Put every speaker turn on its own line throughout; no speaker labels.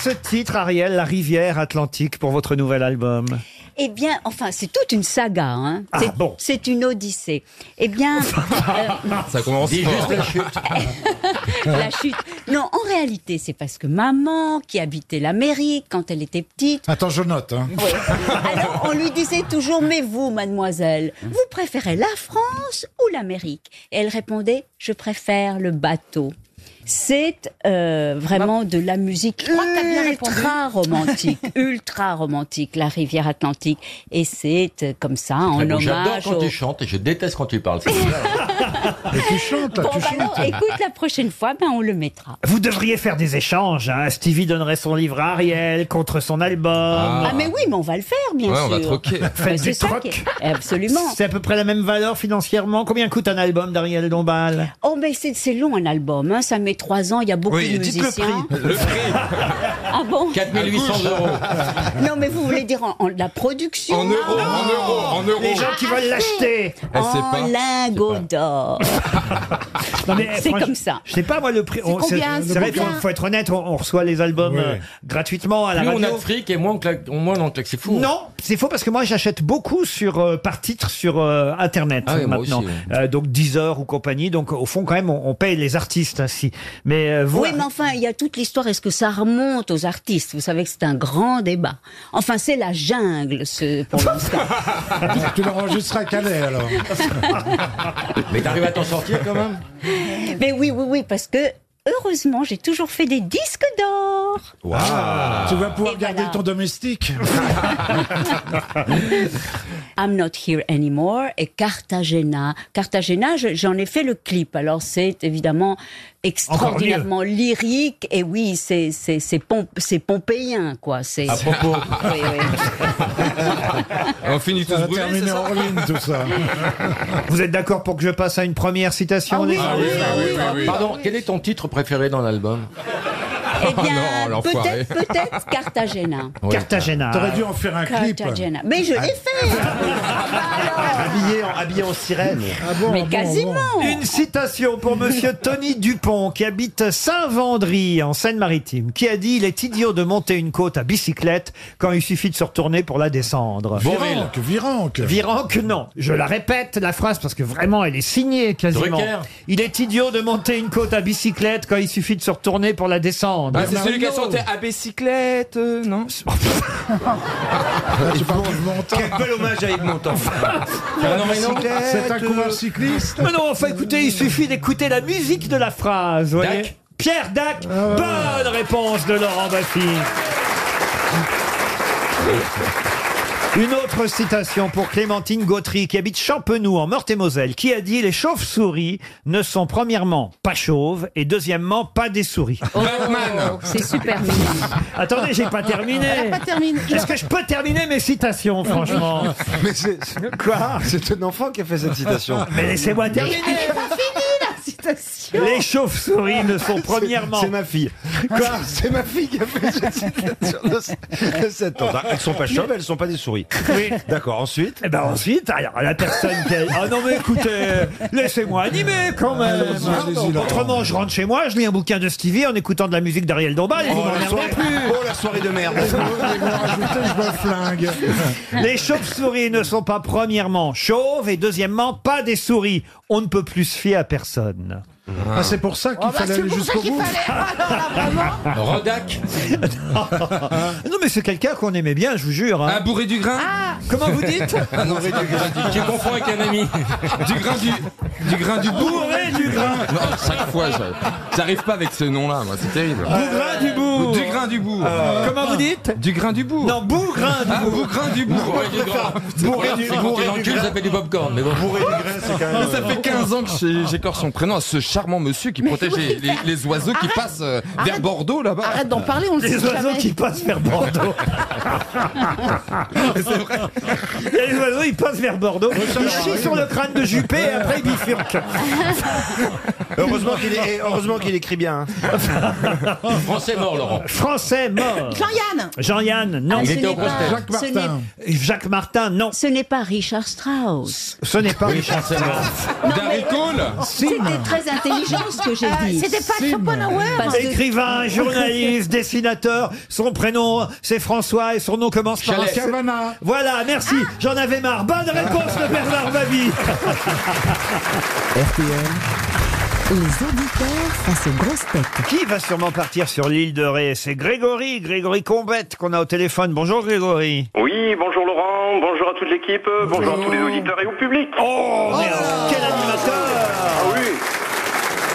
ce titre, Ariel, La rivière atlantique, pour votre nouvel album
Eh bien, enfin, c'est toute une saga. Hein.
Ah,
c'est,
bon.
c'est une odyssée. Eh bien,
Ah, Ça commence fort.
euh, la chute. Non, en réalité, c'est parce que maman, qui habitait l'Amérique quand elle était petite,
Attends, je note. Hein.
Oui. Alors, on lui disait toujours, mais vous, mademoiselle, vous préférez la France ou l'Amérique Et elle répondait, je préfère le bateau. C'est euh, vraiment de la musique
t'as bien répondu.
ultra romantique, ultra romantique, la rivière Atlantique. Et c'est euh, comme ça,
Ah
en
ben,
J'adore
hommage
quand
au-
tu chantes et je déteste quand tu parles.
Et tu chantes, là,
Bon,
tu
bah
chantes.
alors, écoute, la prochaine fois, ben, on le mettra.
Vous devriez faire des échanges. hein. Stevie donnerait son livre à Ariel contre son album.
Ah, mais oui, mais on va le faire, bien
Ouais,
sûr.
on va troquer.
Faites
Mais
du
c'est ça
troc.
qui est- Absolument.
C'est à peu près la même valeur financièrement. Combien coûte un album d'Ariel Dombal
Oh, mais c'est c'est long un album, hein. ça met trois ans, il y a beaucoup de musiciens.
Le prix,
Ah bon
4800 euros.
Non, mais vous voulez dire en, en- la production Ah,
En euros, en euros, en euros.
Les gens qui veulent l'acheter.
Elle sait
En
pas.
lingots d'or.
Non, mais,
C'est
franch-
comme ça.
Je sais pas moi le prix. on-
combien, c'est
vrai, faut,
combien
faut être honnête. On, on reçoit les albums
Ouais.
euh, gratuitement à la
Plus on a
radio.
de fric et moins on claque, moins on en claque, c'est fou.
Non, c'est faux parce que moi j'achète beaucoup sur euh, par titre sur euh, internet
Ah oui, moi
maintenant,
aussi, oui.
Euh, donc Deezer ou compagnie. Donc au fond quand même on, on paye les artistes ainsi. Mais euh, vous,
Oui, mais enfin, il y a toute l'histoire. Est-ce que ça remonte aux artistes Vous savez que c'est un grand débat. Enfin, c'est la jungle, ce, pour l'instant.
Tu l'enregistreras à Calais, alors.
Mais t'arrives à t'en sortir quand même
mais oui, oui, oui, parce que heureusement, j'ai toujours fait des disques d'or.
Tu vas pouvoir
Et
garder
voilà.
ton domestique.
I'm Not Here Anymore et Cartagena. Cartagena, je- j'en ai fait le clip. Alors c'est évidemment extraordinairement lyrique et oui, c'est c'est c'est pom- c'est pompéien quoi. C'est
À propos,
oui, oui.
on finit
Ça
tous
va
brûlés,
terminer
c'est
en ruine, tout ça.
vous êtes d'accord pour que je passe à une première citation
Ah
les
oui,
amis
oui, oui, oui.
ça Pardon, quel est ton titre préféré dans l'album
Eh
Oh
bien,
non, l'enfoiré.
peut-être peut-être Cartagena.
Ouais.
Cartagena.
T'aurais dû en faire un clip.
Cartagena. Mais je l'ai fait.
Ah.
habillé, en, habillé en sirène.
Ah bon, ah
Mais
bon,
quasiment.
ah
Une citation pour monsieur Tony Dupont qui habite Saint-Vendry en Seine-Maritime qui a dit il est idiot de monter une côte à bicyclette quand il suffit de se retourner pour la descendre.
bon.
Borel.
Virenque, Virenque.
Virant que non. Je la répète, la phrase, parce que vraiment, elle est signée quasiment.
Drucker.
Il est idiot de monter une côte à bicyclette quand il suffit de se retourner pour la descendre.
Ah, c'est celui qui a chanté à bicyclette, euh, non
Là, tu parles de Montan.
Quel hommage à Yves Montand.
Ah,
Ah
non, mais non.
C'est un coureur cycliste.
Mais non, enfin écoutez, il suffit d'écouter la musique de la phrase, vous voyez.
Dac.
Pierre Dac,
Ah
bonne réponse de Laurent Baffy. Une autre citation pour Clémentine Gautry, qui habite Champenoux, en Meurthe-et-Moselle, qui a dit « Les chauves-souris ne sont premièrement pas chauves et deuxièmement pas des souris
Oh, c'est super mignon. ».
Attendez, j'ai pas terminé
Termine.
Est-ce que je peux terminer mes citations, franchement
Mais c'est- c'est-
Quoi
c'est un enfant qui a fait cette citation.
Mais laissez-moi terminer Les chauves-souris ne sont premièrement...
C'est c'est ma fille. Quoi Ah, C'est ma fille qui a fait cette citation de, de 7 ans. Elles sont pas chauves, elles sont pas des souris.
Oui.
D'accord, ensuite.
Eh ben ensuite, alors la personne qui a... Ah non mais écoutez, euh, laissez-moi animer quand
Ah,
même
Allons-y, allez-y, Laurent.
Autrement, je rentre chez moi, je lis un bouquin de Stevie en écoutant de la musique d'Ariel Dombal
Oh,
et vous
la
m'emmerderez
soirée, oh, la soirée de merde.
Ils vont rajouter, je me flingue.
Les chauves-souris ne sont pas premièrement chauves et deuxièmement pas des souris. On ne peut plus se fier à personne.
Ah, c'est pour ça qu'il
Oh, bah,
fallait
c'est
aller
pour ça
jusqu'au
qu'il
bout.
fallait. Ah, non, là, vraiment.
Rodak,
Non mais c'est quelqu'un qu'on aimait bien, je vous jure. hein.
Un bourré du grain
Ah.
Comment vous dites
qui confond avec un ami.
Du grain du, du grain du bourg
Bourré du grain,
Non, chaque fois, je- j'arrive pas avec ce nom-là, moi, c'est terrible.
bourrin du bourg.
Du grain du bourg
Ah.
Comment vous dites
Du grain du bourg
Non, bourrin du
Ah,
bourg.
au grain du bourg
Bourré du grain.
Bourré du-
C'est quand
bourré
t'es dans le
du
cul,
grain.
ça fait du popcorn, mais bon.
Bourré de grain, c'est quand
Ça
euh,
fait 15 ans que j'ai- j'écorche son prénom à ce charmant monsieur qui protège les, les- les oiseaux qui passent euh, vers
Arrête.
Bordeaux là-bas.
Arrête d'en parler, on le
Les
sait
oiseaux
jamais.
qui passent vers Bordeaux. C'est vrai. Les oiseaux, ils passent vers Bordeaux. Ils chient sur le crâne de Juppé et après ils bifurquent.
Heureusement qu'il est-
eh,
et heureusement qu'il écrit bien. hein.
Français mort, Laurent.
Français mort.
Jean-Yann,
Jean-Yann, non.
Ah,
Il
ce
était au
n'est pas-
prospect.
Jacques
ce n'est-
Martin.
Jacques Martin, non.
Ce n'est pas Richard Strauss. Oh,
Ce n'est pas
Oui,
Richard.
français mort.
Darry Cole
C'était très intelligence que j'ai
Ah,
Euh,
dit.
C'était pas Schopenhauer
Parce que-
Écrivain, journaliste, dessinateur, son prénom c'est François et son nom commence par un
Chalet.
Cavana.
Voilà, merci,
Ah.
j'en avais marre. Bonne réponse de Bernard Mabie.
Les auditeurs face aux grosses têtes.
Qui va sûrement partir sur l'île de Ré C'est Grégory, Grégory Combette qu'on a au téléphone. Bonjour Grégory.
Oui, bonjour Laurent, bonjour à toute l'équipe, euh, bonjour à tous les auditeurs et au public.
Oh, merde, quel animateur
Ah oui,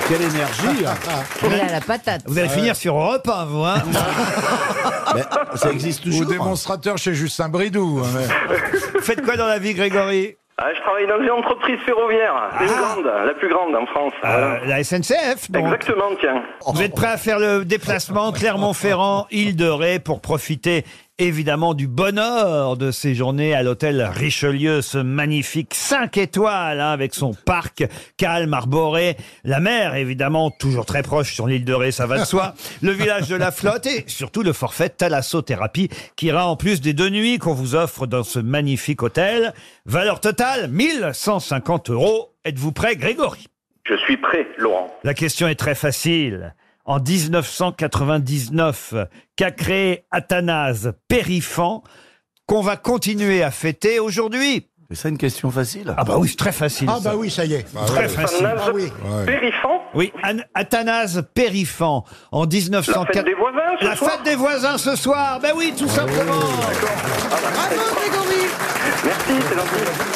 Quelle énergie
Ah.
Il a la patate.
Vous allez finir sur Europe, hein, vous, hein
Ça existe
Ou
toujours.
démonstrateur chez Justin Bridou. hein, mais-
Faites quoi dans la vie, Grégory Ah.
Ah, je travaille dans une entreprise ferroviaire, c'est une grande, la plus grande en France. Voilà.
Euh, La SNCF, donc.
Exactement, tiens.
Vous êtes prêt à faire le déplacement Clermont-Ferrand, île de Ré pour profiter évidemment du bonheur de ces journées à l'hôtel Richelieu, ce magnifique 5 étoiles hein, avec son parc calme, arboré, la mer évidemment toujours très proche sur l'île de Ré, ça va de soi, le village de la flotte et surtout le forfait thalassothérapie qui ira en plus des deux nuits qu'on vous offre dans ce magnifique hôtel. Valeur totale 1150 euros. Êtes-vous prêt Grégory
Je suis prêt, Laurent.
la question est très facile. En 1999, qu'a créé Athanase Périfan qu'on va continuer à fêter aujourd'hui
C'est ça une question facile
Ah bah oui, c'est très facile.
Ah
ça.
bah oui, ça y est.
Très facile.
Athanase
oui.
Périfant,
Oui, An- Athanase Périfan
la
en
fête
1904.
des voisins ce
La
soir.
fête des voisins ce soir. Ben oui,
Ah
tout simplement.
Merci, c'est gentil.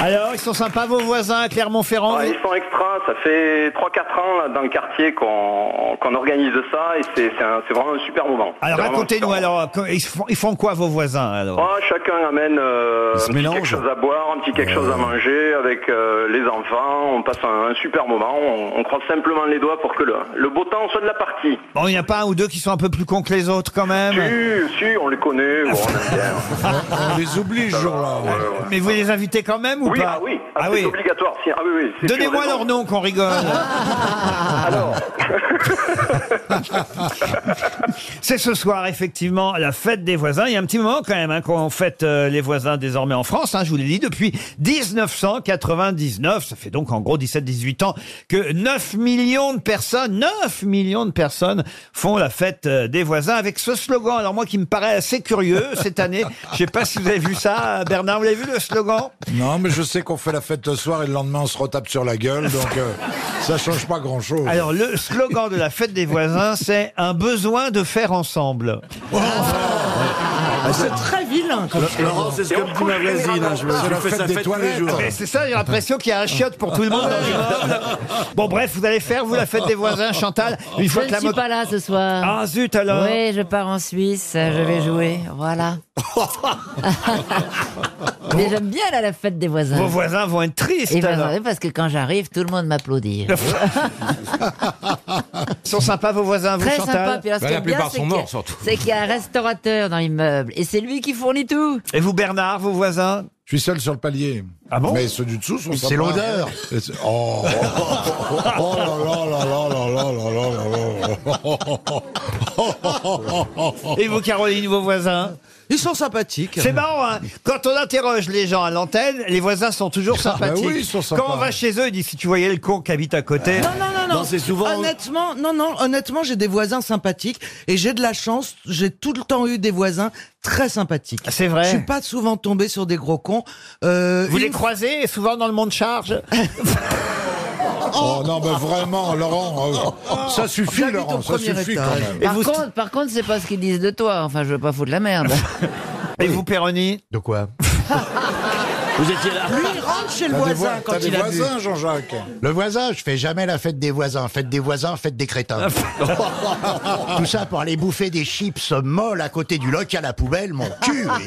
Alors, ils sont sympas vos voisins à Clermont-Ferrand.
Ah,
vous
ils sont extra, ça fait 3-4 ans là, dans le quartier qu'on qu'on organise ça et c'est c'est un- c'est vraiment un super moment.
Alors
C'est vraiment un
racontez-nous
super moment.
alors, co- ils font, ils font quoi vos voisins alors
Ah, chacun amène euh,
Ils
un
se
petit quelque
mélangent.
chose à boire, un petit quelque chose à manger avec euh, les enfants. On passe un, un super moment. On, on croise simplement les doigts pour que le, le beau temps soit de la partie.
Bon, il n'y a pas un ou deux qui sont un peu plus cons que les autres quand même.
Si, si, on les connaît. bon, on aime bien.
On les oublie ce jour-là. ouais.
Mais vous les invitez quand même ou
Oui,
pas
ah oui, ah, c'est obligatoire. si, ah oui, oui, c'est
Donnez-moi
sûr,
leur nom qu'on rigole.
Alors,
C'est ce soir, effectivement, la fête des voisins. Il y a un petit moment quand même hein, qu'on fête euh, les voisins désormais en France. hein, je vous l'ai dit, depuis 1999, ça fait donc en gros 17-18 ans, que 9 millions de personnes, 9 millions de personnes font la fête euh, des voisins avec ce slogan. Alors moi qui me paraît assez curieux cette année, je sais pas si vous avez vu
Ah,
ça, euh, Bernard, vous l'avez vu le slogan
Non, mais je sais qu'on fait la fête le soir et le lendemain on se retape sur la gueule, donc euh, ça change pas grand-chose.
Alors le slogan de la fête des voisins, c'est un besoin de faire ensemble.
Ah,
Ah,
Laurent, c'est ce que me dit ma voisine. hein, Je me-
C'est
je
la
me fais
fête
sa
des
fête tous les
toilettes.
jours.
Mais c'est ça, j'ai l'impression qu'il y a un chiotte pour tout le monde. dans l'immeuble. bon, bref, vous allez faire, vous, la fête des voisins, Chantal. Une
Je
fois que
ne
la
suis
mo-
pas là ce soir.
Ah zut alors
Oui, je pars en Suisse, je vais jouer, voilà. Mais j'aime bien là, la fête des voisins.
Vos voisins vont être tristes.
Et vous
alors.
attendez, parce que quand j'arrive, tout le monde m'applaudit.
Ils sont sympas, vos voisins, vous,
Très
Chantal
sympa. Puis alors, ce
Bah,
qui
la
est bien,
plupart
c'est
sont
qu'il y a-
morts, surtout.
C'est qu'il y a un restaurateur dans l'immeuble et c'est lui qui fournit tout.
Et vous, Bernard, vos voisins
Je suis seul sur le palier.
Ah bon
Mais ceux du dessous sont
C'est l'odeur.
Et c'est- Oh, oh, oh là là là là là là là là là là
Et vous, Caroline, vos voisins
Ils sont sympathiques.
C'est marrant, hein Quand on interroge les gens à l'antenne, les voisins sont toujours
Ah, bah
sympathiques.
oui, ils sont sympas.
Quand on va chez eux, ils disent si tu voyais le con qui habite à côté.
Non, non, non, non.
Non, c'est souvent-
Honnêtement, non, non, honnêtement, j'ai des voisins sympathiques et j'ai de la chance. J'ai tout le temps eu des voisins très sympathiques.
C'est vrai.
Je suis pas souvent tombé sur des gros cons. Euh,
Vous
une
les croisez souvent dans le monde charge
Oh non, mais vraiment, Laurent, euh,
Oh.
ça suffit,
J'habite au
Laurent, ça
premier
suffit
étage.
quand même.
Et
Par
vous,
contre, par contre, c'est pas ce qu'ils disent de toi. Enfin, je veux pas foutre la merde.
Et vous, Péroni
De quoi
Vous étiez là.
Lui, il rentre chez le
T'as des,
voisin
voisins,
quand
des
il a bu.
voisins, Jean-Jacques.
Le voisin, je fais jamais la fête des voisins. Fête des voisins, fête des crétins. Tout ça pour aller bouffer des chips molles à côté du local à poubelle, mon cul. oui.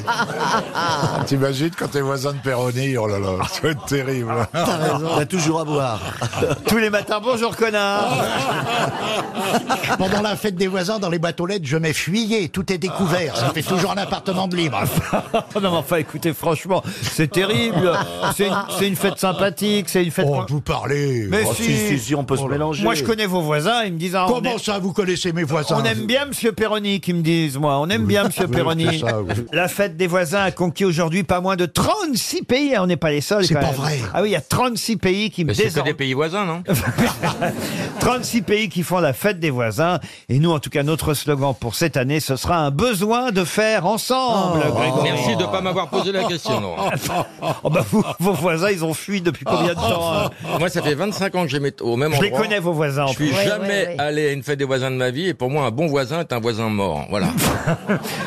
Ah.
T'imagines quand tes voisins de Péroni, oh là là, ça va être terrible.
T'as toujours à boire.
Ah, Tous les matins, bonjour connard
Pendant la fête des voisins, dans les boîtes aux lettres, je mets fuyé. Tout est découvert. Ça fait toujours un appartement de libre.
Oh non, mais enfin, écoutez, franchement, c'est terrible. possible. C'est une, c'est une fête sympathique, c'est une fête. Oh,
vous parlez.
Mais
Oh,
si.
si, si, si, on peut se
Oh là.
mélanger.
Moi, je connais vos voisins, ils me disent. ah, on
Comment
est-
ça, vous connaissez mes voisins Ah,
on aime bien Monsieur Perroni, qui me disent, moi. On aime bien Monsieur
Oui,
Perroni. Ah,
c'est ça, oui.
La fête des voisins a conquis aujourd'hui pas moins de 36 pays. hein, On n'est pas les seuls.
C'est
quand
pas
même.
vrai.
Ah oui, il y a 36 pays qui me
Mais c'est que
désormais-
des pays voisins, non
36 pays qui font la fête des voisins. Et nous, en tout cas, notre slogan pour cette année, ce sera un besoin de faire
Oh.
ensemble.
Ah.
Grégory.
Merci de ne pas m'avoir posé la question, Laurent.
Oh bah, vous- vos voisins, ils ont fui depuis combien de temps hein
Moi, ça fait 25 ans que j'aimais au même
Je
endroit.
les connais, vos voisins, en
Je suis
plus. Ouais,
jamais
ouais, ouais.
allé à une fête des voisins de ma vie, et pour moi, un bon voisin est un voisin mort. Voilà.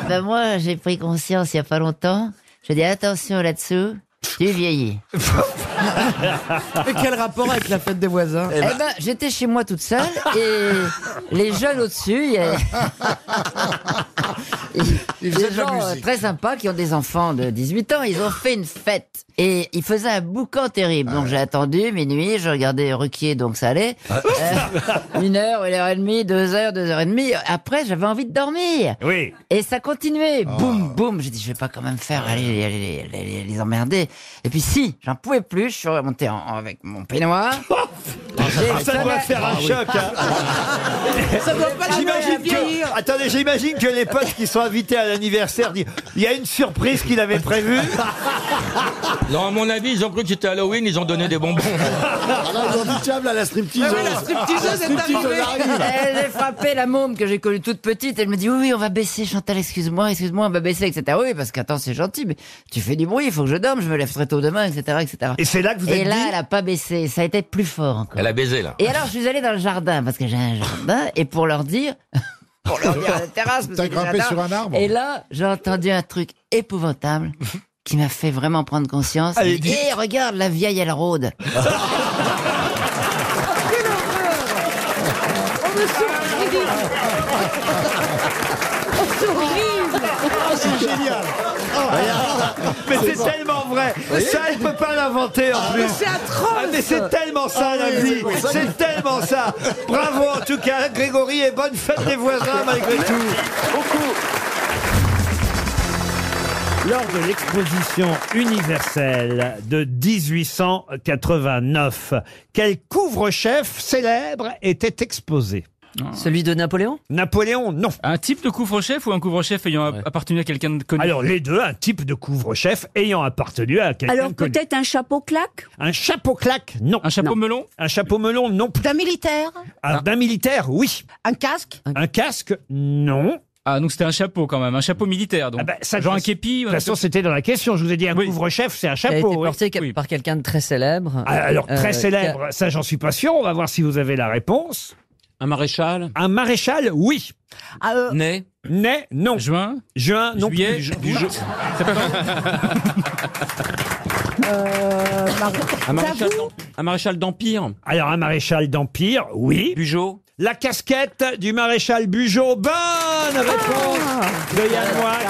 Ben moi, j'ai pris conscience il n'y a pas longtemps. Je dis attention là-dessous, tu vieillis.
Mais quel rapport avec la fête des voisins
Eh ben, j'étais chez moi toute seule et les jeunes au-dessus, il y a- des
Ils faisaient de la
gens euh,
musique.
très sympas qui ont des enfants de 18 ans, ils ont fait une fête et ils faisaient un boucan terrible. Donc j'ai attendu minuit, je regardais Ruquier, donc ça allait.
Ah.
Euh, une heure, une heure et demie, deux heures, deux heures et demie. Après, j'avais envie de dormir.
Oui.
Et ça continuait. Boum, boum. J'ai dit, je vais pas quand même faire aller, aller- aller- aller- les emmerder. Et puis si, j'en pouvais plus, je suis remonté en- en- avec mon peignoir.
Ah, ça doit faire un choc. hein.
Ça doit pas
J'imagine
l'aider à vieillir.
que, attendez, j'imagine que les potes qui sont invités à l'anniversaire disent il y a une surprise qu'il avait prévue.
Oh,
Non, à mon avis, ils ont cru que c'était Halloween, ils ont donné des bonbons.
Ah,
là, ils ont dit,
diable à la striptease.
Mais oui, la stripteaseuse est arrivée. Elle est frappée, la môme que j'ai connue toute petite. Elle me dit, oui, oui, on va baisser, Chantal, excuse-moi, excuse-moi, on va baisser, etc. Oui, parce qu'attends, c'est gentil, mais tu fais du bruit, il faut que je dorme, je me lève très tôt demain, etc., etc.
Et c'est là que vous
Et
êtes
là,
dit-
elle a pas baissé. Ça a été plus fort encore.
Elle a baisé, là.
Et alors, je suis allée dans le jardin, parce que j'ai un jardin, et pour leur dire, pour leur dire à la terrasse, parce
T'as
que j'ai
grimpé sur un arbre
Et là, j'ai entendu un truc épouvantable qui m'a fait vraiment prendre conscience.
Allez,
Et
dites.
regarde, la vieille, elle rôde.
On me sourit On sourit
C'est génial. Mais c'est tellement vrai. Ça, elle peut pas l'inventer en plus.
c'est atroce.
Ah, mais c'est tellement ça
Ah
la
oui, c'est
vie.
pour ça que-
C'est tellement ça. Bravo en tout cas, Grégory et bonne fête des voisins malgré tout. Lors de l'exposition universelle de 1889, quel couvre-chef célèbre était exposé
Ah. Celui de Napoléon Ah.
Napoléon, non.
Un type de couvre-chef ou un couvre-chef ayant appartenu à quelqu'un de connu
Alors les deux, un type de couvre-chef ayant appartenu à quelqu'un
Alors
de connu.
peut-être un chapeau claque
Un chapeau claque, non. Un chapeau melon Un chapeau melon, non.
D'un militaire
Ah, D'un militaire, oui.
Un casque
Un casque, non. Ah bah,
Ah, donc c'était un chapeau quand même, un chapeau militaire. Donc. Genre un képi
De toute façon, c'était dans la question. Je vous ai dit un couvre-chef, c'est un
Qui a
chapeau.
été
oui.
porté
par quelqu'un de très célèbre.
Ah, Alors,
Euh,
très
qui a-
célèbre, ça j'en suis pas sûr. On va voir si vous avez la réponse. Un maréchal Un maréchal, oui.
Né
Né, non.
Juin
Juin, non.
Juillet
plus.
du ju-
Euh,
Un maréchal
J'avoue,
Un maréchal d'Empire Alors, un maréchal d'Empire, oui. Bugeaud La casquette du maréchal Bugeaud. Bonne
Ah.
réponse de Yann Moix.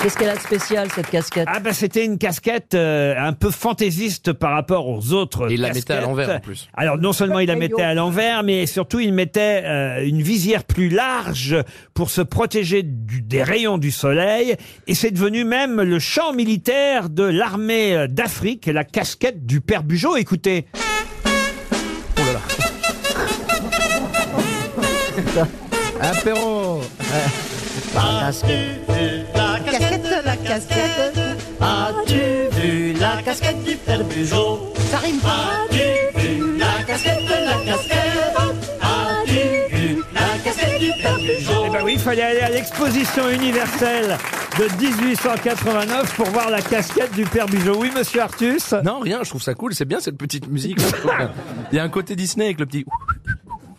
Qu'est-ce qu'elle a de spécial cette casquette
Ah ben c'était une casquette euh, un peu fantaisiste par rapport aux autres.
Il la
casquettes.
mettait à l'envers, en plus.
Alors non seulement il la mettait à l'envers, mais surtout il mettait euh, une visière plus large pour se protéger du- des rayons du soleil. Et c'est devenu même le champ militaire de l'armée euh, d'Afrique, la casquette du père Bugeaud. Écoutez. Oh là là.
Apéro
La casquette, la casquette. As-tu vu la casquette du père Bugeaud Ça rime pas. As-tu vu la casquette, la casquette As-tu vu la casquette du père Bugeaud
Eh ben oui, il fallait aller à l'exposition universelle de 1889 pour voir la casquette du père Bugeaud. Oui, monsieur Artus
Non, rien, je trouve ça cool, c'est bien cette petite musique. je trouve. Il y a un côté Disney avec le petit...
Ah.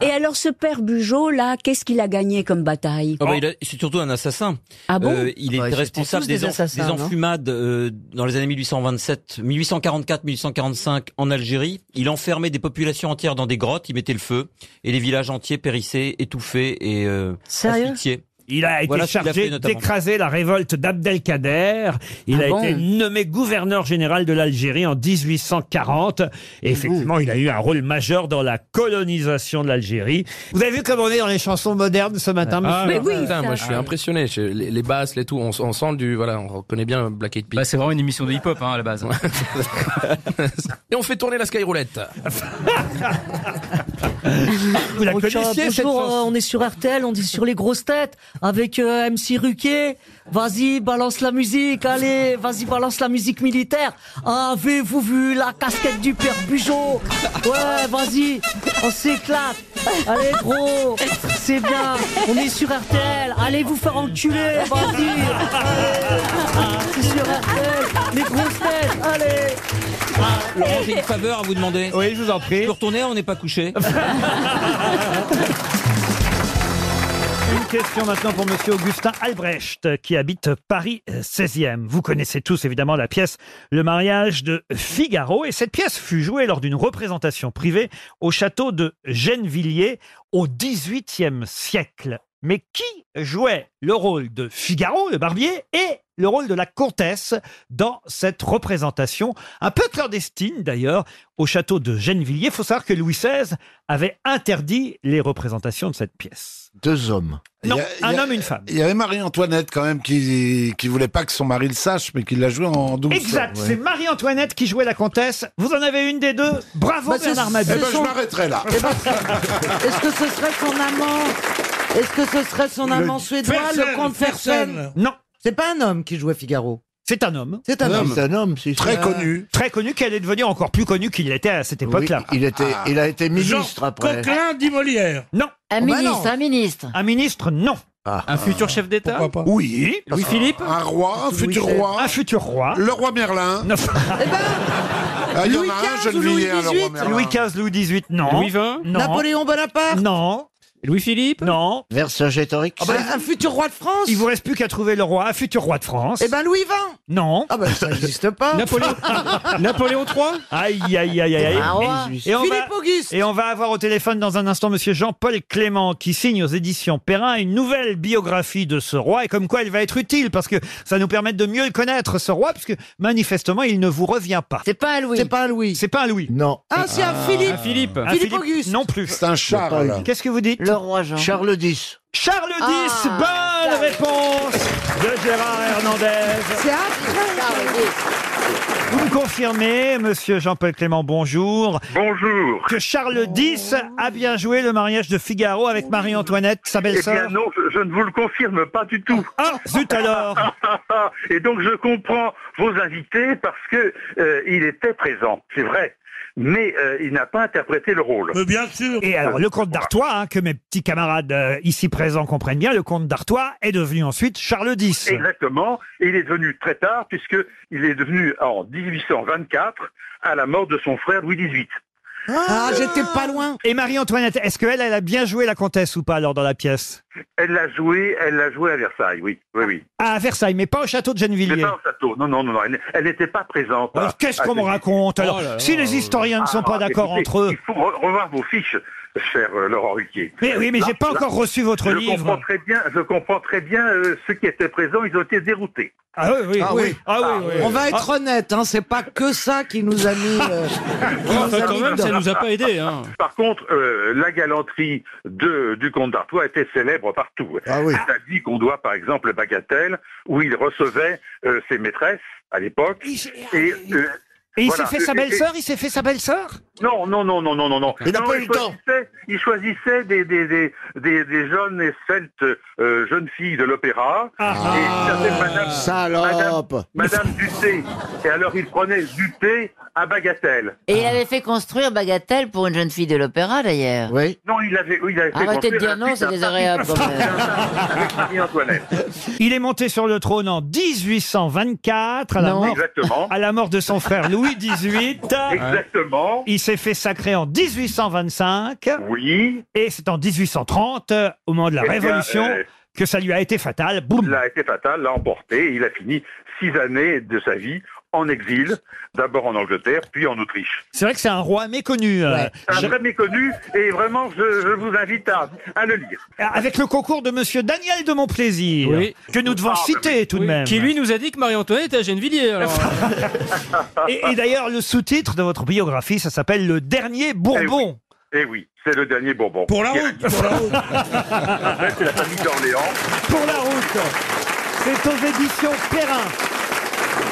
Et alors ce père Bugeaud, là, qu'est-ce qu'il a gagné comme bataille
Ah bah, il a- c'est surtout un assassin.
Ah bon
Euh, il
Ah
est
bah, c'était
responsable
tous des
des, enf-
assassins,
des
non
enfumades euh, dans les années 1827, 1844-1845 en Algérie. Il enfermait des populations entières dans des grottes, il mettait le feu et les villages entiers périssaient, étouffés et euh,
Sérieux
asphyxiés.
Il Bah, a été
Voilà ce qu'il a
chargé
fait, notamment.
d'écraser la révolte d'Abdelkader. Il
Ah
a
bon
été nommé gouverneur général de l'Algérie en 1840. Et effectivement, il a eu un rôle majeur dans la colonisation de l'Algérie. Vous avez vu comme on est dans les chansons modernes ce matin,
Ah,
monsieur
putain, moi je suis impressionné. Je- les, les basses, les tout, on, s- on sent du. Voilà, on reconnaît bien Black Eyed Peas.
Bah, c'est vraiment une émission de hip-hop hein, à la base.
Et on fait tourner la skyroulette.
Vous la
Bonjour,
connaissiez, cette
bonjour,
chanson
euh, on est sur RTL, on est sur les grosses têtes avec euh, MC Ruquier. Vas-y, balance la musique, allez, vas-y, balance la musique militaire. Ah, Avez-vous vu la casquette du père Bugeaud Ouais, vas-y, on s'éclate. Allez, gros, c'est bien, on est sur RTL, allez vous faire enculer, vas-y. Allez, C'est sur RTL, les grosses têtes, allez.
Laurent, j'ai une faveur à vous demander.
Oui, je vous en prie.
Je peux retourner, on n'est pas couché.
Une question maintenant pour Monsieur Augustin Albrecht, qui habite Paris euh, 16e. Vous connaissez tous évidemment la pièce Le mariage de Figaro, et cette pièce fut jouée lors d'une représentation privée au château de Gennevilliers au XVIIIe siècle. Mais qui jouait le rôle de Figaro, le barbier, et le rôle de la comtesse dans cette représentation, un peu clandestine d'ailleurs, au château de Gennevilliers. Il faut savoir que Louis XVI avait interdit les représentations de cette pièce.
Deux hommes.
Non, un homme, une femme.
Il y avait Marie-Antoinette quand même qui, qui voulait pas que son mari le sache, mais qui l'a joué en douce.
Exact,
Ouais.
c'est Marie-Antoinette qui jouait la comtesse. Vous en avez une des deux. Bravo
Bah, c'est-
Bernard Mabille.
Eh ben, je m'arrêterai là.
Est-ce que ce serait son amant Est-ce que ce serait son amant
Le-
suédois,
Fersen,
le comte Fersen
Fersen. Non.
C'est pas un homme qui jouait Figaro.
C'est un homme.
C'est un, homme.
Très connu. Très connu, qui allait devenir encore plus connu qu'il l'était à cette époque-là. il,
était- il a été ministre après.
Ah. Coquelin dit Molière. Non.
Un ministre, un ministre.
Un ministre, non.
Un futur chef d'État
Oui.
Louis-Philippe
Un roi, un
Louis
futur
XVI.
roi.
Un futur roi.
Le roi Merlin. Ah, il y en a un, je le vis, hein, le roi Merlin.
Louis XV, Louis XVIIIt, non.
Louis XX?
Non.
Napoléon Bonaparte ben,
Non.
Louis-Philippe
Non.
Vercingétorix
Ah bah,
Un futur roi de France
Il vous reste plus qu'à trouver le roi, un futur roi de France.
Eh ben Louis XX
Non.
Ah ben ça n'existe pas
Napoléon-
Napoléon III
Aïe, aïe, aïe, aïe,
Ah
aïe.
Un roi.
Et on,
Philippe
va,
Auguste.
et on va avoir au téléphone dans un instant Monsieur Jean-Paul Clément qui signe aux éditions Perrin une nouvelle biographie de ce roi et comme quoi elle va être utile parce que ça nous permet de mieux le connaître ce roi parce que manifestement il ne vous revient pas.
C'est pas un Louis.
C'est pas un Louis.
C'est pas un Louis.
Non.
Ah, c'est un Philippe.
Un
Philippe Auguste.
Non plus.
C'est un Charles.
Qu'est-ce que vous dites
Le roi Jean.
Charles X.
Charles X,
Ah.
bonne réponse de Gérard Hernandez.
C'est incroyable.
Vous me confirmez, monsieur Jean-Paul Clément, bonjour.
Bonjour.
Que Charles X a bien joué le mariage de Figaro avec Marie-Antoinette, sa
Eh
belle-sœur.
bien non, je, je ne vous le confirme pas du tout.
Ah, zut alors
Et donc je comprends vos invités parce que euh, il était présent, c'est vrai. Mais euh, il n'a pas interprété le rôle.
Mais bien sûr. Et alors, le comte d'Artois, hein, que mes petits camarades euh, ici présents comprennent bien, le comte d'Artois est devenu ensuite Charles
Eh
X.
ben, Exactement. Et il est devenu très tard puisque il est devenu en 1824 à la mort de son frère Louis XVIII.
Ah, j'étais pas loin.
Et Marie-Antoinette, est-ce qu'elle, elle a bien joué la comtesse ou pas alors dans la pièce
Elle l'a joué, elle l'a joué à Versailles, oui, oui, oui.
Ah, à Versailles, mais pas au château de
Mais
Gennevilliers.
pas au château. Non, non, non, non. elle- Elle n'était pas présente. à-
Alors, Qu'est-ce
à
qu'on me
cette-
raconte Alors,
Oh là là.
si les historiens ne sont
Ah,
pas d'accord
écoutez,
entre eux,
Il faut re- revoir vos fiches, cher euh, Laurent Ruquier.
Mais oui, mais j'ai pas encore reçu votre
je
livre.
Comprends très bien, je comprends très bien euh, ceux qui étaient présents, ils ont été déroutés.
Ah oui, oui,
Ah oui.
Ah oui, oui.
On va être
Ah,
honnête, hein, c'est pas que ça qui nous a mis. euh, qui nous a hein. mis dedans.
Par contre, euh, la galanterie de, du comte d'Artois était célèbre partout.
Ah
C'est-à-dire qu'on doit, par exemple, Bagatelle, où il recevait euh, ses maîtresses à l'époque. Et, euh,
Et ah, il
voilà.
s'est fait sa
Et-
belle-sœur Il s'est fait sa belle-sœur
Non, non, non, non, non, non, non.
Il n'a
Non,
pas eu le temps.
choisissait- Il choisissait des, des, des, des, des jeunes et celtes euh, jeunes filles de l'opéra.
Ah.
et il s'appelait Madame, Madame, Madame Duthé. Et alors il prenait Duthé à Bagatelle.
Et il avait fait construire Bagatelle pour une jeune fille de l'opéra d'ailleurs. Oui.
Non, il avait, oui, il avait fait
Arrêtez de
construire
dire
un
non,
petit
c'est
appart-
désagréable quand même.
avec Marie-Antoinette.
Il est monté sur le trône en 1824 à la,
Non.
mort,
Exactement.
à la mort de son frère Louis XVIII.
Exactement.
Il s'est fait sacrer en 1825.
Oui.
Et c'est en 1830, euh, au moment de la
Eh bien,
Révolution,
euh,
que ça lui a été fatal. Boum
Il a été fatal, l'a emporté, et il a fini six années de sa vie en exil, d'abord en Angleterre, puis en Autriche.
C'est vrai que c'est un roi méconnu. euh,
Un vrai méconnu, et vraiment, je, je vous invite à, à le lire.
Avec le concours de monsieur Daniel de Montplaisir, que nous devons
Ah,
citer tout de
Oui,
même.
Qui lui nous a dit que Marie-Antoinette était à Gennevilliers. alors.
Et, et d'ailleurs, le sous-titre de votre biographie, ça s'appelle Le dernier Bourbon.
Eh oui, c'est le dernier Bourbon.
Ah Pour la
route,
pour la
route. Après, c'est la famille d'Orléans.
Pour la route, c'est aux éditions Perrin.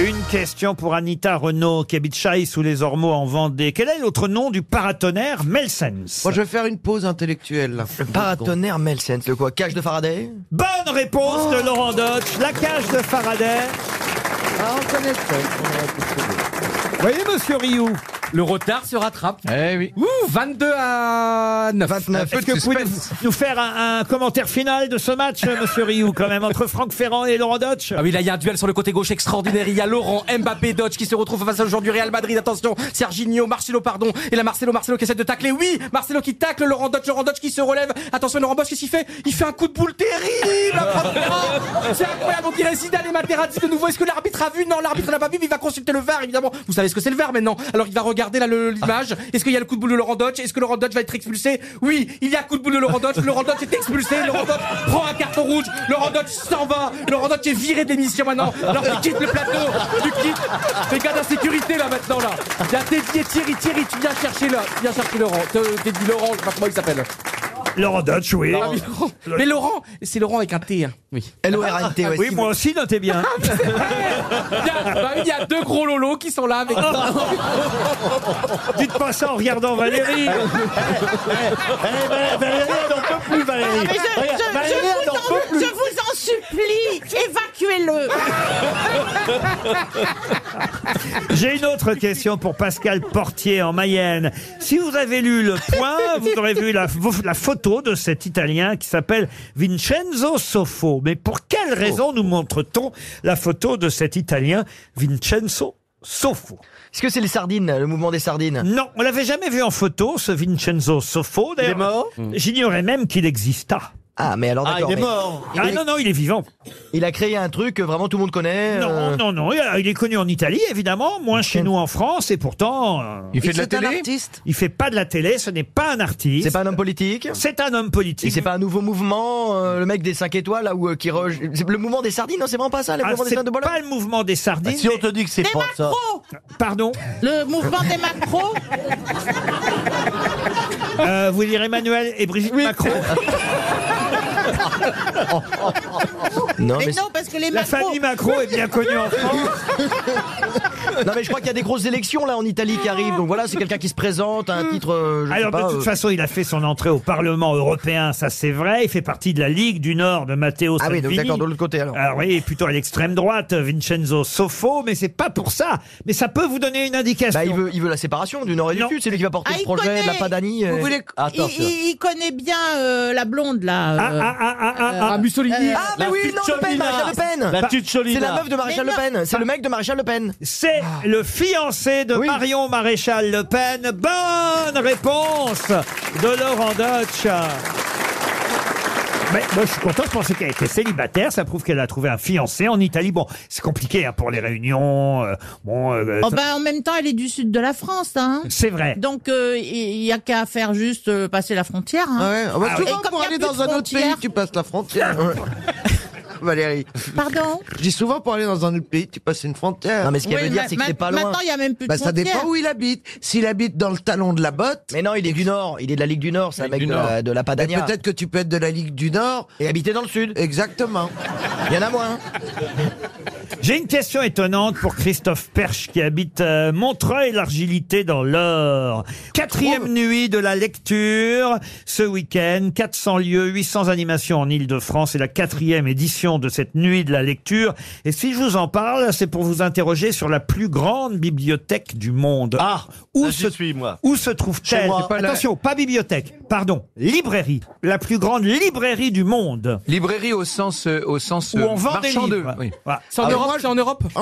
Une question pour Anita Renault, qui habite Chaille sous les Ormeaux en Vendée. Quel est l'autre nom du paratonnerre Melsens
Moi, je vais faire une pause intellectuelle. là.
Le paratonnerre Melsens, le quoi Cage de Faraday
Bah,
Bonne réponse de Laurent Dodge, la cage de Faraday.
Ah, on connaît
Voyez, monsieur Rioux.
Le retard se rattrape. Eh oui. Ouh, 22 à 9.
Est-ce que vous pouvez nous, nous faire un, un commentaire final de ce match, euh, monsieur Rioux, quand même, entre Franck Ferrand et Laurent Dodge
Ah oui, là, il y a un duel sur le côté gauche extraordinaire. Il y a Laurent Mbappé Dodge qui se retrouve face au joueur du Real Madrid. Attention, Serginho, Marcelo, pardon. Et là, Marcelo, Marcelo qui essaie de tacler. Oui, Marcelo qui tacle, Laurent Dodge, Laurent Dodge qui se relève. Attention, Laurent Dodge, qu'est-ce qu'il fait Il fait un coup de boule terrible. à prendre bras. C'est incroyable. Donc, il a Zidane et Materazzi de nouveau. Est-ce que l'arbitre a vu Non, l'arbitre n'a pas vu, mais il va consulter le VAR, évidemment. Vous savez ce que c'est le VAR maintenant. Alors, il va regarder là le- l'image. Est-ce qu'il y a le coup de boule de Laurent Dodge Est-ce que Laurent Dodge va être expulsé Oui, il y a coup de boule de Laurent Dodge. Laurent Dodge est expulsé. Laurent Dodge prend un carton rouge. Laurent Dodge s'en va. Laurent Dodge est viré de l'émission maintenant. Alors tu quittes le plateau. Tu quittes. Les gars d'insécurité là maintenant là. Il y a Teddy et Thierry. Thierry, tu viens chercher là. Viens chercher Laurent. Te- Teddy Laurent, je sais pas comment il s'appelle.
Laurent Dodge, oui.
Ah, mais Laurent- Mais Laurent, c'est Laurent avec un T. hein. Ah, Oui. L-O-R-A-N-T, ouais,
Oui,
si
moi
vous-
aussi, notez bien.
Il y a- bah oui, il y a deux gros lolos qui sont là avec.
Dites pas ça en regardant Valérie.
Eh, Valérie, elle n'en peut plus, Valérie.
Ah, mais je,
Regarde,
je- je
Valérie, elle n'en
vous en,
peut plus.
je vous en supplie, évacuez-le.
J'ai une autre question pour Pascal Portier en Mayenne. Si vous avez lu le point, vous aurez vu la, la photo de cet Italien qui s'appelle Vincenzo Soffo. Mais pour quelle raison nous montre-t-on la photo de cet Italien Vincenzo Soffo
Est-ce que c'est les sardines, le mouvement des sardines
Non, on l'avait jamais vu en photo, ce Vincenzo Soffo. D'ailleurs,
Il est mort
J'ignorais même qu'il existât.
Ah, mais alors
Ah,
d'accord.
il est
mais-
mort. Ah, non, non, il est vivant.
Il a créé un truc que vraiment tout le monde connaît. euh.
Non, non, non, il a- il est connu en Italie, évidemment, moins chez nous en France, et pourtant... euh,
Il fait de la C'est un télé artiste
Il fait pas de la télé, ce n'est pas un artiste.
C'est pas un homme politique
C'est un homme politique.
C'est pas un nouveau mouvement, euh, le mec des 5 étoiles, là, où, euh, qui re- c'est Le mouvement des sardines, non, c'est vraiment pas ça, le
Ah,
mouvement des
c'est
sardines de Bologne
pas le mouvement des sardines.
si
on te dit que c'est pas ça... Pardon
Le mouvement des macros.
Euh, Vous lirez Emmanuel et Brigitte Macron
Non,
mais,
mais
non, parce que les
La
macros.
famille Macron est bien connue en France.
Non, mais je crois qu'il y a des grosses élections, là, en Italie qui arrivent. Donc voilà, c'est quelqu'un qui se présente, un titre. euh, je sais
Hmm. Alors,
pas,
de toute
euh,
façon, il a fait son entrée au Parlement européen, ça c'est vrai. Il fait partie de la Ligue du Nord de Matteo
Ah oui, donc
Salvini.
d'accord, de l'autre côté, alors.
Ah oui, plutôt à l'extrême droite, Vincenzo Soffo, mais c'est pas pour ça. Mais ça peut vous donner une indication.
Bah, il veut, il veut la séparation du Nord et du Sud, c'est lui qui va porter
Ah,
ce
il
projet
connaît.
de la Padanie. euh,
Vous voulez-
Ah,
il,
attends, c'est-
il- il connaît bien euh, la blonde là.
Ah,
euh,
ah, ah, ah, ah,
euh,
ah.
Ah, mais
La
oui,
petite
non, Le Pen,
Cholina.
Maréchal Le Pen.
La
Bah,
petite
C'est
Cholina.
la meuf de Maréchal
Mais
Le
non.
Pen, c'est le mec de Maréchal Le Pen. Ah.
C'est le fiancé de Marion Maréchal Le Pen. Bonne réponse de Laurent Dutch. Mais moi, je suis content, je pensais qu'elle était célibataire, ça prouve qu'elle a trouvé un fiancé en Italie. Bon, c'est compliqué hein, pour les réunions. euh, bon, euh,
Oh,
ça-
bah, en même temps, elle est du sud de la France. Hein.
C'est vrai.
Donc, euh, il il y a qu'à faire juste euh, passer la frontière. Hein.
Ouais, ah bah, souvent,
Et comme
pour
il y a
aller
plus de
dans un autre pays,
frontières-
tu passes la frontière. Ouais. Valérie.
Pardon
Je dis souvent pour aller dans un autre pays, tu passes une frontière.
Non, mais ce qu'elle Oui, veut dire, ma- c'est que c'est ma- pas loin. maintenant, il y a même plus de
bah, Ça
frontières.
dépend où il habite. S'il habite dans le talon de la botte.
Mais non, il est du Nord, il est de la Ligue du Nord, c'est un mec de la, de la Padania.
Mais Peut-être que tu peux être de la Ligue du Nord.
Et habiter dans le Sud.
Exactement.
Il y en a moins.
J'ai une question étonnante pour Christophe Perche qui habite euh, Montreuil, l'argilité dans l'or. Quatrième nuit de la lecture ce week-end. 400 lieux, 800 animations en Ile-de-France. C'est la quatrième édition de cette nuit de la lecture. Et si je vous en parle, c'est pour vous interroger sur la plus grande bibliothèque du monde. Ah, où se, suis, moi. Où se trouve-t-elle
moi. C'est pas la-
Attention, pas bibliothèque, pardon, librairie. La plus grande librairie du monde.
Librairie au sens, euh, au sens
Où
euh,
on vend des
marchand de-
livres.
oui.
Voilà.
Ah,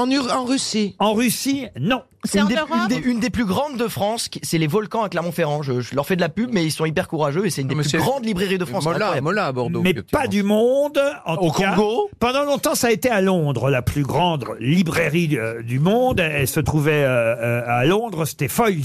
moi,
en Russie.
En, Russie.
En Russie, non.
C'est en
des,
Europe
une, des, une des plus grandes de France, qui- c'est les volcans à Clermont-Ferrand. Je, je leur fais de la pub, mais ils sont hyper courageux et c'est une des plus grandes librairies de France.
Mola,
Incroyable.
Mola à Bordeaux. Mais pas du monde. En
Au
tout cas.
Congo
Pendant longtemps, ça a été à Londres, la plus grande librairie euh, du monde. Elle se trouvait euh, euh, à Londres. C'était Foyles,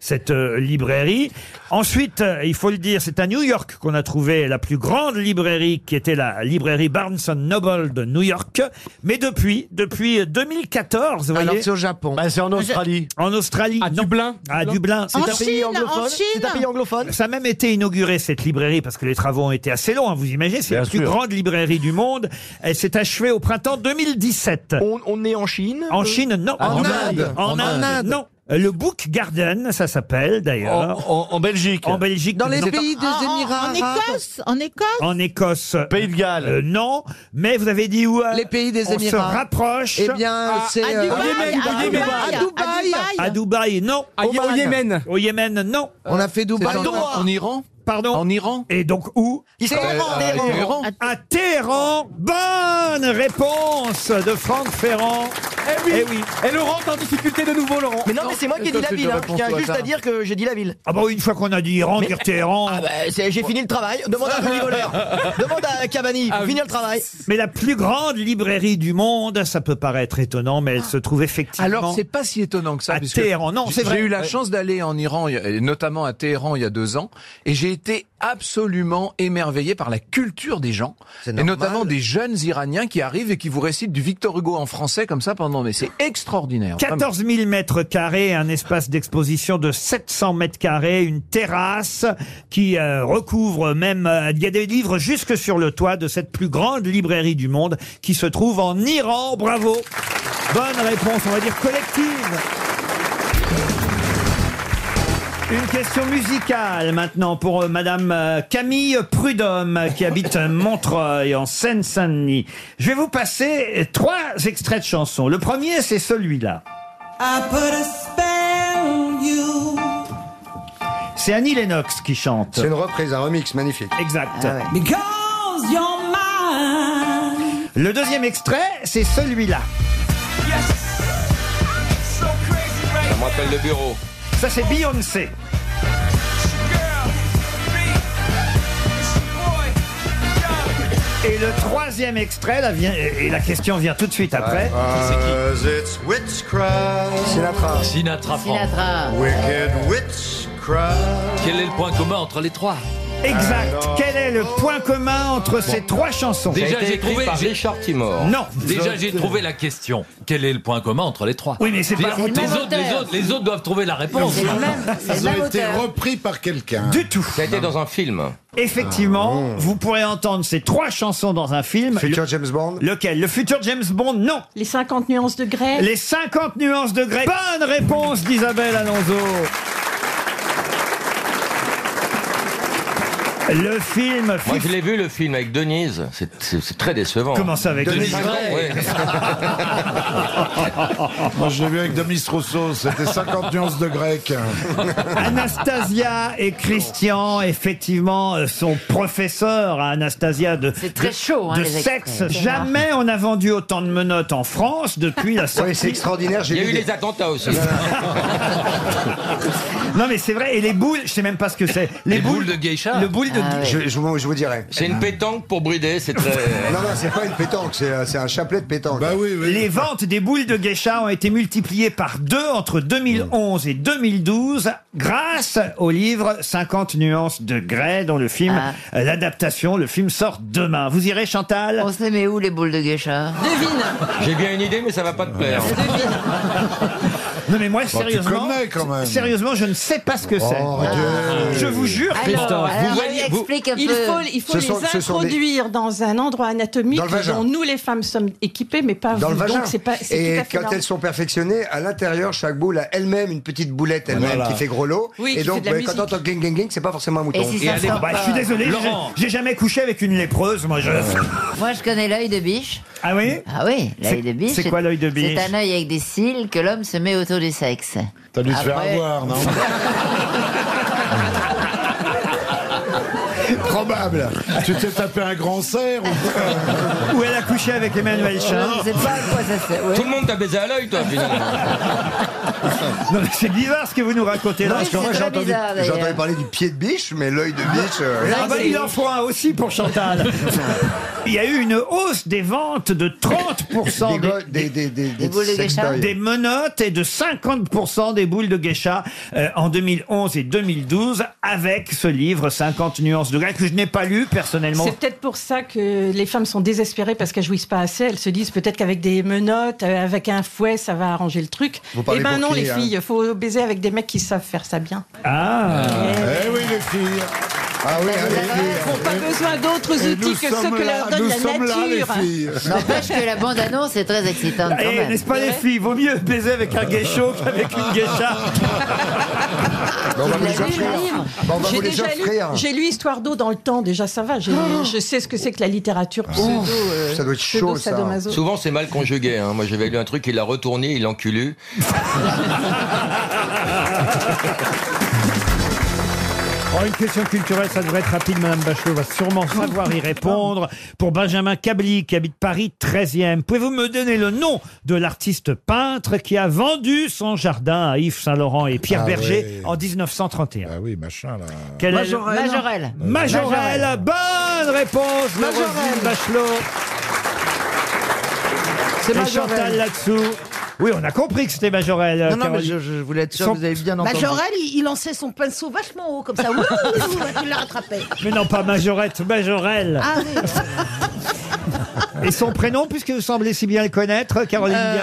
cette euh, librairie. Ensuite, euh, il faut le dire, c'est à New York qu'on a trouvé la plus grande librairie, qui était la librairie Barnes Noble de New York. Mais depuis, depuis euh, 2014, vous voyez.
Alors, c'est au Japon. Bah, c'est en Australie. Ah,
En Australie. À Dublin. À Ah,
Hein
Dublin.
C'est un pays anglophone. C'est un pays anglophone.
Ça a même été inauguré, cette librairie, parce que les travaux ont été assez longs, hein, vous imaginez. C'est
Bien
la plus
sûr.
grande librairie du monde. Elle s'est achevée au printemps 2017.
On, on est en Chine
En
euh,
Chine, non.
En Inde.
En,
En
Inde,
Inde.
non. Le Book Garden, ça s'appelle d'ailleurs. En, Belgique. En Belgique.
Dans les
non.
pays des Émirats Ah, En Écosse En Écosse
En Écosse. Pays de Galles. non, mais vous avez dit où Les
pays des
on
Émirats.
se rapproche. Ah,
Eh bien, À- c'est, à euh, Dubaï, au Yémen, au à Yémen. Dubaï, à Dubaï.
À Dubaï, non.
À- au Oman. Yémen.
Au Yémen, non.
On a fait Dubaï.
Pardon.
En- en
Iran Pardon En Iran Et donc où
Téhéran, Euh, Téhéran. Téhéran.
À Téhéran. Bonne réponse de Franck Ferrand.
Eh oui.
Eh oui.
Et Laurent est en difficulté de nouveau, Laurent.
Mais non, mais c'est moi qui ai dit la ville. hein. Je tiens juste à dire que j'ai dit la ville.
Ah bah oui, une fois qu'on a dit Iran,
Mais-
dire Téhéran.
Ah bah, c'est- j'ai fini le travail. Demande à Rudy Voleur. Demande à Cavani.
Ah
Pour finir le travail.
Mais la plus grande librairie du monde, ça peut paraître étonnant, mais elle se trouve effectivement.
Alors, c'est pas si étonnant que ça.
À
puisque
Téhéran, non,
j-
c'est vrai.
J'ai eu la
Ouais.
chance d'aller en Iran, il y a- et notamment à Téhéran, il y a deux ans, et j'ai été absolument émerveillé par la culture des gens, et
normal.
notamment des jeunes Iraniens qui arrivent et qui vous récitent du Victor Hugo en français comme ça pendant. Mais c'est extraordinaire. vraiment.
14 000 mètres carrés, un espace d'exposition de 700 mètres carrés, une terrasse qui euh, recouvre même. euh, Il y a des livres jusque sur le toit de cette plus grande librairie du monde qui se trouve en Iran. Bravo Bonne réponse, on va dire collective Une question musicale maintenant pour euh, Madame euh, Camille Prudhomme euh, qui habite à Montreuil en Seine-Saint-Denis. Je vais vous passer euh, trois extraits de chansons. Le premier, c'est celui-là.
I put a spell on you.
C'est Annie Lennox qui chante.
C'est une reprise, un remix magnifique. Ah
Exact.
Because you're mine.
Le deuxième extrait, c'est celui-là.
Ça me rappelle le bureau.
Ça, c'est Beyoncé. Et le troisième extrait, la vient- et la question vient tout de suite après.
It's witchcraft. Sinatra.
Euh, Sinatra Franck.
Sinatra.
Wicked witchcraft.
Quel est le point commun entre les trois
Exact. Quel est le point commun entre ces trois chansons
Déjà, j'ai trouvé. j'ai-
Non.
Déjà, j'ai trouvé la question. Quel est le point commun entre les trois
Oui, mais c'est
Les-
pas-
les,
C'est le même
autres, les,
auteur.
autres, les autres doivent trouver la réponse.
Ils ont été repris par quelqu'un.
Du tout.
Ça a été dans un film.
Effectivement,
Ah.
vous pourrez entendre ces trois chansons dans un film. Futur
James Bond
Lequel Le futur James Bond Non.
Les 50 nuances de grès.
Eh.
Les 50 nuances de Grey. Bonne réponse d'Isabelle Alonso. Le film.
Moi, je l'ai vu, le film avec Denise. C'est- C'est c'est très décevant.
Comment ça, avec
Denise
Denise
Gray,
Moi, je l'ai vu avec Demis Rousseau, c'était 50 nuances de grec.
Anastasia et Christian, effectivement, euh, sont professeurs à Anastasia de,
très
de-
chaud, hein,
de
les extraits.
sexe.
C'est
Jamais on a vendu autant de menottes en France depuis la sortie.
c'est extraordinaire, j'ai Il y a lu eu des- les attentats aussi.
non mais c'est vrai. Et les boules, je sais même pas ce que c'est. Les, boules, de
geisha.
Le boule de.
Ah,
Je, je vous, je vous dirai.
C'est une pétanque pour brider, c'est très...
Non, non, c'est pas une pétanque, c'est euh, c'est un chapelet de pétanque. Bah
oui,
Les ventes des boules de geisha ont été multipliées par deux entre 2011 et 2012 grâce au livre 50 nuances de Grey dont le film, euh, l'adaptation, le film sort demain. Vous irez Chantal
Ah. On se les met où les boules de geisha
J'ai bien une idée, mais ça va pas te plaire.
Non mais moi
Bon, Bah, tu
sérieusement,
connais quand même.
sérieusement je ne sais pas ce que c'est. Je vous jure
Alors,
Christophe.
alors,
vous voyez- vous-
Euh, explique un
il
peu.
faut-
il faut
Ce
les
sont- ce sont des-
introduire dans un endroit anatomique
Dans le vagin.
dont nous les femmes sommes équipées, mais pas
Dans
vous.
le vagin.
Ah, Donc c'est pas. c'est
et
tout à fait
quand
normal.
elles sont perfectionnées, à l'intérieur, chaque boule a elle-même une petite boulette elle-même
Voilà.
qui fait gros lot.
Oui,
et
qui fait
donc,
de la
bah,
musique.
quand on entend gling gling gling, c'est pas forcément un mouton.
Et si ça sort
Bah, je suis désolé, j'ai- j'ai jamais couché avec une lépreuse, moi je.
Moi, je connais l'œil de biche.
Ah oui
Ah oui, l'œil
C'est-
de biche.
c'est quoi l'œil de biche
C'est un œil avec des cils que l'homme se met autour du sexe.
T'as dû te faire
Après-
avoir, non Probable. Tu t'es tapé un grand cerf ou
Où elle a couché avec Emmanuel
Tout le monde t'a baisé à l'œil, toi, finalement.
Non, mais c'est bizarre ce que vous nous racontez là.
parce que moi j'ai entendu, j'ai entendu parler du pied de biche, mais l'œil de biche. euh,
Ah bah, il en faut un aussi pour Chantal. Il y a eu une hausse des ventes de 30%
Des go- des- des- des- des boules de sextoys.
des menottes et de 50% des boules de geisha euh, en 2011 et 2012 avec ce livre 50 nuances de grec que je n'ai pas lu personnellement.
C'est peut-être pour ça que les femmes sont désespérées parce qu'elles jouissent pas assez. Elles se disent peut-être qu'avec des menottes, euh, avec un fouet, ça va arranger le truc.
Vous
Eh
parlez
ben
pour
non,
qui,
les
hein
filles, faut baiser avec des mecs qui savent faire ça bien.
Bah,
Ah.
Eh oui les filles. Ah oui, allez,
Ils n'ont pas besoin d'autres
Et nous
outils que ceux
sommes
que
là,
leur donne
nous
la
sommes là, les
nature.
filles.
N'empêche que la bande-annonce est très excitante quand
Eh,
même.
n'est-ce pas les filles Vaut mieux baiser avec un geisho qu'avec une geisha.
on va
Il
vous
a
les
lu le
offrir.
livre.
Bon, on va
J'ai
vous les
déjà lu-
offrir. Oh
J'ai lu Histoire d'eau dans le temps, déjà ça va. J'ai- Je sais ce que c'est que la littérature pseudo. euh,
Ça doit être
pseudo sadomaso.
Souvent, c'est mal conjugué. hein. Moi, j'avais lu un truc, il l'a retourné, il l'a enculé.
Oh, une question culturelle, ça devrait être rapide, Madame Bachelot va sûrement savoir y répondre. Pour Benjamin Cabli, qui habite Paris 13e, pouvez-vous me donner le nom de l'artiste peintre qui a vendu son jardin à Yves Saint-Laurent et Pierre
Ah ouais.
Berger en 1931 Ah
oui, ben Euh, machin là.
Quel est le-
Majorelle.
Majorelle, bonne réponse de
Majorelle.
Roselyne Bachelot.
C'est
Et
Majorelle.
Chantal là-dessous. Oui, on a compris que c'était Majorelle.
Non, non, mais
Caroline.
je, je voulais être sûr
Son-
que vous avez bien entendu.
Majorel, Bah, il, il lançait son pinceau vachement haut, comme ça. Ouh, ouh, ouh, tu l'as rattrapé.
Mais non, pas Majorette, Majorelle.
Ah oui.
Et son prénom, puisque vous semblez si bien le connaître, Caroline
Euh,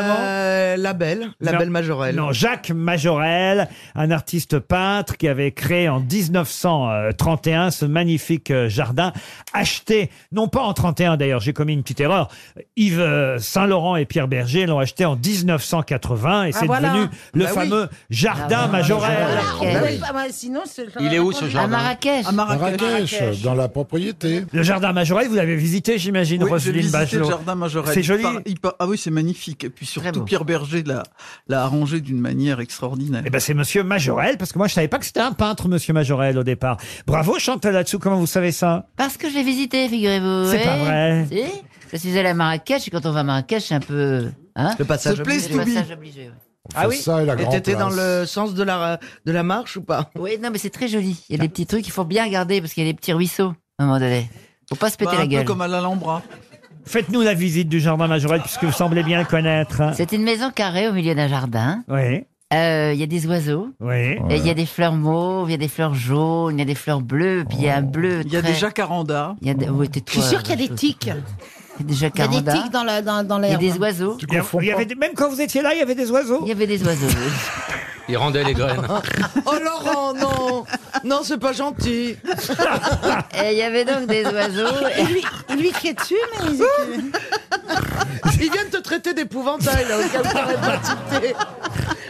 Diamant La Belle,
la Belle Majorelle.
Non, Jacques Majorelle, un artiste peintre qui avait créé en 1931 ce magnifique euh, jardin, acheté, non pas en 31 d'ailleurs, j'ai commis une petite erreur, Yves euh, Saint-Laurent et Pierre Berger l'ont acheté en 1980 et
Ah,
c'est
voilà.
devenu le
Bah oui.
fameux jardin Majorelle.
Eh
Ah, ouais, pas mal, sinon, c'est le genre
Il est où, ce
répondu.
jardin À Marrakech.
À Marrakech.
Marrakech.
dans la propriété.
Le jardin Majorelle, vous l'avez visité, j'imagine,
Oui, j'ai
Roselyne
visité
Bachelot.
le jardin Majorelle.
C'est
Il
joli.
par- il par- ah oui, c'est magnifique. Et puis surtout,
beau.
Pierre Berger
Ah
l'a l'a arrangé d'une manière extraordinaire.
Eh ben, c'est Monsieur Majorel, parce que moi, je savais pas que c'était un peintre, Monsieur Majorel, au départ. Bravo, Chantal là-dessous. Comment vous savez ça
Parce que je l'ai visité, figurez-vous.
C'est pas
Oui.
vrai.
Si. Je suis allée à Marrakech et quand on va à Marrakech, c'est un peu. Hein
Le passage
Le
obligé.
passage obligé, ouais.
Ah oui Et t'étais dans le sens de la, de la marche ou pas
Oui, non, mais c'est très joli. Il y a des petits trucs qu'il faut bien regarder parce qu'il y a des petits ruisseaux à un moment donné. Faut pas se péter
Bah,
la
un
gueule.
peu comme à l'Alhambra.
Faites-nous la visite du jardin Majorel, puisque vous semblez bien le connaître. hein.
C'est une maison carrée au milieu d'un jardin.
Oui.
Euh, Il y a des oiseaux.
Oui.
Et Il y a des fleurs mauves, il y a des fleurs jaunes, il y a des fleurs bleues, puis il y a un bleu.
Il y a
très-
des jacarandas.
Il y a des... Oui,
Je suis sûre qu'il
bah,
y a des tics.
des
Il y a des tics dans la- dans- dans
Il y a
l'air.
des oiseaux.
Il y a- il y avait des- même quand vous étiez là, il y avait des oiseaux.
Il y avait des oiseaux. oui.
Il rendait les graines.
Oh Laurent, non Non, c'est pas gentil
Et il y avait donc des oiseaux.
Il lui, il lui criait dessus, mais ils étaient-
Ils viennent te traiter d'épouvantail, là, au cas où t'aurais pas tilté.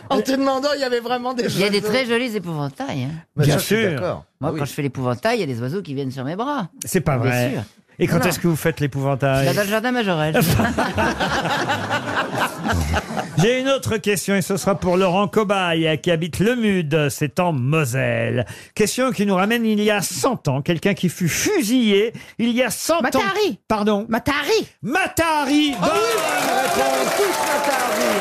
En te demandant, il y avait vraiment des
Il y a des
oiseaux.
très jolis épouvantails. hein.
Mais Bien ça, je suis sûr. d'accord.
Moi,
Ah oui.
quand je fais l'épouvantail, il y a des oiseaux qui viennent sur mes bras.
C'est pas
Bien
vrai.
sûr.
Et quand
Non.
est-ce que vous faites l'épouvantail
Là, dans le jardin majorel.
J'ai une autre question et ce sera pour Laurent Cobaye qui habite Le Mude, c'est en Moselle. Question qui nous ramène il y a 100 ans, quelqu'un qui fut fusillé il y a 100 ans. Matari. Pardon.
Matari.
Matari. Bonne réponse.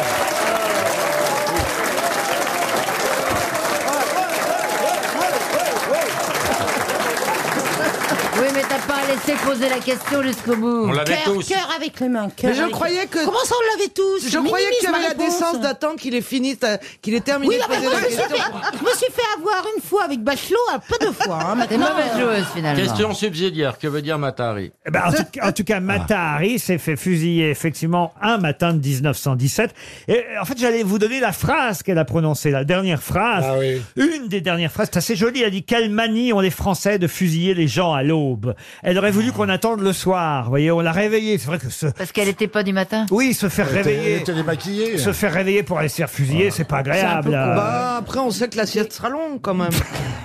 Oui, mais t'as pas laissé poser la question jusqu'au bout.
On l'avait
Cœur, cœur avec les mains. cœur
Mais je
avec-
croyais que.
Comment ça, on l'avait tous
Je
Minimise
croyais qu'il y
ma
avait la
réponse.
décence d'attendre qu'il ait fini, ta- qu'il ait
Oui,
terminé de
là, mais
poser
moi,
la
je, me suis
question.
fait, je me suis fait avoir une fois avec Bachelot, hein, pas deux fois. Hein,
T'es
maintenant,
mauvaise
euh,
joueuse, finalement.
Question subsidiaire, que veut dire Matari
Eh ben, en, tout, en tout cas,
Ah.
Matahari s'est fait fusiller effectivement un matin de 1917. Et euh, en fait, j'allais vous donner la phrase qu'elle a prononcée, la dernière phrase.
Ah
Une des dernières phrases, c'est assez joli. Elle dit Quelle manie ont les Français de fusiller les gens à l'aube Elle aurait voulu qu'on attende le soir. Vous voyez, on l'a réveillée. C'est vrai que ce.
Parce qu'elle était pas du matin.
Oui, se faire
Elle était-
réveiller.
elle était Ah.
démaquillée.
Se faire réveiller pour aller se faire fusiller, c'est pas
C'est un
agréable.
peu con.
euh.
Bah, après, on sait que l'assiette sera longue quand même.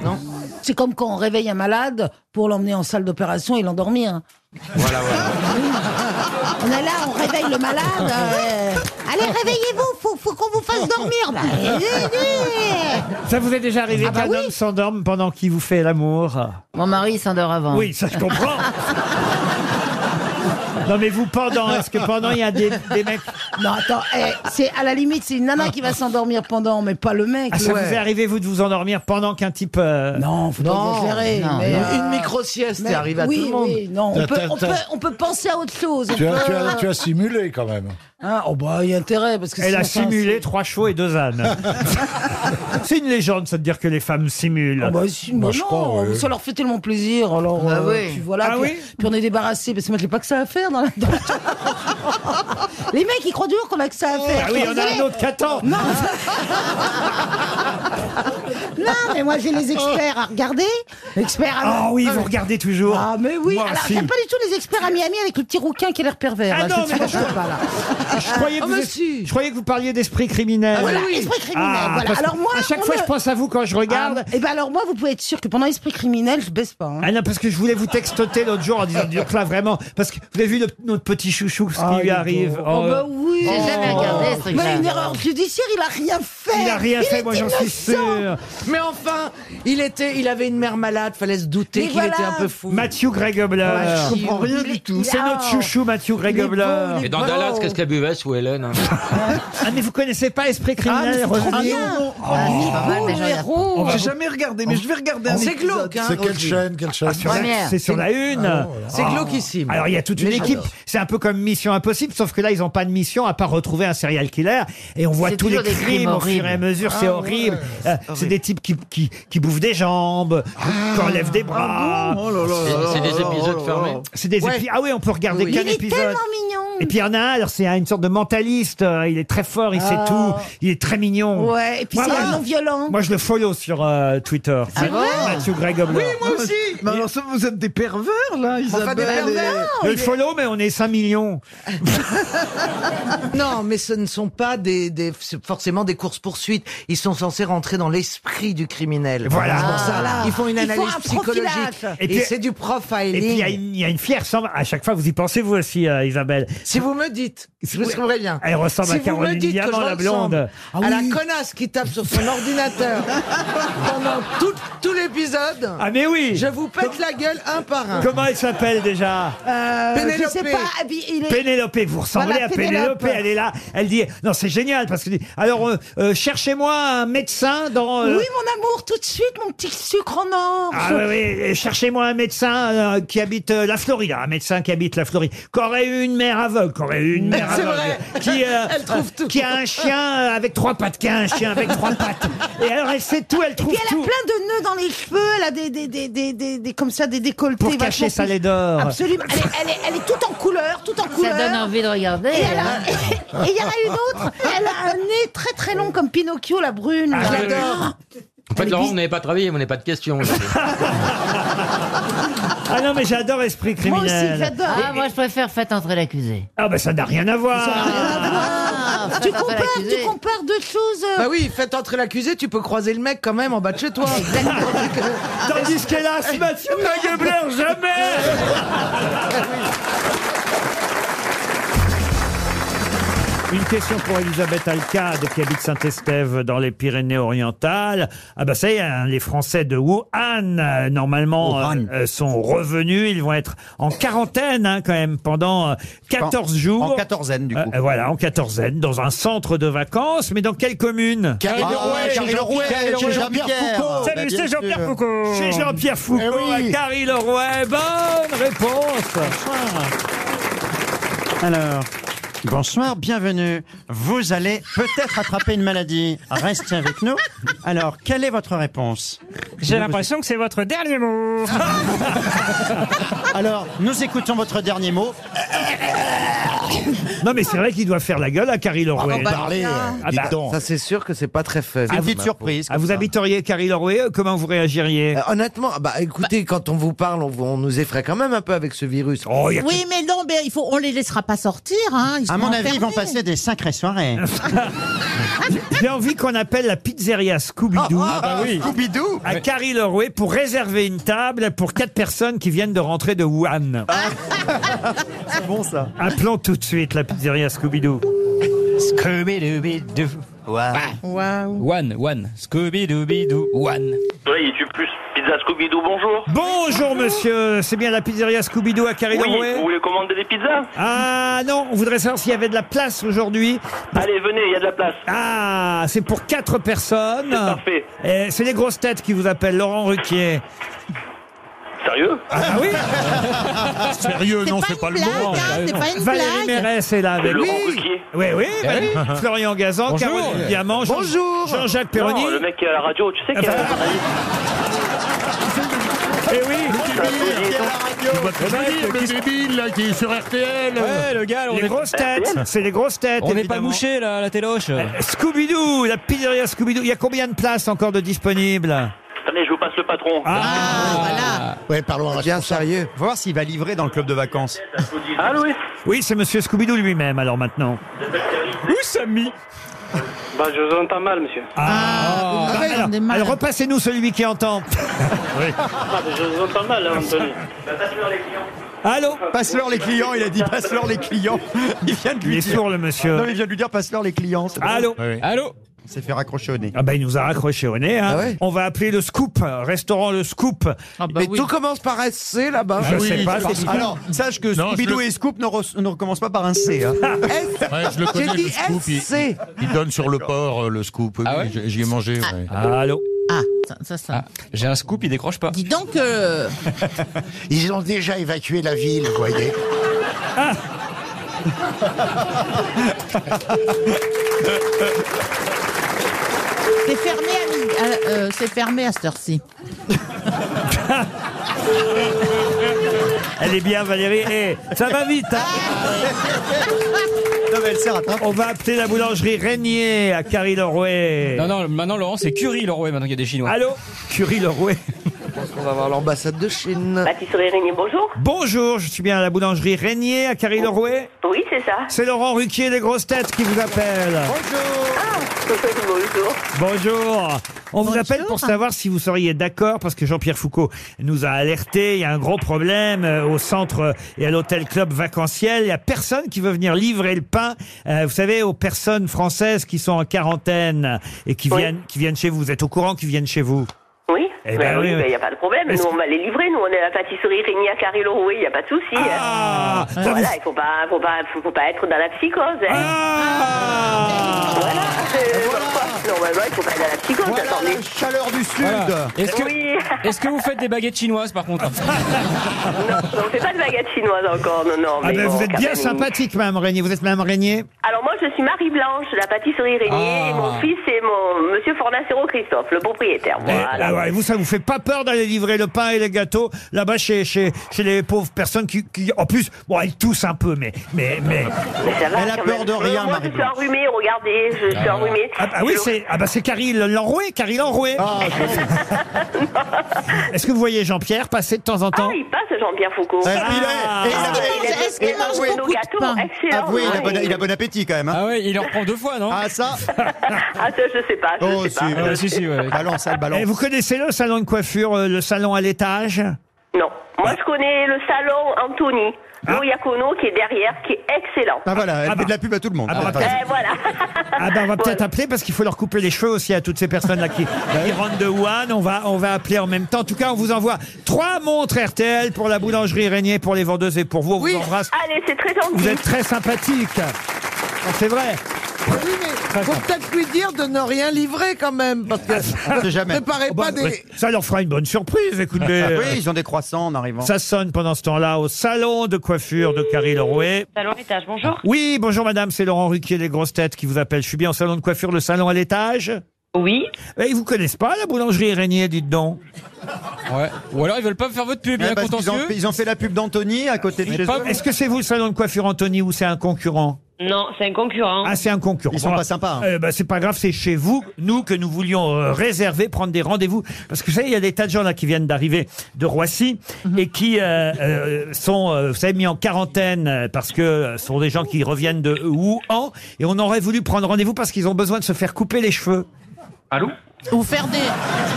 non
C'est comme quand on réveille un malade pour l'emmener en salle d'opération et l'endormir.
Voilà, voilà.
On est là, on réveille le malade. euh, Allez, réveillez-vous, faut, faut qu'on vous fasse dormir. eh, Bah, allez, allez.
Ça vous est déjà arrivé
Ah bah
qu'un
oui.
homme s'endorme pendant qu'il vous fait l'amour
Mon mari il s'endort avant.
Oui, ça je comprends. Non mais vous pendant, est-ce que pendant il y a des, des mecs
Non, attends, eh, c'est à la limite, c'est une nana qui va s'endormir pendant, mais pas le mec.
Ah, ça
Ouais.
vous est arrivé vous de vous endormir pendant qu'un type euh, Non,
faut pas exagérer, mais, euh,
micro-sieste
mais oui, Oui, non, on
T'as-
peut,
t'as-
on, peut,
t'as-
on peut penser à autre chose. on
Tu as,
peut-
tu as- tu as simulé quand même.
Hein, oh bah, il y a intérêt parce que
Elle
sinon,
a
ça, c'est-
simulé trois chevaux et deux ânes. c'est une légende, ça de dire que les femmes simulent.
Ah bah, si, mais non, ça leur fait tellement plaisir. Alors,
Ah
euh,
oui.
puis voilà,
Ah
puis,
oui
puis on est débarrassé parce que moi, j'ai pas que ça à faire dans la. dans la- Les mecs, ils croient toujours qu'on a que ça à faire.
Ah
Je
oui, il y
suis
en a
désolée.
un autre qui attend.
Non, mais moi, j'ai les experts à regarder. Experts à...
Oh. Ah oui, vous regardez toujours.
Ah mais oui,
Moi
alors
aussi.
il a pas du tout les experts à Miami avec le petit rouquin qui a l'air pervers.
Ah
là,
non,
je
mais
te
moi,
cache
je-
pas, là.
Je croyais, que
Ah,
vous
mais
êtes-
si.
je croyais que vous parliez d'esprit criminel.
Voilà, esprit criminel.
Ah,
voilà.
parce que
alors moi,
à chaque
on
fois,
a-
je pense à vous quand je regarde.
Ah, et ben alors moi, vous pouvez être sûr que pendant esprit criminel, je baisse pas. hein.
Ah non, parce que je voulais vous textoter l'autre jour en disant, dire que là vraiment, parce que vous avez vu le- notre petit chouchou, ce qui
Ah, il
lui
est
arrive.
beau. Oh, bah oui.
Oh.
Bah,
Mais une erreur judiciaire, il a rien fait.
Il a rien fait, moi, j'en suis sûr.
Mais enfin, il était, il avait une mère malade, fallait se douter
Mais
qu'il
voilà.
était un peu fou.
Mathieu Gregobler.
Ouais, je comprends rien
Il-
du tout.
C'est
Ah.
notre chouchou, Mathieu Gregobler.
Et dans Dallas, qu'est-ce qu'elle buvait sous Hélène hein
Ah, mais vous connaissez pas Esprit
Ah, mais
criminel,
c'est
Roselyne Oh,
trop bien.
Ah, c'est pas mal,
les
déjà, il y a-
héros.
J'ai jamais regardé, mais je vais regarder un
C'est
épisode.
glauque, hein, C'est quelle Roselyne. chaîne,
quelle
Ah, sur la- c'est sur la une.
C'est
Ah.
glauquissime.
Alors il y a toute une
Mais
équipe.
j'adore.
C'est un peu comme Mission Impossible, sauf que là ils n'ont pas de mission à part retrouver un serial killer et on voit
C'est
tous les
toujours des
crimes,
crimes
au fur
horribles.
et à mesure.
Ah
c'est
ouais,
horrible. Euh, c'est des types qui, qui, qui bouffent des jambes, qui enlèvent des bras.
Oh là là C'est- là c'est des là épisodes là fermés. là.
Ah. C'est des
Ouais.
épisodes. Ah oui, on peut regarder
Oui.
qu'un
Il est
épisode.
tellement
Et puis il y en a un. Alors c'est un- une sorte de mentaliste. euh, Il est très fort, il
Ah.
sait tout, il est très mignon.
Ouais, et puis
Moi,
c'est
moi,
un non-violent.
moi, je le follow sur euh, Twitter.
C'est vrai
Mathieu Gregobler.
Oui, moi aussi. Mais alors, ça, vous êtes des pervers,
Ah,
là, Isabelle.
Enfin, des pervers. Je le follow, mais on est 5 millions.
Non, mais ce ne sont pas des, des- c'est forcément des courses-poursuites. Ils sont censés rentrer dans l'esprit du criminel.
Voilà.
C'est pour ça.
Voilà.
Ils font une
Ils font
analyse
un
psychologique.
profilage. Et
Et,
puis-
c'est du
Et
profiling.
puis, il y, a une- il y a une fière semble. À chaque fois, vous y pensez, vous aussi, euh, Isabelle.
Si vous me dites, je vous
Oui.
trouverai bien.
Elle ressemble
Si
à
vous
Caroline
me dites que
Diamant,
je
la
ressemble
blonde. Ah
À la
oui.
connasse qui tape sur son ordinateur pendant tout, tout l'épisode.
Ah, mais oui.
Je vous pète la gueule un par un.
Comment elle s'appelle déjà
Euh,
Pénélope.
Je sais pas. ah, puis il est-
Pénélope, vous ressemblez
Voilà,
à Pénélope.
Pénélope.
elle est là, elle dit, non c'est génial, parce que dit, alors euh, euh, cherchez-moi un médecin dans... euh,
Oui, mon amour, tout de suite, mon petit sucre en or.
Ah oui, oui, et cherchez-moi un médecin euh, qui habite euh, la Floride, un médecin qui habite la Floride, qui aurait eu une mère aveugle, qui aurait eu une mère
C'est
aveugle,
vrai.
qui, euh,
Elle trouve tout.
qui a un chien euh, avec trois pattes, qui a un chien avec trois pattes. Et alors elle sait tout, elle
Et
trouve
puis elle a
tout.
plein de nœuds dans les cheveux, elle a des, des, des, des, des, des- comme ça, des décolletés.
Pour cacher
vachement
sa
plus-
laideur.
Absolument. Elle est, elle, est, elle est toute en couleur, toute en
Ça
couleur.
donne envie de regarder. hein.
Et elle a- Et il y en a une autre, elle a un nez très très long comme Pinocchio, la brune. là.
oui, oui. En fait, Laurent, vous n'avez pas travaillé, vous n'avez pas de questions.
Ah non mais j'adore Esprit Criminel.
Ah, moi, je préfère Faites entrer l'accusé.
Ah bah ça n'a rien à voir.
Ah, Faites
tu
entrer
compares,
l'accusé.
tu compares deux choses. euh,
Bah oui, faites entrer l'accusé, tu peux croiser le mec quand même en bas de chez toi.
Tandis qu'hélas, Mathieu Nagebler, jamais Une question pour Elisabeth Alcade qui habite Saint-Estève dans les Pyrénées-Orientales. Ah bah ça y est, hein, les Français de Wuhan euh, normalement euh, euh, sont revenus. Ils vont être en quarantaine hein, quand même pendant euh, 14 jours. En quatorzaine du coup. voilà, en quatorzaine dans un centre de vacances. Mais dans quelle commune
Carré-le-Rouet, Ah, Carré-le-Rouet, Carré-le-Rouet, chez Jean-Pierre Jean-Pierre. Foucault.
Salut,
Bah,
c'est
bien
Jean-Pierre
sûr.
Foucault. Chez Jean-Pierre Foucault
Eh oui.
à Carré-le-Rouet. Bonne réponse. Ah.
Alors, bonsoir, bienvenue. Vous allez peut-être attraper une maladie. Restez avec nous. Alors, quelle est votre réponse
J'ai l'impression que c'est votre dernier mot.
Alors, nous écoutons votre dernier mot.
Non mais c'est vrai qu'il doit faire la gueule à Carrie Lerouet.
Ah, bah, Parler,
Ah,
euh, dites
bah,
donc.
Ça, c'est sûr que c'est pas très fun.
Ah, vous- Ah, vous habiteriez Carrie Lerouet, euh, comment vous réagiriez
Euh, Honnêtement, bah écoutez, quand on vous parle, on, vous- on nous effraie quand même un peu avec ce virus.
Oh,
Oui, mais non, mais il faut, on les laissera pas sortir. Hein, ils
À
sont
mon avis,
enfermés.
ils vont passer des sacrées soirées.
J'ai envie qu'on appelle la pizzeria Scooby-Doo.
Ah, ah, Ah, bah oui.
Scooby-Doo À Carrie Lerouet pour réserver une table pour quatre personnes qui viennent de rentrer de Wuhan.
C'est bon ça.
Appelons tout de suite la pizzeria Scooby-Doo.
Scooby-Dooby-Doo. One. One, one. Scooby-Dooby-Doo. One.
Oui, il tue plus pizza Scooby-Doo, bonjour.
Bonjour monsieur, c'est bien la pizzeria Scooby-Doo à carré
Oui, vous voulez commander des pizzas
Ah non, on voudrait savoir s'il y avait de la place aujourd'hui.
Allez, venez, il y a de la place.
Ah, c'est pour quatre personnes.
C'est parfait.
Et c'est les grosses têtes qui vous appellent, Laurent Ruquier.
Sérieux
Ah oui
Sérieux, non, c'est pas, le bon.
Valérie Mérès est là avec
Laurent
Oui.
Ruquier.
Oui, oui,
Eh
Valérie-
oui.
Florian Gazan,
Bonjour.
Caroline Diamant, Jean-
Bonjour.
Jean-Jacques Perroni. Ah,
Non, le mec qui est à la radio, tu sais qu'il y a...
Eh oui
Le débile, le débile, là, qui est sur RTL.
Ouais, le gars, on Les est- grosses têtes, c'est les grosses têtes,
On n'est
évidemment.
pas mouché,
là, la téloche. Scooby-Doo, la pizzeria Scooby-Doo. Il y a combien de places encore de disponibles
Attendez, je vous passe le patron.
Ah.
Ah, Ouais, parlons Bien sérieux. Faut voir s'il va livrer dans le club de vacances.
Ah oui
Oui, c'est monsieur Scooby-Doo lui-même, alors maintenant.
Où Samy Bah, je vous entends mal, monsieur.
Ah, bah, alors, alors repassez-nous celui qui entend.
Ah, mais je vous entends mal, là, Anthony.
Allô
Passe-leur les clients, il a dit passe-leur les clients. Il vient de lui
Il est
dire.
sourd, le monsieur.
Non, mais il vient de lui dire passe-leur les clients. c'est drôle.
Allô
Ah,
Allô Il s'est fait raccrocher au nez.
Ah bah il nous a raccroché au nez. hein.
Ah ouais
On va appeler le Scoop, restaurant le Scoop.
Mais oui. tout
commence par SC là-bas. Je
Ah oui,
sais pas.
alors-
c'est-
Alors, sache que
Non,
Scooby-Doo
je le-
et Scoop ne, re- ne recommencent pas par un C. hein.
Ouais, je le
J'ai
connais,
dit
le scoop. Il,
SC.
il donne sur le porc, euh, le scoop. Oui, oui, j'ai- J'y ai mangé. ouais.
Allô
Ah, ça, ça, ça.
ah, J'ai un scoop, il décroche pas.
Dis donc, euh,
Ils ont déjà évacué la ville, vous voyez.
Ah.
c'est fermé à, midi- à- euh, c'est fermé à cette heure-ci.
Elle est bien Valérie. Eh, ça va vite. hein. On va appeler la boulangerie Régnier à carrie lerouet
Non, non, maintenant, Laurent, c'est Curie, Leroy, maintenant qu'il y a des Chinois.
Allô Curie lerouet
On va voir l'ambassade de Chine.
Pâtisserie Régnier, bonjour.
Bonjour, je suis bien à la boulangerie Régnier à carrie lerouet
Oui, c'est ça.
C'est Laurent Ruquier des grosses têtes qui vous appelle. Ah.
bonjour.
Bonjour. On vous appelle pour savoir si vous seriez d'accord, parce que Jean-Pierre Foucault nous a alerté. Il y a un gros problème euh, au centre euh, et à l'hôtel club vacanciel. Il y a personne qui veut venir livrer le pain. euh, vous savez, aux personnes françaises qui sont en quarantaine et qui
Oui.
viennent, qui viennent chez vous. Vous êtes au courant qu'ils viennent chez vous
Oui,
Eh
il
ben oui,
n'y
oui.
a pas de problème.
Est-ce
Nous,
que-
on va les livrer. Nous, on est à la pâtisserie Régnier à carré il n'y a pas de souci. hein.
Ah, ça
Voilà,
vous-
il ne faut pas, faut, pas, faut, faut pas être dans la psychose. hein.
Ah.
voilà, euh, normalement, il ne faut pas être dans la psychose. attendez.
Chaleur du Sud.
Voilà. Est-ce que,
Oui.
est-ce que vous faites des baguettes chinoises par contre
On ne fait pas de baguette chinoise encore, non, non.
Ah
mais
ben,
bon,
vous êtes
quand
bien
même,
sympathique, Madame Régnier. Vous êtes Madame Régnier
Alors moi je suis Marie-Blanche, la pâtisserie Régnier,
Ah.
et mon fils c'est mon monsieur Fornacero Christophe, le propriétaire.
Eh, ah ouais,
Voilà.
vous, ça vous fait pas peur d'aller livrer le pain et les gâteaux là-bas chez, chez, chez les pauvres personnes qui, qui- en plus, bon, elles toussent un peu, mais, mais, mais.
Mais ça va, quand même. Euh, Moi je suis enrhumée, regardez, je suis enrhumée.
Ah, bah oui, c'est, ah bah c'est Carrie Lenroué, Carrie Lenroué.
Ah,
Est-ce que vous voyez Jean-Pierre passer de temps en temps? Eh,
Ah, il passe Jean-Pierre Foucault.
Ah, il est- et il a-
Est-ce qu'il mange beaucoup de pain Excellent.
Avouez, il a,
ouais.
bon, il a bon appétit quand même. hein.
Ah ouais, il en prend deux fois non
Ah, ça
Ah, ça, je sais pas, je
Oh,
sais
si,
pas.
ouais.
si si ouais.
Balance, elle balance.
Et Ah. Eh, vous connaissez le salon de coiffure, euh, le salon à l'étage?
Non. Moi, je connais le salon Anthony, l'Oyakono, qui est derrière, qui est excellent.
Ah voilà, elle fait de la pub à tout le monde.
Ah, bah,
Attends.
peut-être-
Eh, voilà.
ah, bah, on va peut-être appeler parce qu'il faut leur couper les cheveux aussi à toutes ces personnes-là qui, qui rentrent de Wuhan. On va, on va appeler en même temps. En tout cas, on vous envoie trois montres RTL pour la boulangerie Régnier, pour les vendeuses et pour vous. On vous embrasse.
Allez, c'est très gentil.
Vous êtes très sympathique. Ah, C'est vrai.
Oui, mais faut peut-être lui dire de ne rien livrer quand même. Parce
Ah,
que
sait jamais.
Préparez
Oh, bah,
pas des.
ouais, Ça leur fera une bonne surprise, écoutez.
Oui, ils ont des croissants en arrivant.
Ça sonne pendant ce temps-là au salon de coiffure de Carrie Lerouet.
Salon étage, bonjour.
Oui, bonjour madame, c'est Laurent Ruquier, les grosses têtes qui vous appelle. Je suis bien au salon de coiffure, le salon à l'étage
Oui.
Et ils vous connaissent pas, la boulangerie Régnier, dites donc.
Ouais. Ou alors ils veulent pas faire votre pub, il y a
Ouais,
un
Eh ben, parce qu'ils ont,
contentieux.
ils ont fait la pub d'Anthony à côté de
Mais
chez
pas-
eux.
Est-ce que c'est vous le salon de coiffure Anthony ou c'est un concurrent
Non, c'est un concurrent.
Ah, c'est un concurrent.
Ils sont pas sympas, hein.
Eh ben, c'est pas grave, c'est chez vous, nous, que nous voulions euh, réserver, prendre des rendez-vous. Parce que vous savez, il y a des tas de gens là qui viennent d'arriver de Roissy et qui euh, euh, sont, euh, vous savez, mis en quarantaine euh, parce que euh, ce sont des gens qui reviennent de Wuhan et on aurait voulu prendre rendez-vous parce qu'ils ont besoin de se faire couper les cheveux.
Allô
Ou faire des.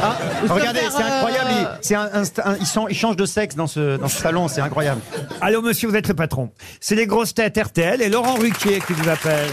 Ah,
Ou se
regardez,
faire,
c'est incroyable.
euh,
ils- c'est un- un sta- un- ils, sont- ils changent de sexe dans ce, dans ce salon, c'est incroyable.
Allô, monsieur, vous êtes le patron. C'est les grosses têtes RTL et Laurent Ruquier qui vous appelle.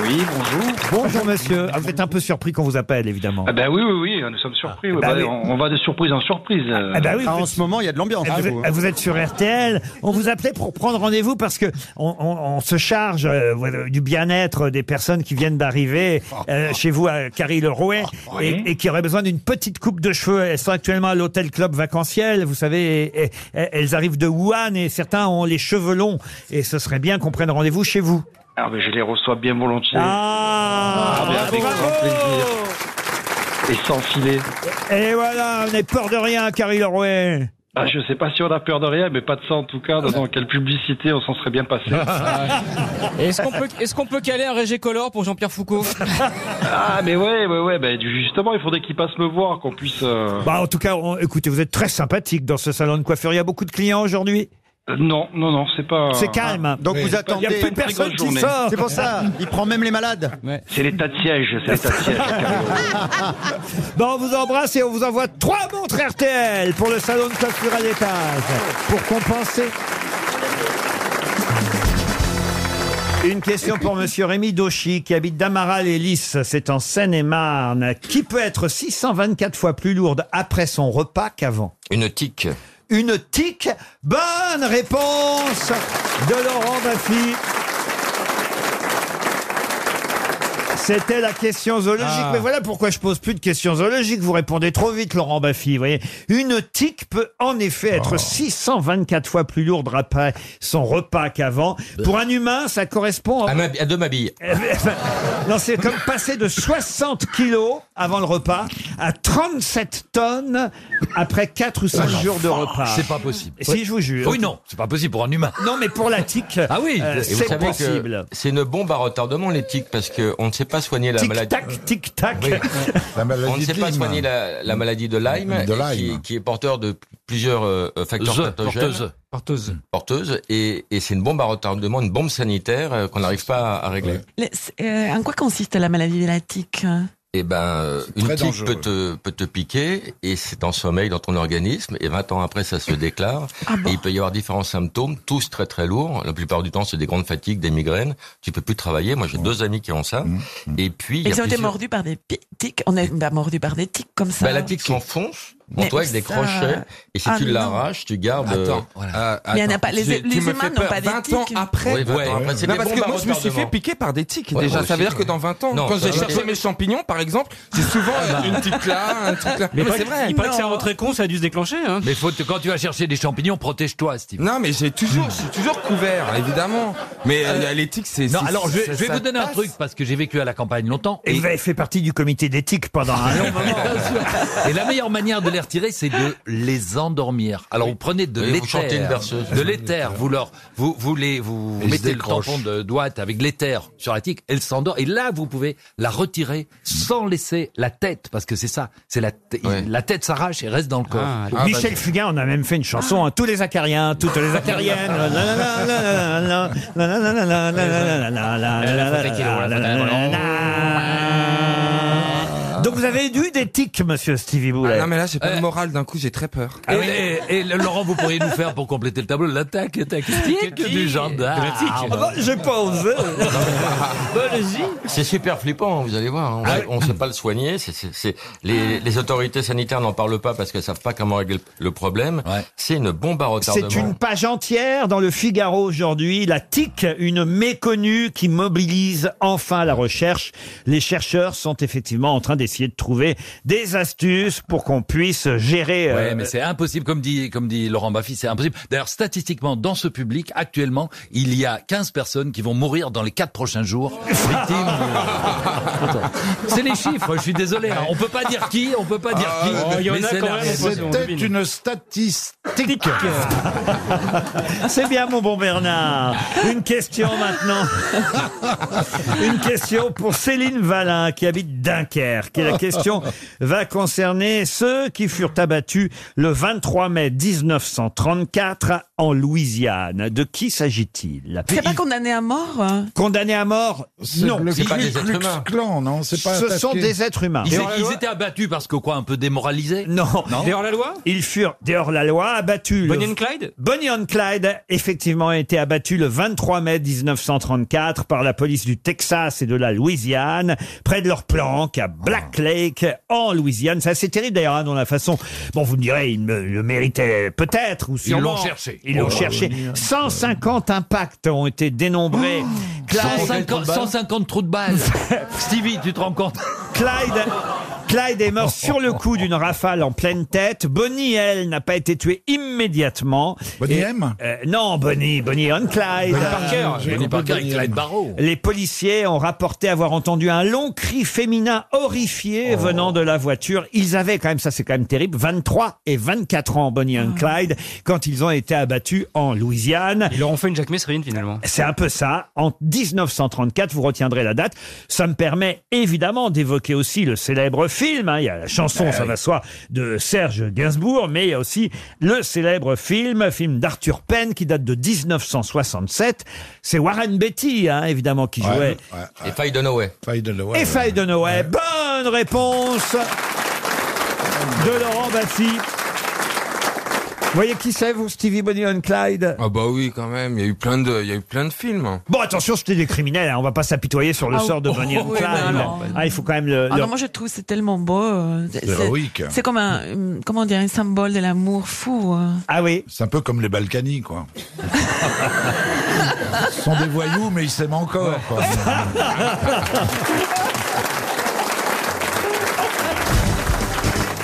Oui, bonjour. Bonjour, monsieur. Ah, vous êtes un peu surpris qu'on vous appelle, évidemment.
Ah ben oui, oui, oui, nous sommes surpris. oui,
bah
bah,
oui.
On, on va de surprise en surprise. euh.
Ah bah oui,
Ah,
vous
on
êtes-
se-
moment, il y a de l'ambiance,
Vous,
chez vous, hein.
êtes- ah, vous êtes sur RTL. On vous appelait pour prendre rendez-vous parce que on, on- on se charge euh, voilà, du bien-être des personnes qui viennent d'arriver euh, chez vous à Carry-le-Rouet et, et qui auraient besoin d'une petite coupe de cheveux. Elles sont actuellement à l'hôtel club vacanciel. Vous savez, et- et- et- elles arrivent de Wuhan et certains ont les cheveux longs. Et ce serait bien qu'on prenne rendez-vous chez vous.
Ah, mais je les reçois bien volontiers.
Ah,
mais avec grand plaisir. Et sans filet.
Et voilà, on est peur de rien à Carry-le-Rouet.
Ah, je sais pas si on a peur de rien, mais pas de ça en tout cas. Dans, dans quelle publicité on s'en serait bien passé.
Est-ce qu'on peut, est-ce qu'on peut caler un régicolore pour Jean-Pierre Foucault
ah, mais ouais, ouais, ouais. Ben, du- justement, il faudrait qu'ils passent me voir, qu'on puisse. euh,
Bah, en tout cas, on- écoutez, vous êtes très sympathique dans ce salon de coiffure. Il y a beaucoup de clients aujourd'hui.
euh, non, non, non, c'est pas. Ah,
C'est calme. hein.
Oui, c'est pas-
Il n'y a plus personne qui sort.
C'est pour ça, il prend même les malades.
C'est l'état de siège, c'est l'état de siège.
Bon, on vous embrasse et on vous envoie trois montres RTL pour le salon de coiffure à l'étage. Pour compenser. Une question pour Monsieur Rémi Dauchy, qui habite Damaral-et-Lys, c'est en Seine-et-Marne. Qui peut être 624 fois plus lourde après son repas qu'avant
Une tique.
Une tique Bonne réponse de Laurent Baffy. C'était la question zoologique,
Ah.
mais voilà pourquoi je pose plus de questions zoologiques. Vous répondez trop vite, Laurent Baffy. Vous voyez, une tique peut en effet être 624 fois plus lourde après son repas qu'avant. Pour un humain, ça correspond à,
deux mabilles.
non, c'est comme passer de 60 kilos avant le repas à 37 tonnes après 4 ou 5 jours de repas.
C'est pas possible.
Si, je vous jure.
Oui, non, c'est pas possible pour un humain.
Non, mais pour la tique.
Ah oui,
euh,
et vous
c'est
savez que-
possible.
C'est une bombe à retardement, les tics, parce qu'on ne sait pas soigner la maladie.
Tic-tac, tic-tac.
On ne sait
de
pas
Lyme.
soigner la, la maladie de Lyme,
De
et Qui,
Lyme.
qui est porteur de plusieurs euh, facteurs
The,
pathogènes.
porteuse. Porteuse.
Porteuse, et, et c'est une bombe à retardement, une bombe sanitaire euh, qu'on n'arrive pas à, à régler.
Les- c'est- euh, en quoi consiste la maladie hein? de la tique
Eh ben, euh, une
très
tique
dangereux.
peut te, peut te piquer et c'est en sommeil dans ton organisme et 20 ans après ça se déclare
Ah
et il peut y avoir différents symptômes, tous très très lourds. La plupart du temps c'est des grandes fatigues, des migraines. Tu peux plus travailler. Moi j'ai deux amis qui ont ça.
Mm,
Et puis il y
Ils
a
ont été
plusieurs-
mordus par des pi- tiques. On est bah, mordus par des tiques comme ça.
Bah, la tique s'enfonce en
Mais
toi avec des
ça-
crochets et si
Ah,
tu
mais non.
l'arraches tu gardes. euh,
Attends,
ah,
Mais il y en a
attends.
pas- les- Tu- les tu me humains fais n'ont peur. pas des
20 ans
tiques.
après,
Oui, 20 ans après, c'est
Non,
des
parce
bombes
que
à
moi, je me suis fait
retardement.
piquer par des tiques.
Ouais,
déjà,
moi
ça veut
aussi. hein.
dire que dans 20 ans,
Non,
quand
ça
j'ai
va.
cherché mes champignons, par exemple, j'ai souvent euh, une tique là, un truc là.
Ah bah. Mais,
Non,
c'est vrai. Il paraît que c'est un
Non.
rentrée con, ça a dû se déclencher. Hein. Mais faut quand tu vas chercher des champignons, protège-toi, Steve.
Non, mais j'ai toujours, je suis toujours couvert, évidemment. Mais euh, l'éthique, c'est.
Non,
c'est-
alors je,
ça-
je vais
ça
vous donner un
passe.
truc parce que j'ai vécu à la campagne longtemps.
Et vous avez fait partie du comité d'éthique pendant un long moment.
Et la meilleure manière de les retirer, c'est de les endormir. Alors vous prenez de
Oui, vous chantez une
l'éther,
berceuse.
de l'éther, vous leur, vous, vous les, vous, vous
se
mettez le
décrochent.
tampon de droite avec l'éther sur la tique, elle s'endort. Et là, vous pouvez la retirer sans laisser la tête, parce que c'est ça, c'est la, t- la tête s'arrache et reste dans le corps. bah,
Michel Fugain en a même fait une chanson, hein, tous les acariens, toutes les acariennes. la, la, la, la, la, la, la, la, la, la, la, la, la, la, la, la, la, la, la, la, la. Donc vous avez dû des tics, monsieur Stevie Boulet.
Ah, non, mais là,
Euh.
j'ai pas le moral d'un coup, j'ai très peur.
Et, et- et Laurent, vous pourriez nous faire pour compléter le tableau l'attaque tactique du gendarme.
J'ai pas osé.
C'est super flippant, vous allez voir. hein. On sait- On ne sait pas le soigner. c'est- c'est- c'est- les, les autorités sanitaires n'en parlent pas parce qu'elles savent pas comment régler le- le problème. C'est une bombe à retardement.
C'est une page entière dans le Figaro aujourd'hui. La TIC, une méconnue qui mobilise enfin la recherche. Les chercheurs sont effectivement en train d'essayer de trouver des astuces pour qu'on puisse gérer. euh,
Ouais, mais c'est impossible, comme dit, comme dit Laurent Baffy, c'est impossible. D'ailleurs, statistiquement, dans ce public, actuellement, il y a 15 personnes qui vont mourir dans les 4 prochains jours. victimes. c'est les chiffres, je suis désolé. hein. On peut pas dire qui, on peut pas dire qui. mais c'est la réalité.
C'était une statistique.
C'est bien, mon bon Bernard. Une question maintenant. Une question pour Céline Valin, qui habite Dunkerque. Elle la question va concerner ceux qui furent abattus le 23 mai 1934 en Louisiane. De qui s'agit-il
C'est pas condamné à mort hein
Condamnés à mort Non.
le Ku Klux Klan, non C'est pas
Ce sont
attaqué.
des êtres humains.
Et
Ils,
on la
ils
loi
étaient abattus parce que quoi, un peu démoralisés
Non.
Et hors la loi
Ils furent, dehors la loi, abattus. le-
Bonnie and Clyde
Bonnie and Clyde, effectivement, a été abattu le 23 mai 1934 par la police du Texas et de la Louisiane, près de leur planque à
Ah.
Black Lake, en Louisiane. Ça, c'est terrible d'ailleurs, hein, dans la façon. Bon, vous me direz, ils me- le méritaient peut-être, ou
Ils l'ont
sûrement.
cherché.
Ils l'ont
Oh,
cherché.
Bonnie and-
150 impacts ont été dénombrés.
Ah.
Clyde-
150, 150 trous de balles. Stevie, tu te rends compte
Clyde. Clyde est mort sur le coup d'une rafale en pleine tête. Bonnie, elle, n'a pas été tuée immédiatement.
Bonnie
Et-
M
Euh, Non, Bonnie, Bonnie and Clyde.
Bonnie Parker,
j'ai
Bonnie Parker
compris,
et Clyde Barrow.
Les policiers ont rapporté avoir entendu un long cri féminin horrifié
Oh.
venant de la voiture. Ils avaient quand même, ça c'est quand même terrible, 23 et 24 ans, Bonnie and Clyde, quand ils ont été abattus en Louisiane.
Ah. Ils leur ont fait une Jack Messrine finalement.
C'est un peu ça. En 1934, vous retiendrez la date. Ça me permet évidemment d'évoquer aussi le célèbre film. hein. Il y a la chanson,
Ah
ça
oui.
va soi, de Serge Gainsbourg, mais il y a aussi le célèbre film, film d'Arthur Penn qui date de 1967. C'est Warren Beatty, hein, évidemment, qui jouait.
Et Faye Dunaway.
Faye Dunaway.
Et Faye Dunaway. Bonne réponse de Laurent Bassi. Vous voyez qui c'est, vous, Stevie Bonnie and Clyde
Ah
Oh
bah oui, quand même. Il y a eu plein de, il y a eu plein de films.
Bon, attention, c'était des criminels. hein. On va pas s'apitoyer sur le
Ah,
sort de
oh,
Bonnie and
oui,
Clyde.
non, non.
Ah, il faut quand même le.
Ah
le-
non, moi je trouve que c'est tellement beau. euh,
C'est héroïque.
C'est comme un, euh, comment dire, un symbole de l'amour fou. euh.
Ah oui
C'est un peu comme les Balkany, quoi. Ce sont des voyous, mais ils s'aiment encore, quoi.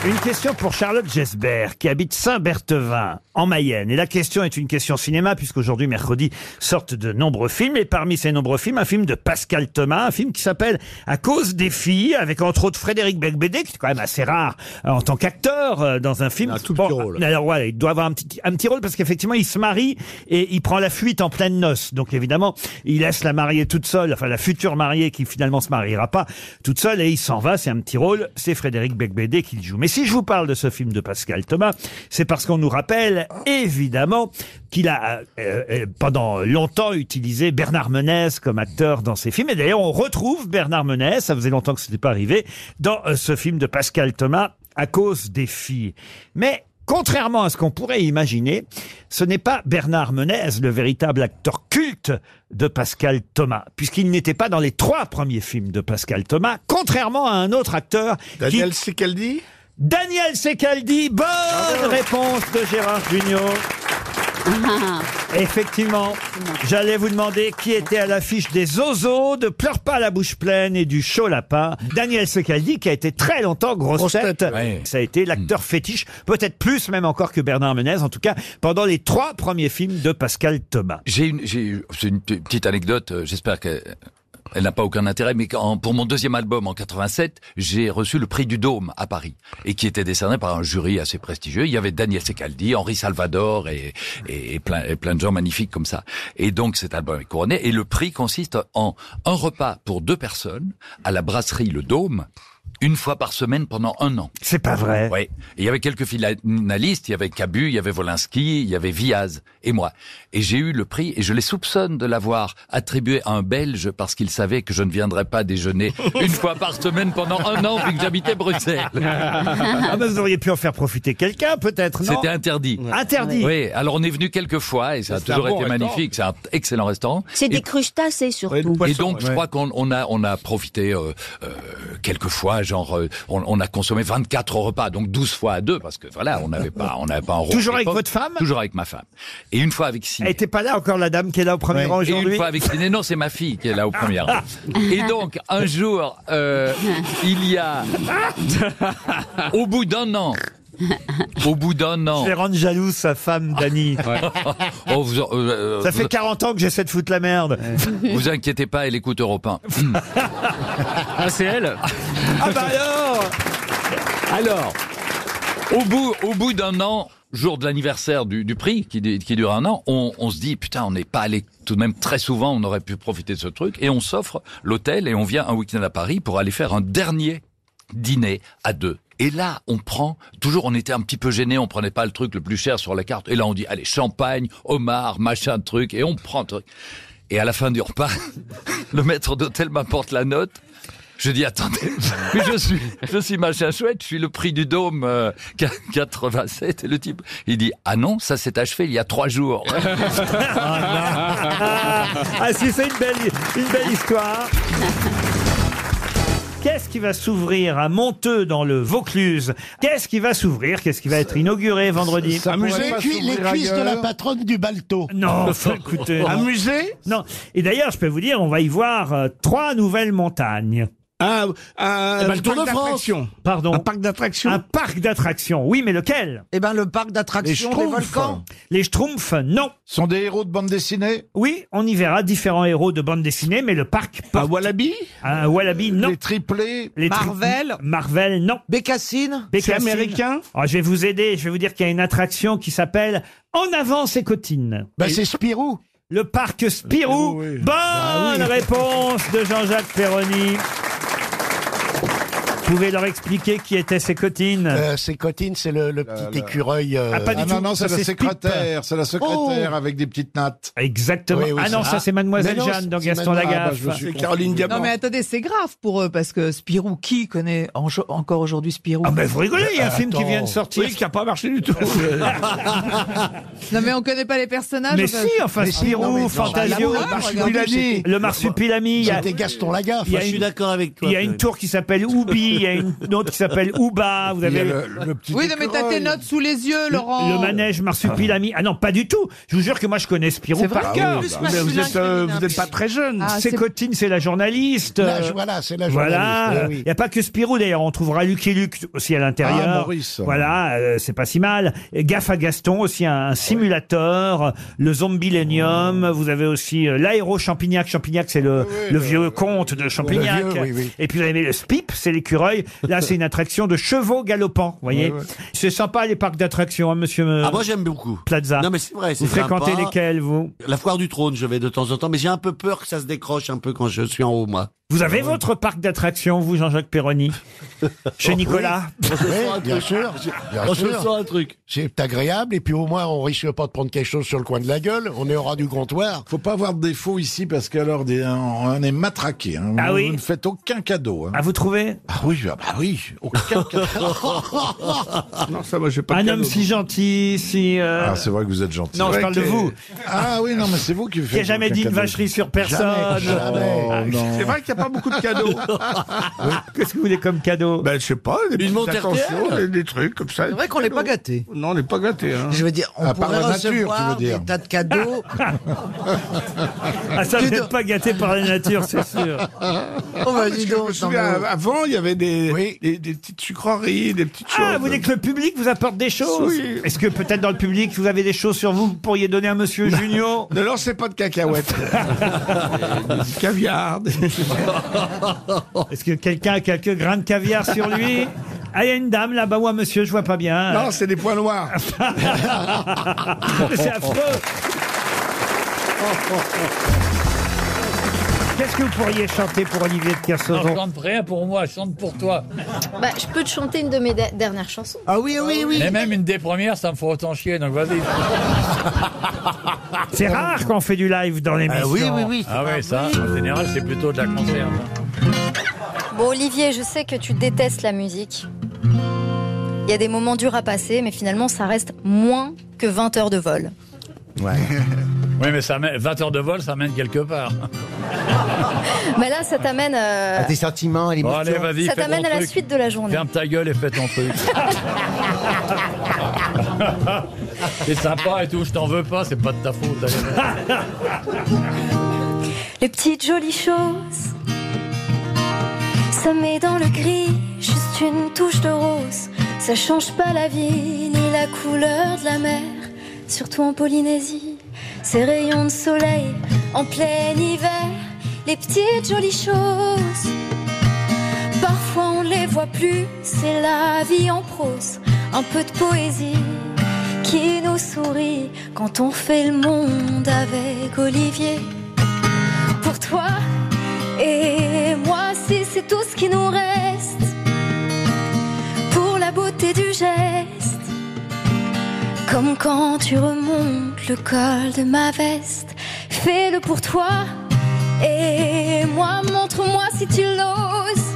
Une question pour Charlotte Gesbert, qui habite Saint-Berthevin, en Mayenne. Et la question est une question cinéma, puisqu'aujourd'hui, mercredi, sortent de nombreux films. Et parmi ces nombreux films, un film de Pascal Thomas, un film qui s'appelle À cause des filles, avec entre autres Frédéric Becbédé, qui est quand même assez rare euh, en tant qu'acteur euh, dans un film. Un tout petit rôle. Alors voilà, il doit avoir un petit, un petit rôle, parce qu'effectivement, il se marie et il prend la fuite en pleine noce. Donc évidemment, il laisse la mariée toute seule, enfin la future mariée qui finalement se mariera pas toute seule et il s'en va, c'est un petit rôle, c'est Frédéric Becbédé qui le joue. Mais si je vous parle de ce film de Pascal Thomas, c'est parce qu'on nous rappelle évidemment qu'il a euh, euh, pendant longtemps utilisé Bernard Menez comme acteur dans ses films et d'ailleurs on retrouve Bernard Menez, ça faisait longtemps que ce n'était pas arrivé, dans euh, ce film de Pascal Thomas à cause des filles. Mais Contrairement à ce qu'on pourrait imaginer, ce n'est pas Bernard Menez, le véritable acteur culte de Pascal Thomas, puisqu'il n'était pas dans les trois premiers films de Pascal Thomas, contrairement à un autre acteur. Daniel Secaldi Daniel Secaldi, bonne réponse de Gérard Junior. Effectivement, j'allais vous demander qui était à l'affiche des Ozos, de Pleure pas la bouche pleine et du Chaud Lapin. Daniel Secaldi, qui a été très longtemps grosse, tête. Hmm. Ça a été l'acteur fétiche, peut-être plus même encore que Bernard Menez, en tout cas, pendant les trois premiers films de Pascal Thomas.
J'ai une, j'ai- c'est une p- petite anecdote. euh, J'espère qu'elle elle n'a pas aucun intérêt, mais quand- pour mon deuxième album en 87, j'ai reçu le prix du Dôme à Paris et qui était décerné par un jury assez prestigieux. Il y avait Daniel Secaldi, Henri Salvador et, et, et plein, et plein de gens magnifiques comme ça. Et donc cet album est couronné et le prix consiste en un repas pour deux personnes à la brasserie Le Dôme une fois par semaine pendant un an.
C'est pas vrai.
Ouais. Et il y avait quelques finalistes, il y avait Cabu, il y avait Volinsky, il y avait Viaz et moi. Et j'ai eu le prix et je les soupçonne de l'avoir attribué à un Belge parce qu'il savait que je ne viendrais pas déjeuner une fois par semaine pendant un an vu que j'habitais Bruxelles.
Ah ben, vous auriez pu en faire profiter quelqu'un, peut-être, non
C'était interdit.
Interdit.
Oui, alors on est venu quelques fois et ça a
C'est un
toujours
bon
été
restaurant.
magnifique. C'est un excellent restaurant.
C'est
Et-
des crustacés surtout.
et donc, je crois qu'on on a, on a profité euh, euh, quelques fois, genre, euh, on, on a consommé 24 repas, donc 12 fois à deux, parce que voilà, on n'avait pas, on n'avait pas un rond.
Toujours
à
avec
l'époque.
votre femme
Toujours avec ma femme. Et une fois avec Siné.
Elle était pas là encore, la dame qui est là au premier rang
Et une
aujourd'hui
fois avec Siné, non, c'est ma fille qui est là au premier rang. Et donc, un jour, euh, il y a, au bout d'un an, au bout d'un an.
Je vais rendre jalouse sa femme, Dani.
Oh, vous en- euh,
Ça
vous-
fait 40 ans que j'essaie de foutre la merde.
Vous inquiétez pas, elle écoute Europe 1.
Ah, c'est elle Ah bah alors
Alors, au bout, au bout d'un an, jour de l'anniversaire du, du prix, qui, dé- qui dure un an, on, on se dit, putain, on n'est pas allé tout de même très souvent, on aurait pu profiter de ce truc, et on s'offre l'hôtel et on vient un week-end à Paris pour aller faire un dernier dîner à deux. Et là, on prend, toujours on était un petit peu gêné, on prenait pas le truc le plus cher sur la carte. Et là, on dit, allez, champagne, homard, machin, truc, et on prend le truc. Et à la fin du repas, le maître d'hôtel m'apporte la note. Je dis, attendez, mais je suis, je suis machin chouette, je suis le prix du dôme euh, 87. Et le type, il dit, ah non, ça s'est achevé il y a trois jours.
Ah si, c'est une belle, une belle histoire. Qu'est-ce qui va s'ouvrir à Monteux dans le Vaucluse Qu'est-ce qui va s'ouvrir Qu'est-ce qui va être inauguré vendredi Ça
Un musée cui- les cuisses de la patronne du Balto.
Non, ça, écoutez.
Un
non.
musée
Non. Et d'ailleurs, je peux vous dire, on va y voir euh, trois nouvelles montagnes. Ah, euh, Un,
Eh ben, le Tour parc de France. d'attractions.
Pardon. Un
parc d'attractions.
Un parc d'attractions. Oui, mais lequel
Eh ben, le parc d'attractions des volcans.
Les Schtroumpfs, non. Sont des héros de bande dessinée Oui, on y verra différents héros de bande dessinée, mais le parc. Un Wallaby Un Wallaby, non. Les triplés
Marvel
Marvel, non.
Bécassine
Bécassine. Ah, Je vais vous aider, je vais vous dire qu'il y a une attraction qui s'appelle En avant ses cotines.
Bah, c'est Spirou.
Le parc Spirou. Bonne réponse de Jean-Jacques Perroni. Vous pouvez leur expliquer qui étaient ces cotines
Euh, c'est Cotine, c'est le, le petit écureuil. euh,
Ah, pas
bah. Ah
du tout.
non, non, c'est la
ça, c'est
secrétaire,
Pip.
c'est la secrétaire
Oh.
avec des petites nattes.
Exactement. Ah non, ça, c'est Mademoiselle Jeanne dans Gaston
Ah, bah,
Lagaffe. C'est Caroline Diamant.
Non mais attendez, c'est grave pour eux parce que Spirou, qui connaît en- encore aujourd'hui Spirou
Ah ben vous rigolez, il y a un film qui vient de sortir. qui n'a pas marché du tout.
Non mais on connaît pas les personnages.
mais
enfin.
si, enfin, Spirou, Fantasio,
Ah, regardez.
le marsupilami. il y a-
C'était Gaston Lagaffe.
il y a
Je suis
une-
d'accord avec toi,
Il y a une
Pierre.
tour qui s'appelle Oubi, il y a une autre qui s'appelle Ouba. Vous avez
Oui, non mais t'as tes notes sous les yeux, Laurent.
Le manège marsupilami. Ah non, pas du tout. Je vous jure que moi, je connais Spirou
C'est
par
vrai
cœur.
Ah oui, bah. Mais vous êtes, euh, vous êtes pas
très jeune.
Ah,
c'est
c'est-
Cotine, c'est la journaliste.
La-
Euh,
voilà, c'est la
Voilà.
journaliste,
Il
eh oui.
n'y a pas que Spirou, d'ailleurs. On trouvera Lucky Luke aussi à l'intérieur.
Ah, Maurice.
Voilà, euh, c'est pas si mal. Et Gaffe à Gaston, aussi un, un simulateur. Le Zombilenium.
Oh.
Vous avez aussi euh, l'aéro Champignac. Champignac, c'est le, le vieux comte de Champignac.
vieux, oui, oui.
Et puis vous avez le Spip, c'est l'écureuil. Là, c'est une attraction de chevaux galopants. Vous voyez,
Ouais, ouais.
c'est sympa les parcs d'attractions, hein, monsieur. euh,
Ah, moi j'aime beaucoup.
Plaza.
Non, mais c'est vrai. c'est
Vous
sympa.
fréquentez lesquels, vous
La foire du trône, je vais de temps en temps, mais j'ai un peu peur que ça se décroche un peu quand je suis en haut, moi.
Vous avez
Ah,
votre parc d'attractions, vous, Jean-Jacques Perroni
Oh,
Chez Nicolas
Oui, bien sûr. bien
On se
sûr.
sent un truc.
C'est agréable et puis au moins on risque pas de prendre quelque chose sur le coin de la gueule. On est au ras du comptoir.
Faut pas avoir de défaut ici parce qu'alors des- on est matraqué. hein.
Ah
vous,
oui
vous ne faites aucun cadeau.
Ah, vous trouvez
Ah oui, ah bah oui, aucun cadeau. non, ça va, j'ai pas
Un
de
homme
cadeau.
si gentil, si. euh,
Ah, c'est vrai que vous êtes gentil.
Non, je
C'est vrai
parle de
que-
vous.
Ah oui, non, mais c'est vous qui faites.
Qui a jamais
aucun
dit une
cadeau.
vacherie sur personne.
Jamais,
Ah,
jamais.
c'est vrai
qu'il n'y a pas beaucoup de cadeaux.
Qu'est-ce que vous voulez comme cadeau
Ben, je sais pas, des
Une
petites
montre
attentions,
RTL.
des, des trucs comme ça.
C'est vrai qu'on n'est pas gâté.
Non, on n'est pas gâté. Hein.
Je veux dire, on pourrait recevoir des tas de cadeaux.
Ah, ça,
Tu
vous
dois-
n'êtes pas gâté par la nature, c'est sûr.
Oh, vas-y
parce que
donc,
je me
non,
souviens,
mais-
avant, il y avait des, des, des petites sucreries, des petites choses.
Ah, vous voulez que le public vous apporte des choses
Oui.
Est-ce que peut-être dans le public, vous avez des choses sur vous, vous pourriez donner à Monsieur Junior
Ne lancez pas de cacahuètes. du caviar. des-
Est-ce que quelqu'un a quelques grains de caviar sur lui Ah, il y a une dame là-bas ou un monsieur, je vois pas bien.
Non, c'est des points noirs.
c'est affreux. Qu'est-ce que vous pourriez chanter pour Olivier de Kersauzon
chante rien pour moi, chante pour toi.
Bah, je peux te chanter une de mes de- dernières chansons.
Ah oui,
Eh
oui,
Et même une des premières, ça me fait autant chier, donc vas-y.
C'est rare qu'on fait du live dans l'émission.
Ah Ah ouais, ça, en général, c'est plutôt de la conserve.
Bon, Olivier, je sais que tu détestes la musique. Il y a des moments durs à passer, mais finalement, ça reste moins que 20 heures de vol.
Ouais. oui, mais ça mène- 20 heures de vol, ça mène quelque part.
Mais Bah là, ça t'amène euh,
Ah,
sentiments,
à l'émotion.
allez, vas-y,
Ça
fais ton
t'amène à la
truc.
suite de la journée.
Ferme ta gueule et fais ton truc. T'es sympa et tout, je t'en veux pas, c'est pas de ta faute. allez.
Les petites jolies choses, ça met dans le gris juste une touche de rose. Ça change pas la vie ni la couleur de la mer, surtout en Polynésie. Ces rayons de soleil en plein hiver, les petites jolies choses. Parfois on les voit plus, c'est la vie en prose, un peu de poésie qui nous sourit quand on fait le monde avec Olivier pour toi et moi si c'est tout ce qui nous reste Comme quand tu remontes le col de ma veste, fais-le pour toi. Et moi, montre-moi si tu l'oses.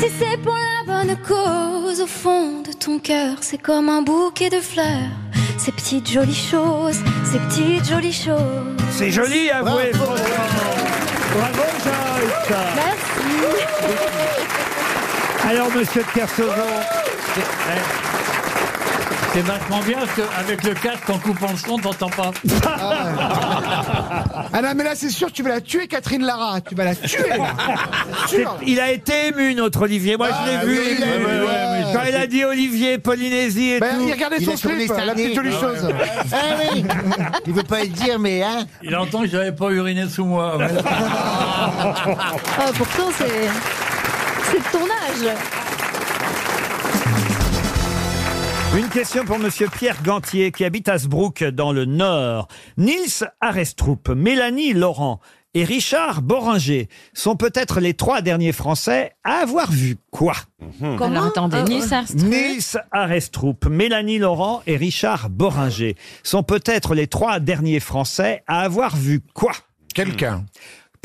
Si c'est pour la bonne cause, au fond de ton cœur, c'est comme un bouquet de fleurs. Ces petites jolies choses, ces petites jolies choses.
C'est joli, hein, avouez. Bravo, Bravo Joyce. Alors, monsieur de Kersauzon.
C'est vachement bien parce qu'avec le casque, en coupant le son, t'entends pas.
Ah non, mais là, c'est sûr, tu vas la tuer, Catherine Lara. Tu vas la tuer. là.
C'est-
Sûr.
Il a été ému, notre Olivier. Moi, je l'ai
Ah,
vu.
oui,
ému.
il l'a ému,
Ouais,
ouais.
Quand il a dit Olivier, Polynésie et
Ben,
tout.
il regardait son slip, la petite jolie chose.
Ah oui Il veut pas le dire, mais hein
Il entend que j'avais pas uriné sous moi. ouais.
Ah, pourtant, c'est.
C'est de ton âge.
Une question pour Monsieur Pierre Gantier qui habite Asbrook dans le Nord. Nils Arestrup, Mélanie Laurent et Richard Boringer sont peut-être les trois derniers Français à avoir vu quoi
Comment Alors, attendez, Euh, Niels euh, Arestrup
Niels Arestrup, Mélanie Laurent et Richard Boringer sont peut-être les trois derniers Français à avoir vu quoi Quelqu'un.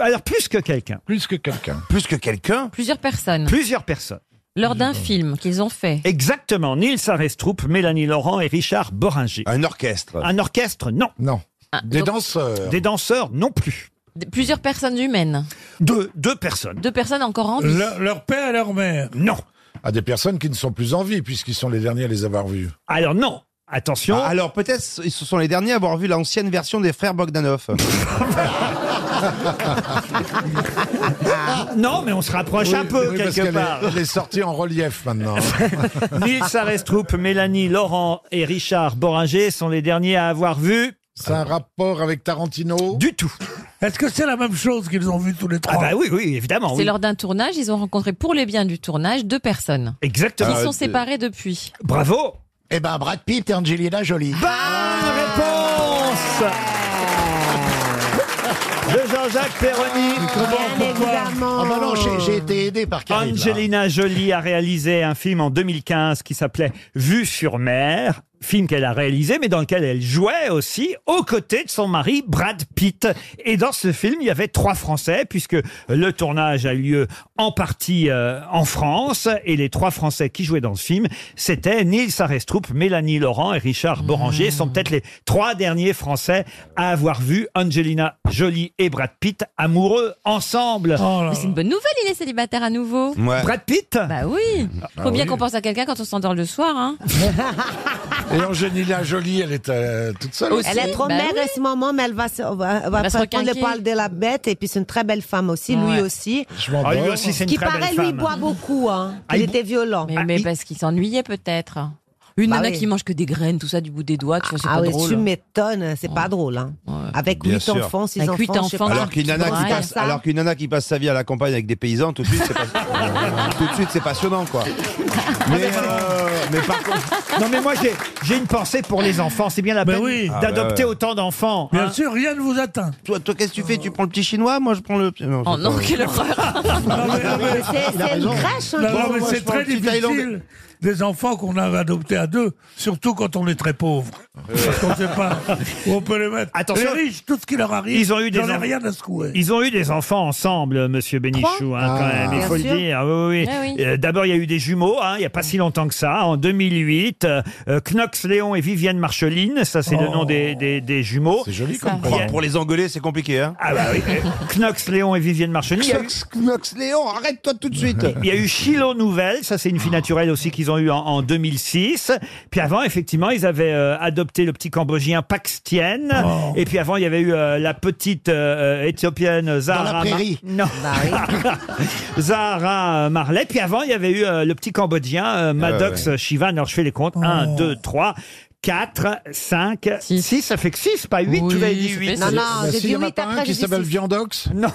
Alors plus que quelqu'un. Plus que quelqu'un. Plus que quelqu'un.
Plusieurs personnes.
Plusieurs personnes.
Lors d'un film qu'ils ont fait.
Exactement. Nils Arestrup, Mélanie Laurent et Richard Boringer. Un orchestre. Un orchestre, non. Non.
Des donc-
danseurs. Des danseurs, non plus.
D- Plusieurs personnes humaines.
Deux, deux personnes.
Deux personnes encore en vie.
leur père et leur mère. Non.
À Ah, des personnes qui ne sont plus en vie, puisqu'ils sont les derniers à les avoir Ah, vus.
Alors non. Attention.
alors peut-être ce ce sont les derniers à avoir vu l'ancienne version des frères Bogdanov.
Ah. non, mais on se rapproche un peu,
oui, parce
quelque
qu'elle est-
part.
Elle est sortie en relief maintenant.
Nils Arestrup, Mélanie Laurent et Richard Boringer sont les derniers à avoir vu.
C'est un rapport avec Tarantino
Du tout.
Est-ce que c'est la même chose qu'ils ont vu tous les trois
Ah bah oui, oui, évidemment.
C'est
oui.
lors d'un tournage, ils ont rencontré pour les biens du tournage deux personnes.
Exactement.
Ils
Euh,
sont
de-
séparés depuis.
Bravo.
Eh ben Brad Pitt et Angelina Jolie.
Ah.
réponse de Jean-Jacques Perroni.
Ah bah non, j'ai- j'ai été aidé par Karine. là.
Angelina Jolie a réalisé un film en 2015 qui s'appelait Vue sur mer, film qu'elle a réalisé mais dans lequel elle jouait aussi aux côtés de son mari Brad Pitt. Et dans ce film, il y avait trois Français puisque le tournage a lieu en partie euh, en France et les trois Français qui jouaient dans ce film, c'était Nils Arestrup, Mélanie Laurent et
Hmm.
Richard Boranger sont peut-être les trois derniers Français à avoir vu Angelina Jolie et Brad Pitt amoureux ensemble.
Oh Mais c'est une bonne nouvelle, il est célibataire à nouveau.
Ouais. Brad Pitt
Bah oui.
Ah
Faut bien
oui.
qu'on pense à quelqu'un quand on s'endort le soir. Hein.
Et Angelina Jolie, elle est euh, toute seule.
Aussi, Ben
aussi.
Elle est trop mère à ce moment, mais elle va, se- va, va
va se
prendre le
requinquer. Ah
poil de la bête. Et puis c'est une très belle femme aussi, lui
Ouais.
aussi.
Je m'en Ah, lui dors. aussi, c'est une
Qui
très
paraît,
belle
lui,
femme.
boit beaucoup. Hein.
Ah,
il,
il-
était violent.
Mais, mais parce qu'il s'ennuyait peut-être. Une
Bah
nana
oui.
qui mange que des graines, tout ça, du bout des doigts, tu vois, c'est
Ah
pas
oui,
drôle.
tu m'étonnes, c'est pas drôle. hein. Avec
Bien
huit
sûr.
enfants, six
Avec
enfants.
huit
je sais
enfants,
pas.
Alors qu'une nana, qui
Ouais.
passe- alors qu'une nana qui passe sa vie à la campagne avec des paysans, tout de suite, c'est pas- tout de suite, c'est passionnant, quoi.
Ah,
Mais, euh, mais par contre,
Non mais moi j'ai j'ai une pensée pour les enfants, c'est bien la peine
oui. Ah,
d'adopter
bah ouais.
autant d'enfants. hein.
sûr, rien ne vous atteint. Toi, toi qu'est-ce que tu fais Tu prends le petit chinois Moi, je prends le.
Oh non, quelle
horreur
c'est- c'est une crèche, hein,
Non,
Laurent.
mais
Moi, je
c'est
prends
très
le petit Thaïlandais.
difficile des enfants qu'on a adoptés à deux, surtout quand on est très pauvre. Parce qu'on sait pas où on peut les mettre.
Attention.
les riches, tout ce qui leur arrive,
Ils ont eu des
j'en ai
en-
rien à secouer.
Ils ont eu des enfants ensemble, euh, Monsieur Bénichou, hein, quand
Ah.
même, il
Bien
faut
sûr.
le dire. Oui, oui.
Ah oui.
Euh, D'abord, il y a eu des jumeaux, hein, il n'y a pas si longtemps que ça, en 2008. euh, euh, Knox Léon et Vivienne Marcheline, ça c'est le
Oh.
nom des, des, des jumeaux. C'est joli
Pour- Pour les engueuler, c'est compliqué, hein
Ah bah oui. Knox Léon et Vivienne Marcheline. Il y a eu-
Knox, Knox, Léon, arrête-toi tout de suite.
Il y a eu Chilo Nouvelle, ça c'est une fille naturelle aussi qu'ils ont eu en, en 2006. Puis avant, effectivement, ils avaient euh, adopté le petit Cambodgien Paxtienne. Et puis avant, il y avait eu euh, la petite euh, Éthiopienne Zahra. Mar-
prairie.
Non. Zahra Marley. Puis avant, il y avait eu euh, le petit Cambodgien euh, Maddox
Ah
Shivan. Alors je fais les comptes. 1,
Oh.
2, 3. 4, 5, 6, ça fait que 6, pas 8,
Oui,
tu avais dit
ça fait
8.
six. Non, non, Bah j'ai si, dit y en a huit, pas un après, qui j'ai dit s'appelle six.
Viandox Non.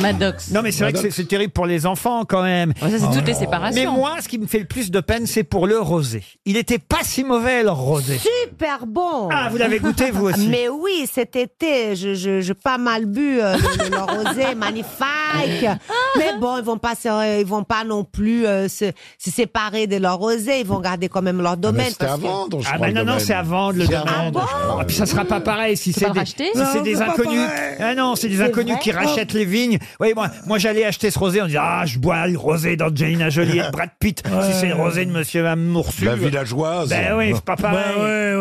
Maddox.
Non, mais c'est vrai que c'est- c'est terrible pour les enfants quand même. Oh.
ça, c'est toutes les séparations.
Mais moi, ce qui me fait le plus de peine, c'est pour le rosé. Il était pas si mauvais, le rosé.
Super bon.
Ah, vous l'avez goûté, vous aussi
Mais oui, cet été, je, je, je pas mal bu euh, le, le rosé, magnifique. Mais bon, ils vont pas, se- ils vont pas non plus euh, se, se séparer de leur rosé. Ils vont garder quand même leur domaine.
Ah,
c'était
parce que-
avant,
vendre, je
Ah
crois.
ben
le
non, non,
domaine.
c'est à vendre le
C'est à
domaine.
vendre, je crois,
Ah, puis ça sera pas pareil si
Tu
c'est
vas le
des,
racheter
si
Non,
c'est des
c'est pas
inconnus.
pareil.
Ah non, c'est des
C'est
inconnus
vrai
qui rachètent les vignes. Oui, moi, moi j'allais acheter ce rosé, on disait ah je bois le rosé d'Angelina Jolie et de Brad Pitt. Si c'est le rosé de Monsieur Amoursu.
La villageoise.
Ben oui, c'est pas
Bah
pareil.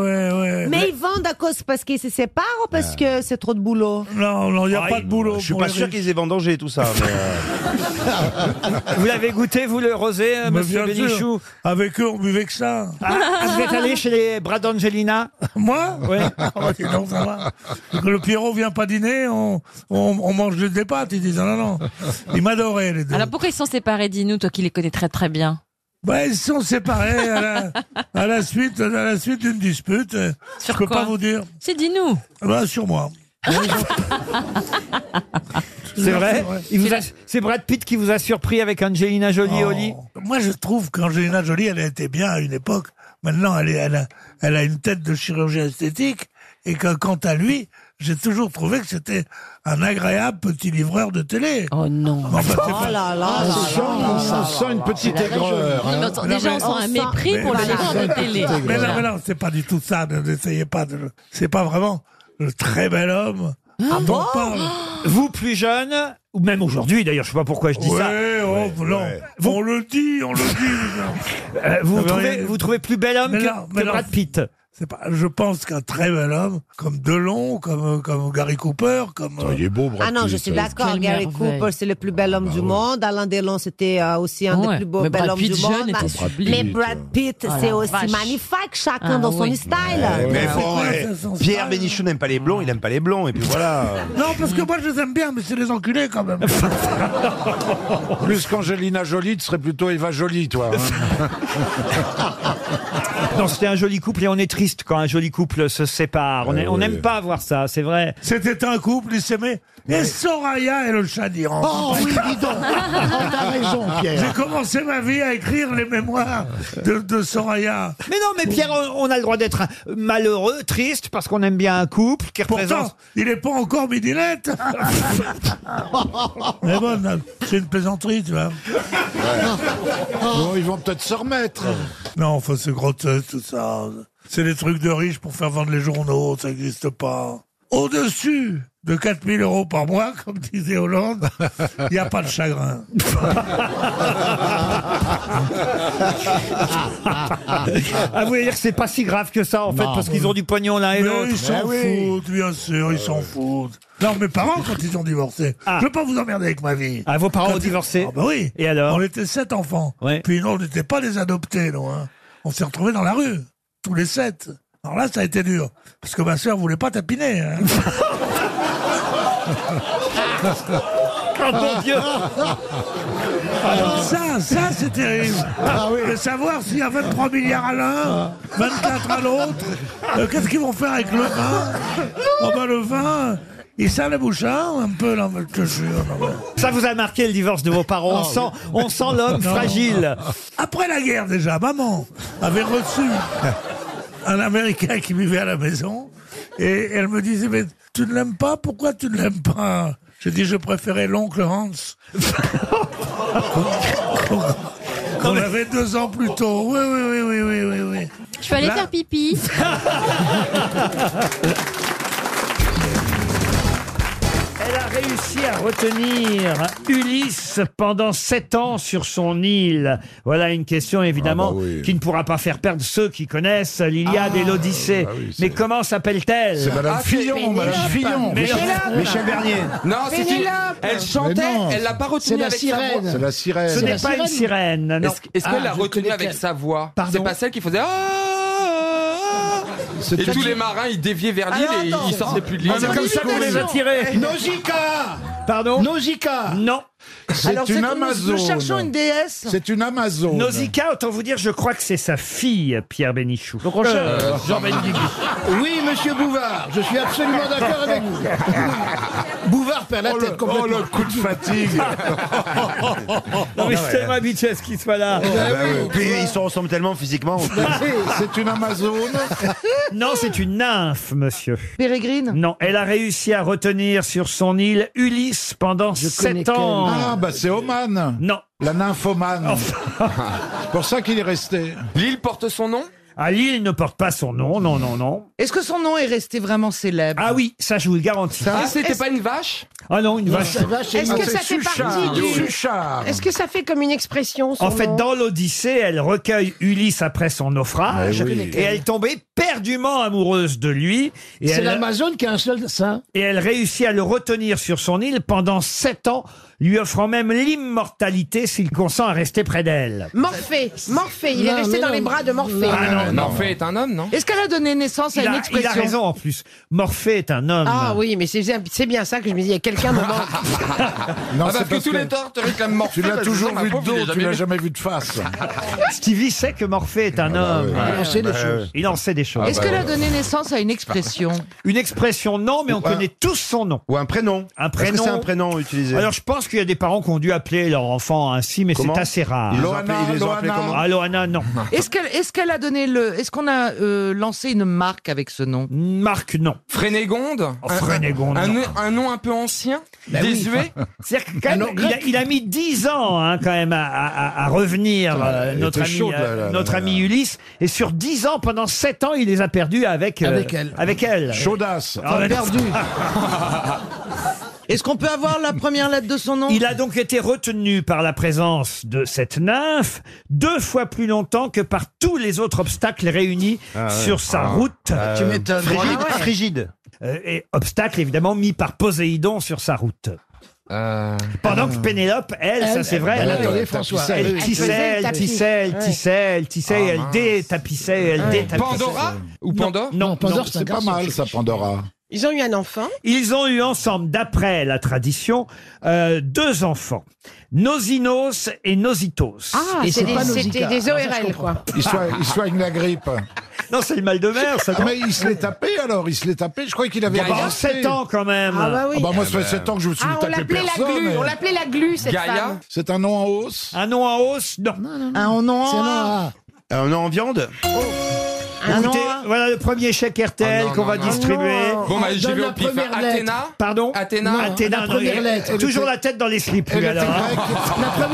Mais ils vendent à cause parce qu'ils se séparent ou
Ah.
parce que c'est trop de boulot
Non, non, il n'y a pas de boulot.
Ah, Je suis
pour
pas
les
sûr
riches.
qu'ils aient vendangé tout ça. mais, euh,
Vous l'avez goûté vous le rosé, euh,
Mais
Monsieur
bien sûr,
Bénichou
Avec eux, on buvait que ça.
Ah, ah, vous êtes allé chez les bras d'Angelina
Moi
Oui.
Ah donc ça va. Quand le Pierrot vient pas dîner, on, on, on mange juste des pâtes. Ils disent non, non, non. Ils m'adoraient, les deux.
Alors pourquoi ils sont séparés, dis-nous, toi qui les connais très très bien
Bah, ils se sont séparés à la, à la suite, à la suite d'une dispute. je peux
quoi
pas vous dire.
C'est dis-nous.
Bah, sur moi.
C'est vrai Il vous a- C'est Brad Pitt qui vous a surpris avec Angelina Jolie au lit
Oh. Moi, je trouve qu'Angelina Jolie, elle a été bien à une époque. Maintenant, elle, est- elle, a, elle a une tête de chirurgien esthétique. Et que, quant à lui, j'ai toujours trouvé que c'était un agréable petit livreur de télé.
Oh non.
Oh là là
Ah,
là
c'est chiant,
là
on
là
sent une petite
C'est la vraie
aigreur.
jolie.
hein.
entend- déjà, on sent un mépris
Mais-
pour les
mais-
livreurs de télé.
Mais non,
Voilà.
mais non, c'est pas du tout ça. ne- N'essayez pas. de- C'est pas vraiment le très bel homme
Ah
dont on parle.
Oh
Vous plus jeune ou même aujourd'hui d'ailleurs, je sais pas pourquoi je dis
Ouais,
ça.
oh, non. On le dit, on le dit. non.
Euh, vous,
Ça veut
trouvez,
rien-
vous trouvez plus bel homme
Mais
que,
non, mais
que
non.
Brad Pitt
C'est pas, je pense qu'un très bel homme, comme Delon, comme, euh, comme Gary Cooper, comme.
il est beau,
Ah non, je suis d'accord.
Quelle
Gary
merveille.
Cooper, c'est le plus bel homme du monde. Alain Delon, c'était euh, aussi un
Ouais.
des plus beaux
Mais Brad
bel hommes
Pitt
du
jeune
monde.
était
Mais-
sublime.
Mais Brad Pitt,
Ah,
c'est
la
aussi
vache.
magnifique, chacun
Ah,
dans son
oui.
style.
mais
ouais.
Ah,
bon,
Ouais,
eh,
ça sent ça,
Pierre
ouais.
Bénichou n'aime pas les blonds, il n'aime pas les blonds, et puis
Ah.
voilà.
Non, parce que moi je les aime bien, mais c'est des enculés quand même.
Plus qu'Angelina Jolie, tu serais plutôt Eva Jolie, toi. hein.
Non, c'était un joli couple et on est triste quand un joli couple se sépare. On est- on n'aime pas voir ça, c'est vrai.
C'était un couple, ils s'aimaient. Et Soraya et le chat d'Iran.
Oh oui, dis donc. Oh, T'as raison,
J'ai
Pierre.
commencé ma vie à écrire les mémoires de, de Soraya.
Mais non, mais Pierre, on on a le droit d'être un- malheureux, triste, parce qu'on aime bien un couple qui
Pourtant,
représente... Ah,
il n'est pas encore midinette. Mais bon, non, c'est une plaisanterie, tu vois.
Non, ils vont peut-être se remettre.
Non, enfin, c'est grotesque, tout ça. C'est des trucs de riches pour faire vendre les journaux, ça n'existe pas. Au-dessus de 4000 euros par mois, comme disait Hollande, il n'y a pas de chagrin.
Ah, vous voulez dire que c'est pas si grave que ça, en fait, parce qu'ils ont du pognon l'un et
Mais
l'autre Eh
ils s'en foutent, bien sûr, ils s'en foutent. Non, mes parents, quand ils ont divorcé,
Ah.
je ne veux pas vous emmerder avec ma vie.
Ah, vos parents
Quand
ont
ils-
divorcé
Ah bah oui.
Et alors
On était sept enfants.
Ouais.
Puis non, on n'était pas les adoptés, non. hein. On s'est retrouvés dans la rue, tous les sept. Alors là, ça a été dur. Parce que ma sœur voulait pas tapiner. hein.
Oh mon Dieu
Alors ça, ça, c'est terrible.
Ah
De savoir s'il y a 23 milliards à l'un, 24 à l'autre, euh, qu'est-ce qu'ils vont faire avec le vin Oh ben le vin, il sent le bouchard un peu, là, mais je te jure. non, mais-
Ça vous a marqué le divorce de vos parents On sent, on sent l'homme
Non.
fragile.
Après la guerre déjà, maman avait reçu un Américain qui vivait à la maison et elle me disait mais tu ne l'aimes pas Pourquoi tu ne l'aimes pas J'ai dit je préférais l'oncle Hans. Qu'on avait deux ans plus tôt. Oui, oui, oui, oui, oui, oui. oui.
Je peux aller
Là-
faire pipi.
Elle a réussi à retenir Ulysse pendant sept ans sur son île. Voilà une question évidemment
Ah bah oui.
qui ne pourra pas faire perdre ceux qui connaissent l'Iliade
Ah,
et
bah
l'Odyssée. Mais comment s'appelle-t-elle
C'est Madame
Ah, c'est
Fillon,
Pénélope.
Madame Fillon.
Mais non.
Michel Bernier.
Non, c'est une... Elle chantait,
Mais non,
elle l'a pas retenue avec sa voix.
C'est la sirène.
Ce n'est pas une sirène. Ah, non.
Est-ce est-ce qu'elle l'a retenue avec sa voix C'est pas celle qui faisait. Ah, ah, ah Et tous les marins, ils déviaient vers l'île et ils sortaient plus de l'île.
Ah, C'est comme ça qu'on les a tirés.
Nausicaa
Pardon
Nausicaa
Non.
C'est une Amazone.
déesse.
C'est une Amazone.
Nausicaa, autant vous dire, je crois que c'est sa fille, Pierre Bénichou. Donc on Euh,
Jean Benguigui.
Oui, monsieur Bouvard, je suis absolument d'accord avec vous. Bouvard perd la tête complètement.
Oh, le coup de fatigue
Non, mais je suis
Ah
tellement habitué à ce qu'il soit là.
Ah Puis ils se ressemblent tellement physiquement.
C'est une Amazone.
Non, c'est une nymphe, monsieur.
Pérégrine
Non, elle a réussi à retenir sur son île Ulysse pendant sept ans.
Ah, bah c'est Oman.
Non.
La nymphomane. C'est pour ça qu'il est resté.
L'île porte son nom
À Lille ne porte pas son nom, non, non, non.
Est-ce que son nom est resté vraiment célèbre
Ah oui, ça je vous le garantis.
Ah, c'était pas une vache
Ah non, une
Non,
vache.
la vache,
Est-ce
non,
que
c'est
ça fait
Suchard.
partie du...
Suchard.
Est-ce que ça fait comme une expression son
En fait,
nom
dans l'Odyssée, elle recueille Ulysse après son naufrage
Eh
Mais oui.
et elle tombait perdument amoureuse de lui. Et
C'est
elle-
l'Amazone qui a un seul sein.
Et elle réussit à le retenir sur son île pendant sept ans, lui offrant même l'immortalité s'il consent à rester près d'elle.
Morphée, Morphée, il
Non,
est resté
mais
dans
non,
les bras de Morphée.
non, Ah. non.
Morphée est un homme, non
Est-ce qu'elle a donné naissance à
Il
une
a, il
expression
a raison en plus. Morphée est un homme.
Ah oui, mais c'est bien, c'est bien ça que je me dis, il y a quelqu'un de mort.
Non,
Ah, parce
c'est
que
parce
tous
que
les torts te réclament Morphée.
Tu l'as
parce que
toujours
sinon, la
vu de
pauvre, il
dos,
l'a
tu l'as
vu.
jamais Ah, vu de face.
Stevie sait que Morphée est un homme.
ouais. Il en sait des
bah,
choses.
ouais. Il en sait des choses.
Est-ce qu'elle a donné naissance à une expression
Une expression, non, mais on
Ou un-
connaît tous son nom.
Ou un prénom.
Un
Est-ce que
prénom.
c'est un prénom utilisé
Alors, je pense qu'il y a des parents qui ont dû appeler leur enfant ainsi, mais c'est
Comment
assez rare.
Ils les ont Loana, appelés- ils les ont appelés Loana. comment
Ah, Loana, non.
Est-ce qu'elle est-ce qu'elle a donné le est-ce qu'on a euh, lancé une marque avec ce nom
Marque non. Oh,
Frénégonde Un-
Frénégonde,
un,
non.
nom- un nom un peu ancien
Bah oui.
Désuet
C'est-à-dire que quand même, il, a, il a mis 10 ans hein, quand même à, à- à revenir, euh,
Elle
notre
était
ami,
chaude, là,
euh,
là, là,
notre
là,
ami Ulysse. Et sur 10 ans, pendant 7 ans, il les a perdus avec, euh,
Avec elle.
Avec elle.
Chaudasse.
Ah, mais-
Est-ce qu'on peut avoir la première lettre de son nom
Il a donc été retenu par la présence de cette nymphe deux fois plus longtemps que par tous les autres obstacles réunis
Ah ouais.
sur sa
Ah.
route.
Euh, Tu m'étonnes. frigide, Ah ouais. frigide.
Euh, et obstacle évidemment mis par Poséidon sur sa route. Pendant que Pénélope, elle, ça
Elle-
c'est vrai,
elle-
elle,
elle-
elle
François,
tapissait,
oui,
elle
oui.
tissait, elle
Elle
tissait, elle
tapissait.
tissait, elle tissait,
Ouais.
elle détapissait, elle
Ouais.
détapissait.
Pandora Ou Pandore
Non, non,
Pandore,
non,
c'est pas mal, ça, Pandora.
Ils ont eu un enfant.
ils ont eu ensemble, d'après la tradition, euh, deux enfants, Nosinos et Nositos.
Ah, c'est des- c'était des ORL, quoi.
Il soigne, il soigne la grippe.
Non, c'est le mal de mer, ça.
Ah, mais il se l'est tapé alors, il se l'est tapé. Je croyais qu'il avait.
Bah, en sept ans, quand même. Ah, bah oui.
moi,
Ah,
ça
bah.
fait 7 ans que je me suis
Ah, on
tapé
l'appelait la
personne.
glu,
mais-
on l'appelait la glu, cette femme.
C'est un nom en hausse
Un nom en hausse Non.
Ah,
Un nom en
C'est un nom en
A.
A.
Ah, Un nom en viande
Oh.
Ah,
Écoutez,
hein.
voilà le premier chèque
Ah,
RTL
non,
qu'on
non,
va
non.
distribuer.
Bon, bah, j'y vais au pif. Athéna
Pardon
Athéna
Athéna, non, il- Toujours la tête dans les slips, lui, alors.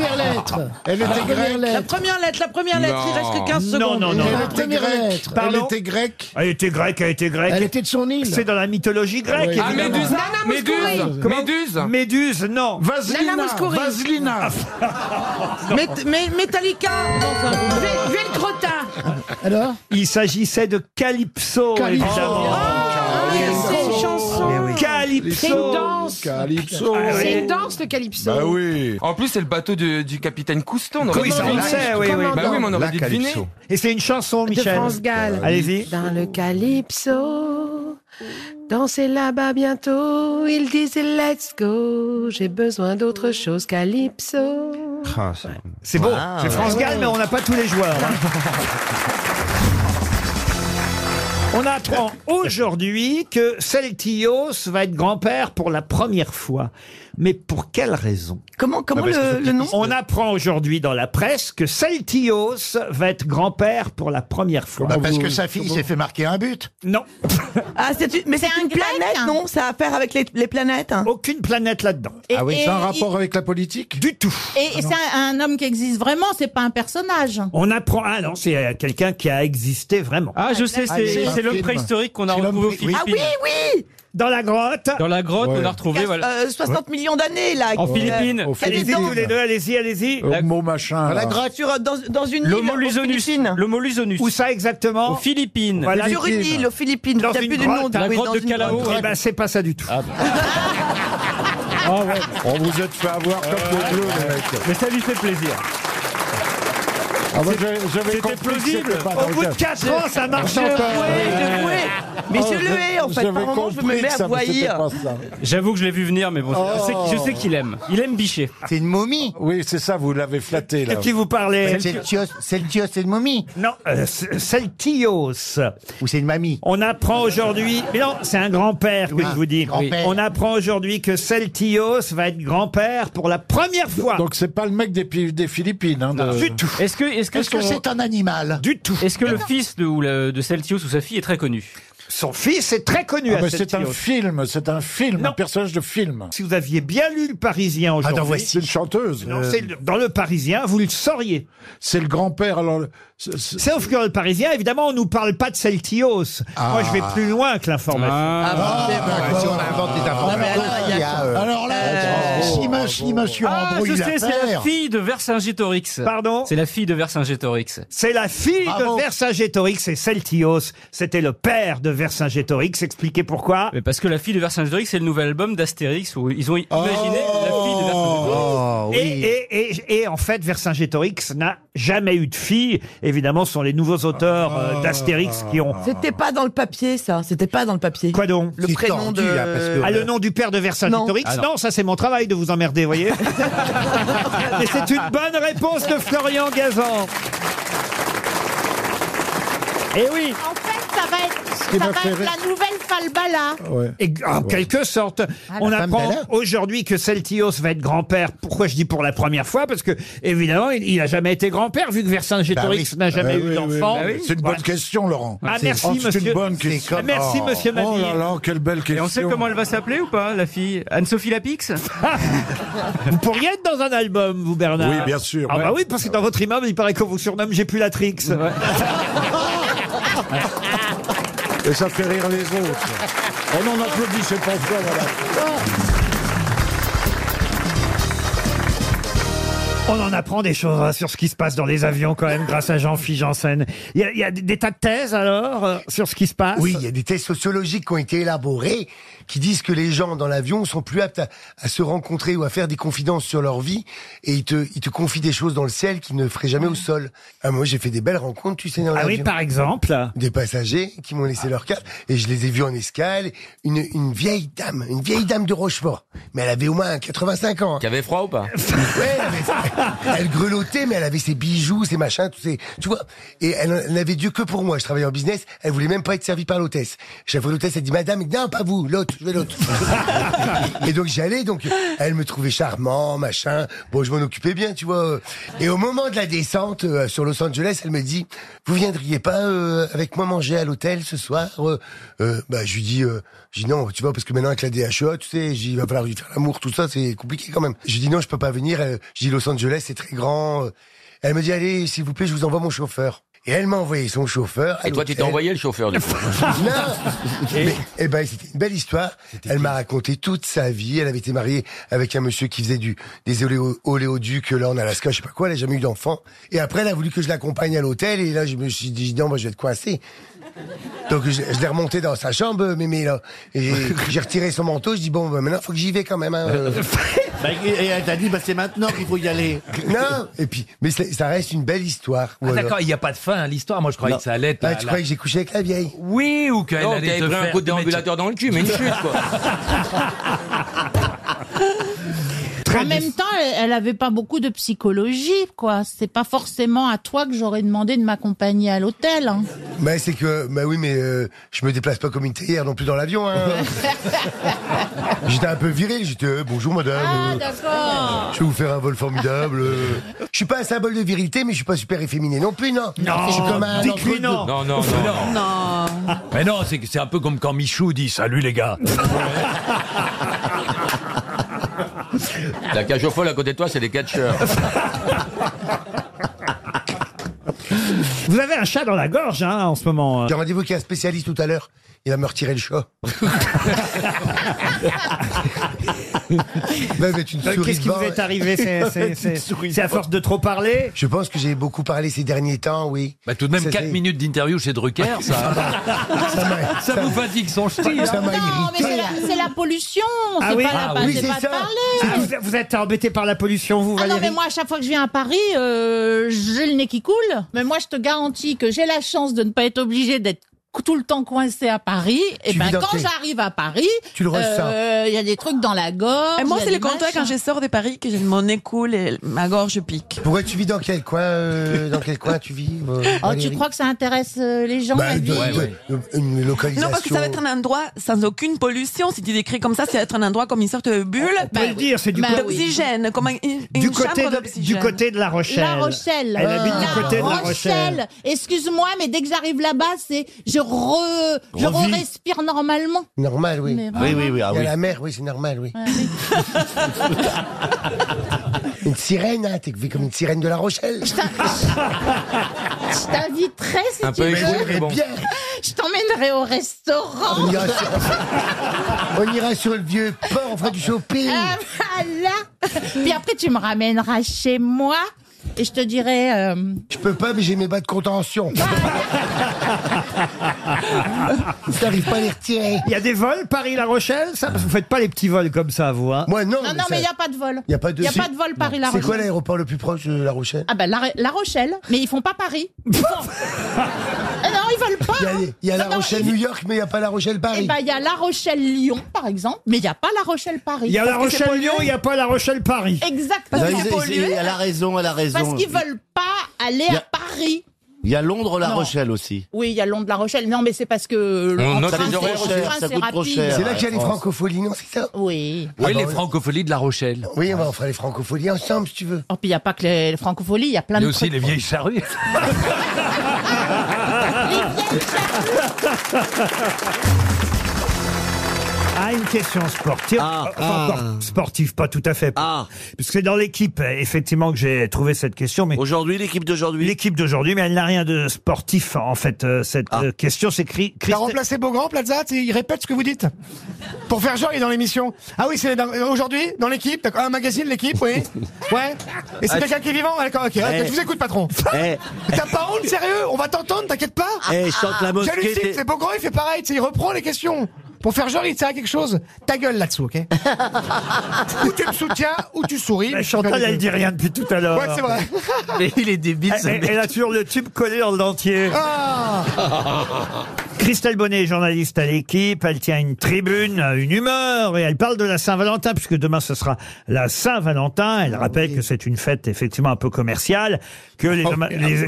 La première lettre.
Elle était
première
grecque.
Ah. La première lettre, la première lettre, il
Non.
reste que 15
Non,
secondes.
non, non.
La première lettre.
Pardon
Elle était
grecque.
Elle était grecque, elle était grecque.
Elle était de son île.
C'est dans la mythologie grecque.
Ah,
évidemment.
Méduse.
Nana Mouskouri.
Comment
Méduse
Méduse, non.
Vaselina.
Nana Mouskouri.
Vaselina.
Mais, mais Metallica
Vé- Velcrotin.
Alors
Il s'agissait de Calypso,
Calypso.
évidemment.
Ah, c'est une chanson.
Ah,
Calypso.
C'est une danse.
Calypso. Ah Bah
C'est une danse, le Calypso.
oui.
En plus, c'est le bateau du, du capitaine Cousteau.
Oui, ça, on le sait, oui, oui.
Bah oui, mais on aurait dû deviner.
Et c'est une chanson,
de
Michel.
France Gall.
Allez-y.
Euh, Dans le calypso, danser là-bas bientôt. Ils disait let's go, j'ai besoin d'autre chose calypso.
C'est beau.
Ah,
c'est France
ouais.
Gall, mais on n'a pas tous les joueurs. hein. On apprend aujourd'hui que Celtios va être grand-père pour la première fois. Mais pour quelle raison
Comment, comment le, le nom
On apprend aujourd'hui dans la presse que Celtios va être grand-père pour la première fois.
Bah, parce que
sa fille s'est fait marquer un but. Non.
ah, c'est une- Mais c'est une planète, non Ça a à faire avec les, les planètes hein.
Aucune planète là-dedans.
Et- Ah oui. et-
C'est un
et-
rapport avec la politique
Du tout.
Et, et c'est un, un homme qui existe vraiment, c'est pas un personnage.
On apprend. Ah non, c'est euh, quelqu'un qui a existé vraiment.
Ah, je sais, c'est-
Allez.
c'est l'homme
Un film.
préhistorique qu'on a
C'est l'homme
retrouvé au
Philippine.
Philippines.
Ah oui, oui
Dans la grotte.
Dans la grotte,
Ouais.
on a retrouvé.
Quatre-
Voilà.
euh, 60 millions d'années, là.
En
Euh,
Philippines.
il y a des
Allez-y
dents.
tous les deux, allez-y, allez-y.
Homo machin.
Dans la
là.
grotte,
euh,
sur- dans, dans une île.
L'homo lusonus. L'homo lusonus.
Où ça exactement
Aux Philippines.
Voilà.
Sur une île, aux Philippines.
Dans
Il y a
une
plus du
grotte,
nom.
la
oui,
grotte
dans
de
une
Calao.
grotte.
Eh ben, c'est Oh, pas ça du tout.
Ah, bah. Oh,
On vous êtes fait avoir comme des bleus, les mecs.
Euh, Mais ça lui fait plaisir.
Ah, moi, j'avais- j'avais
C'était
compris que
plausible.
c'était pas dans
Au
le
bout de
cas.
4 ans, ça marche
Je
encore.
jouais, je jouais. Mais
Oh,
je le hais, en fait.
j'avais
Par moment, je me
compris
mets
que
à
ça- c'était
voyir.
pas ça.
J'avoue que je l'ai vu venir, mais bon, je sais, je sais qu'il aime. Il aime bicher.
C'est une momie.
Oui, c'est ça, vous l'avez flatté, là.
De qui vous parlez
Celtios, Celtios, c'est une momie.
Non, euh, c- Celtios.
Ou c'est une mamie.
On apprend aujourd'hui. Mais non, c'est un grand-père que je vous dis.
grand-père.
On apprend aujourd'hui que Celtios va être grand-père pour la première fois.
Donc, c'est pas le mec des, pi- des Philippines. Hein, de-
du tout.
Oh.
Est-ce que, est-ce que,
Est-ce que
son-
c'est un animal
Du tout.
est-ce que le fils de, ou le- de Celtius ou sa fille est très connu
Son fils est très connu
Ah,
à
mais
cette
c'est un
Tiote.
film, c'est un film, un personnage de film.
Si vous aviez bien lu Le Parisien
Ah,
aujourd'hui.
Attends, voici. C'est une chanteuse.
Non, c'est le- Euh, dans le Parisien, vous le sauriez.
C'est le grand-père, alors.
Sauf que dans le Parisien, évidemment, on nous parle pas de Celtios. Moi, je vais plus loin que l'information.
Ah, d'accord. Si on invente des informations,
Ah, alors,
il y a, euh, Alors là, si ma- si monsieur
Ah,
embrouille
je
la
sais, c'est la
paire-
fille de Vercingétorix.
Pardon
C'est la fille de Vercingétorix.
Oh,
C'est la fille de Vercingétorix et Celtios. C'était le père de Vercingétorix. Expliquez pourquoi.
Mais parce que la fille de Vercingétorix, c'est le nouvel album d'Astérix où
Oh.
ils ont imaginé la fille de Vercingétorix.
Et, et- et- et en fait, Vercingétorix n'a jamais eu de fille. Évidemment, ce sont les nouveaux auteurs euh, d'Astérix qui ont.
C'était pas dans le papier, ça. C'était pas dans le papier.
Quoi donc
Le prénom de.
Ah,
euh,
le nom du père de Vercingétorix
Non. Ah,
non.
non.
ça c'est mon travail de vous emmerder, voyez. Et c'est une bonne réponse de Florian Gazan. Eh oui
En fait, ça va être, ça
qui m'a
va
fait
être
rire.
la nouvelle Falbala.
Et ah, en
Ouais.
quelque sorte,
Ah,
on
la femme
apprend
d'Alain.
aujourd'hui que Celtios va être grand-père. Pourquoi je dis pour la première fois Parce que évidemment, il n'a jamais été grand-père vu que Vercingétorix
Bah oui.
n'a jamais
Bah
eu
oui,
d'enfant.
oui, oui. C'est une
Voilà.
bonne question, Laurent.
Ah,
C'est-
merci,
Oh,
monsieur.
C'est une bonne
C'est
question.
comme- Ah, Merci,
Oh.
monsieur
Oh
Mabille.
là là, quelle belle question.
Et on sait comment elle va s'appeler ou pas, la fille Anne-Sophie Lapix
Vous pourriez être dans un album, vous, Bernard
Oui, bien sûr,
Ah
ouais.
bah oui, parce que dans votre immeuble, il paraît qu'on vous surnomme J'ai plus la Trix.
Et ça fait rire les autres. On en applaudit, c'est pas vrai, voilà.
On en apprend des choses hein, sur ce qui se passe dans les avions quand même grâce à Jean-Philippe Janssen. Il y a, il y a des- des tas de thèses alors euh, sur ce qui se passe
Oui, il y a des tests sociologiques qui ont été élaborés qui disent que les gens dans l'avion sont plus aptes à, à se rencontrer ou à faire des confidences sur leur vie et ils te, ils te confient des choses dans le ciel qu'ils ne feraient jamais au sol. Ah, moi, j'ai fait des belles rencontres, tu sais, dans
Ah oui,
l'avion.
par exemple Ah.
Des passagers qui m'ont laissé leur carte et je les ai vus en escale. Une, une vieille dame, une vieille dame de Rochefort, mais elle avait au moins 85 ans. hein.
Qui avait froid ou pas
Ouais, elle, avait- elle grelottait, mais elle avait ses bijoux, ses machins, tout ses, tu vois. Et elle, elle n'avait Dieu que pour moi. Je travaillais en business. Elle voulait même pas être servie par l'hôtesse. Chaque fois l'hôtesse, elle dit, madame, non, pas vous, l'autre, je vais l'autre. et donc, j'allais, donc, elle me trouvait charmant, machin. Bon, je m'en occupais bien, tu vois. Et au moment de la descente, euh, sur Los Angeles, elle me dit, vous viendriez pas, euh, avec moi manger à l'hôtel ce soir? euh Euh, bah, je lui dis, euh, je dis non, tu vois, parce que maintenant avec la DHEA, tu sais, j'y va falloir lui faire l'amour, tout ça, c'est compliqué quand même. Je dis non, je peux pas venir. Euh, Je dis Los Angeles, c'est très grand. euh. Elle me dit allez, s'il vous plaît, je vous envoie mon chauffeur. Et elle m'a envoyé son chauffeur. à
Et toi, tu t'es
l'hôtel.
envoyé le chauffeur, du coup.
Non Mais, Eh ben, c'était une belle histoire. Elle m'a raconté toute sa vie. Elle avait été mariée avec un monsieur qui faisait du, des oléo- oléoducs, euh, là, en Alaska, je sais pas quoi. Elle a jamais eu d'enfant. Et après, elle a voulu que je l'accompagne à l'hôtel. Et là, je me suis dit, non, moi, je vais être coincé. Donc, je, je l'ai remonté dans sa chambre, mais, mais là. Et j'ai retiré son manteau. Je dis, bon, ben, maintenant, faut que j'y vais quand même, hein. Euh,
et elle t'a dit, bah, c'est maintenant qu'il faut y aller.
Ah,
non! Et puis, mais ça ça reste une belle histoire. Ou
Ah,
alors-
D'accord, il n'y a pas de fin à l'histoire. Moi, je croyais
Non.
que ça allait être.
Ah,
la-
tu
la-
croyais que j'ai couché avec la vieille?
Oui, ou qu'elle
Non,
allait
t'avais
te
pris un
faire-
coup de
Mais tu-
déambulateur dans le cul, mais une chute, quoi.
en même temps, elle- elle avait pas beaucoup de psychologie, quoi. C'est pas forcément à toi que j'aurais demandé de m'accompagner à l'hôtel. hein.
Mais c'est que, bah oui, mais euh, je me déplace pas comme une théière non plus dans l'avion. Hein. j'étais un peu viril, j'étais euh, bonjour madame.
Ah,
Ah,
euh,
d'accord.
je vais vous faire un vol formidable. euh. Je suis pas un symbole de virilité, mais je suis pas super efféminé non plus, non. je suis comme un
Non, non, non.
Non.
Mais non, c'est c'est un peu comme quand Michou dit Salut les gars.
La cage aux folles à côté de toi, c'est des catcheurs.
Vous avez un chat dans la gorge hein, en ce moment.
J'ai rendez-vous avec un spécialiste tout à l'heure. Il va me retirer le chat. Il va me mettre une
Euh,
souris
Qu'est-ce qui vous
devant.
est arrivé C'est- c'est- C'est c'est à force de trop parler
Je pense que j'ai beaucoup parlé ces derniers temps, oui.
Bah, tout de même,
Ça,
4
c'est-
minutes d'interview chez Drucker, ça. ça vous fatigue son style. hein.
Ça m'a
Non, mais c'est la- c'est la, pollution.
Ah
c'est
oui,
pas,
ah
la,
oui,
c'est
c'est
pas de
ça.
parler.
C'est- vous- Vous êtes embêté par la pollution, vous,
Ah non,
Valérie
mais moi, à chaque fois que je viens à Paris, euh, j'ai le nez qui coule. Mais moi, je te garantis que j'ai la chance de ne pas être obligée d'être cou- tout le temps coincée à Paris. Et
Tu
ben,
vis dans
quand
tes-
j'arrive à Paris,
Tu le ressens.
euh, il y a des trucs dans la gorge.
Et moi,
il y a
c'est le
des
contraire. Quand
machins.
je sors de Paris, que j'ai- mon nez coule et ma gorge pique.
Pourquoi tu vis dans quel coin euh, Dans quel coin tu vis
Oh,
euh,
tu
Valérie
crois que ça intéresse euh, les gens
Bah,
la
de-
vie
de- Une localisation.
Non, parce que ça va être un endroit sans aucune pollution. Si tu décris comme ça, ça va être un endroit comme une sorte de bulle. On
peut le dire, c'est du côté-
d'oxygène, comme un- une,
du
une
côté,
chambre
de,
d'oxygène.
du côté de La Rochelle.
La Rochelle.
Elle habite du côté de La
Rochelle.
Rochelle.
Excuse-moi, mais dès que j'arrive là-bas, c'est j'ai re, je
Revit.
respire normalement.
Normal, oui.
Mais vraiment. Oui, oui, oui, ah
Il y a
oui.
la mer, oui, c'est normal, oui. une sirène, hein, t'es comme une sirène de La Rochelle.
Je t'inviterai si
Un
tu
peu
veux.
échoué, mais bon. Bien.
Je t'emmènerai au restaurant.
On ira, sur... on ira sur le vieux port, on fera du shopping.
Ah, voilà. Puis après, tu me ramèneras chez moi et je te dirai. euh,
Je peux pas, mais j'ai mes bas de contention. T'arrives pas à les retirer.
Il y a des vols Paris-La Rochelle ça Parce que vous faites pas les petits vols comme ça, vous. Hein
Moi,
Non, non, mais il n'y a pas de vol.
Y a pas de,
Y
si-
vol
Non.
Paris-La
C'est
Rochelle.
quoi l'aéroport le plus proche de La Rochelle
Ah ben la, La Rochelle, mais ils font pas Paris. Ils font- Ah non, ils veulent pas.
Il y a, il y a
Non,
La
non,
Rochelle,
ils-
New York, mais il n'y a pas La Rochelle,
Eh
Paris.
ben, il y a La Rochelle-Lyon, par exemple, mais il n'y a pas La Rochelle-Paris.
Il y a La
Parce que c'est
Rochelle-Lyon, il
pollué.
n'y a pas La Rochelle-Paris.
Exactement.
Ils- ils- ils- elle a raison, elle a raison.
Parce qu'ils veulent pas aller
Il y a-
à Paris.
Il y a Londres, La
Non.
Rochelle aussi.
Oui, il y a Londres-La Rochelle. Non, mais c'est parce que...
On
en
note
train,
les
c'est-
horaires,
en
ça
train,
coûte
c'est
trop
rapide.
cher.
C'est là qu'il y a les
France.
francopholies, non, c'est ça
Oui.
Ah bah
les
oui.
francopholies de La Rochelle.
Oui, bah, on fera les francopholies ensemble, si tu veux.
Oh, puis il n'y a pas que les, les francopholies, il y a plein
Il y
de
a aussi
trucs.
les vieilles charrues.
Ah, une question sportive. Euh, Enfin,
ah.
encore sportive, pas tout à fait. Parce que c'est dans l'équipe, euh, effectivement, que j'ai trouvé cette question. Mais
Aujourd'hui, l'équipe d'aujourd'hui.
L'équipe d'aujourd'hui, mais elle n'a rien de sportif, en fait, euh, cette
Ah.
euh, question. C'est cri-
T'as
Christelle-
remplacé Beaugrand, Plaza, tu- il répète ce que vous dites. Pour faire genre, il est dans l'émission. Ah oui, c'est dans- aujourd'hui, dans l'équipe, d'accord. un magazine, l'équipe, oui. Ouais. Et c'est
Ah,
quelqu'un qui est vivant, ouais, d'accord, ok. Ah,
Eh.
Je vous écoute, patron.
Eh.
T'as pas honte, sérieux On va t'entendre, t'inquiète pas.
Eh, chante la mosquée,
J'hallucine,
t'es-
c'est Beaugrand, il fait pareil, tu sais, il reprend les questions. Pour faire genre, il sert à quelque chose. Ta gueule là-dessous, ok Ou tu me soutiens, ou tu souris.
Mais Chantal, elle dit rien depuis tout à l'heure.
Ouais, c'est vrai.
Mais il est débile.
ce
Elle,
mec.
elle a toujours le tube collé dans le dentier.
Ah
Christelle Bonnet est journaliste à l'équipe, elle tient une tribune, une humeur, et elle parle de la Saint-Valentin, puisque demain ce sera la Saint-Valentin.
Ah
Elle rappelle que c'est une fête effectivement un peu commerciale, que les,
Oh,
ama- les- les-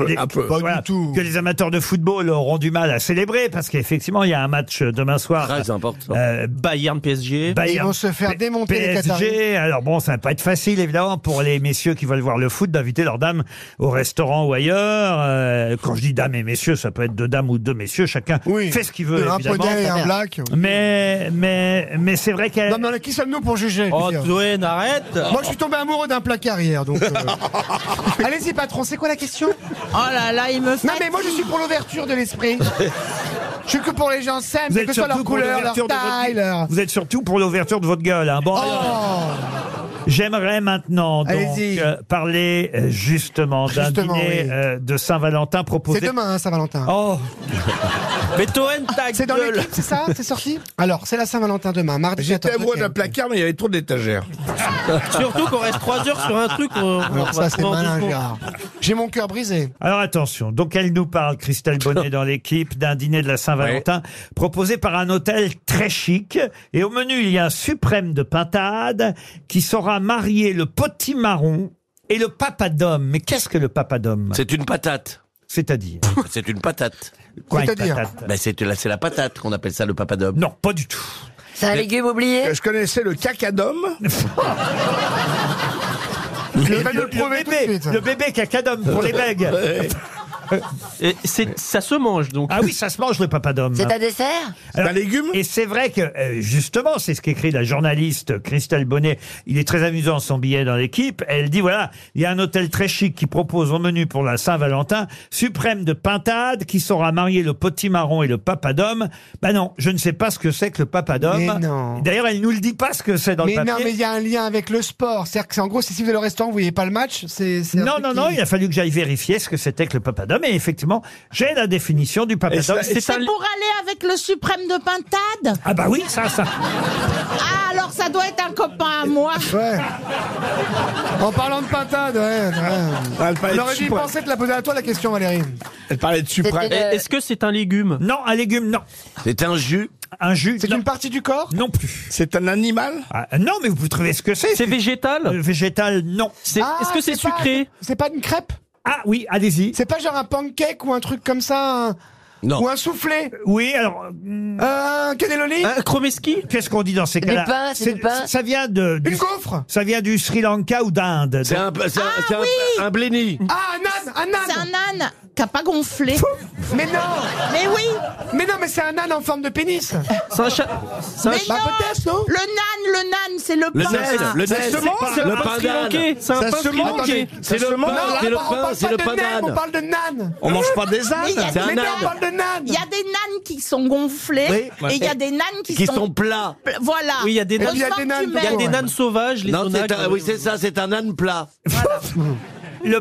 voilà, que les amateurs de football auront du mal à célébrer, parce qu'effectivement il y a un match demain soir. Très important. Bayern PSG.
Ils vont se faire démonter, les
PSG.
Qataris.
Alors bon, ça va pas être facile évidemment pour les messieurs qui veulent voir le foot d'inviter leurs dames au restaurant ou ailleurs. Euh, quand je dis dames et messieurs, ça peut être deux dames ou deux messieurs. Chacun fait ce qu'il veut.
Un
évidemment.
poney et un black.
Oh, Mais mais mais c'est vrai qu'elle.
Non, mais qui sommes-nous pour juger
Oh,
je veux dire.
Toen, arrête.
Moi, je suis tombé amoureux d'un placard hier, donc. euh, Allez-y, patron, c'est quoi la question Oh là là, il me Non, mais moi, je suis pour l'ouverture de l'esprit. Je suis que pour les gens sains,
Vous
quelle
êtes
que soit leur
surtout pour
couleur, leur
l'ouverture de
taille,
votre-
leur.
vous êtes surtout pour l'ouverture de votre gueule. hein. Bon, alors, j'aimerais maintenant donc
Oh. Allez-y.
euh, parler euh, justement d'un
Justement,
dîner
oui.
euh, de Saint-Valentin proposé.
C'est demain, hein, Saint-Valentin.
Oh.
Mais Toen, C'est dans
gueule.
l'équipe, c'est ça C'est sorti Alors, c'est la Saint-Valentin demain, mardi.
J'étais
14,
amoureux
ok.
d'un placard, mais il y avait trop d'étagères.
Surtout qu'on reste trois heures sur un truc, on- Alors, on ça, va c'est pouvoir malin, dire bon. Gérard. J'ai mon cœur brisé.
Alors attention, donc elle nous parle, Christelle Bonnet dans l'équipe, d'un dîner de la Saint-Valentin proposé par un hôtel très chic. Et au menu, il y a un suprême de pintade qui saura marier le potimarron et le papadum. Mais qu'est-ce que le papadum
C'est une patate.
C'est-à-dire
C'est une patate.
Quoi, une C'est-à-dire patate
Ben, C'est la, c'est la patate qu'on appelle ça le papadum.
Non, pas du tout.
C'est un légume oublié Je connaissais le cacadum.
Le, le- le bébé, le bébé cacadum pour les bègues.
Et c'est- ça se mange donc.
Ah oui, ça se mange le papadum.
C'est un
dessert un légume Et c'est vrai que, euh, justement, c'est ce qu'écrit la journaliste Christelle Bonnet. Il est très amusant son billet dans l'équipe. Elle dit, voilà, il y a un hôtel très chic qui propose au menu pour la Saint-Valentin, suprême de pintade, qui saura marier le potimarron et le papadum. Ben non, je ne sais pas ce que c'est que le papadum.
Mais non.
D'ailleurs, elle nous le dit pas ce que c'est dans
mais
le
non,
papier.
mais il y a un lien avec le sport. C'est-à-dire que, c'est- en gros, si vous êtes au restaurant, vous voyez pas le match, c'est. c'est un
Non,
truc
non,
qui-
non, il a fallu que j'aille vérifier ce que c'était que le papadum. Et effectivement, j'ai la définition du papadum.
C'est pour aller avec le suprême de pintade
Ah bah oui, ça, ça.
Ah, alors ça doit être un copain à moi.
En parlant de pintade, ouais.
Ah,
ouais.
Elle parlait
On
de
aurait dû y
supra-
penser de la poser à toi la question, Valérie.
Elle parlait de suprême.
Est-ce que c'est un légume
Non, un légume, non.
C'est un jus.
Un jus.
C'est
une partie du corps
Non plus.
C'est un animal
Ah, non, mais vous trouvez ce que c'est
C'est végétal
Euh, Végétal, non.
Ah,
pas-
pas- C'est pas une crêpe
Ah oui, allez-y.
C'est pas genre un pancake ou un truc comme ça un- Non. Ou un soufflé Euh,
Oui, alors. hmm.
Un cannelloni
Un Qu'est-ce qu'on dit dans ces
Des
cas-là
pains, c'est des pains
Ça vient de. Du,
gaufre
Ça vient du Sri Lanka ou d'Inde. C'est un,
un- oui
un bléni.
Ah, un âne, un âne
C'est un âne qui a pas gonflé.
Mais non
Mais oui
Mais non, mais c'est un âne en forme de pénis
C'est un chat-
un
Mais
Bah,
non
peut-être, non
Le nan, le nan, c'est le pain.
Le nest, le
Ça
nest.
se mange,
C'est un pain d'âne.
C'est un
Ça
pain
se
Sri
mange.
Lankais.
Attendez,
C'est
ça se
le
mange.
pain,
Non,
c'est le
là, on
pain,
parle
c'est
pas
le
de
pain
naine,
d'âne.
On parle de nan
On mange pas des ânes,
Mais il y a
c'est
des-
un
mais non,
âne.
on parle de nan
Il y a des nanes qui sont gonflées
Oui.
et il y a des nanes qui,
Qui
sont...
sont plats.
pl- Voilà.
Oui, il y a des nanes-
Heureusement
Il y a
que
des
tu
nanes-
m'aides.
il y a des nanes
sauvages,
Non, c'est un- oui, c'est ça, c'est un âne plat.
Le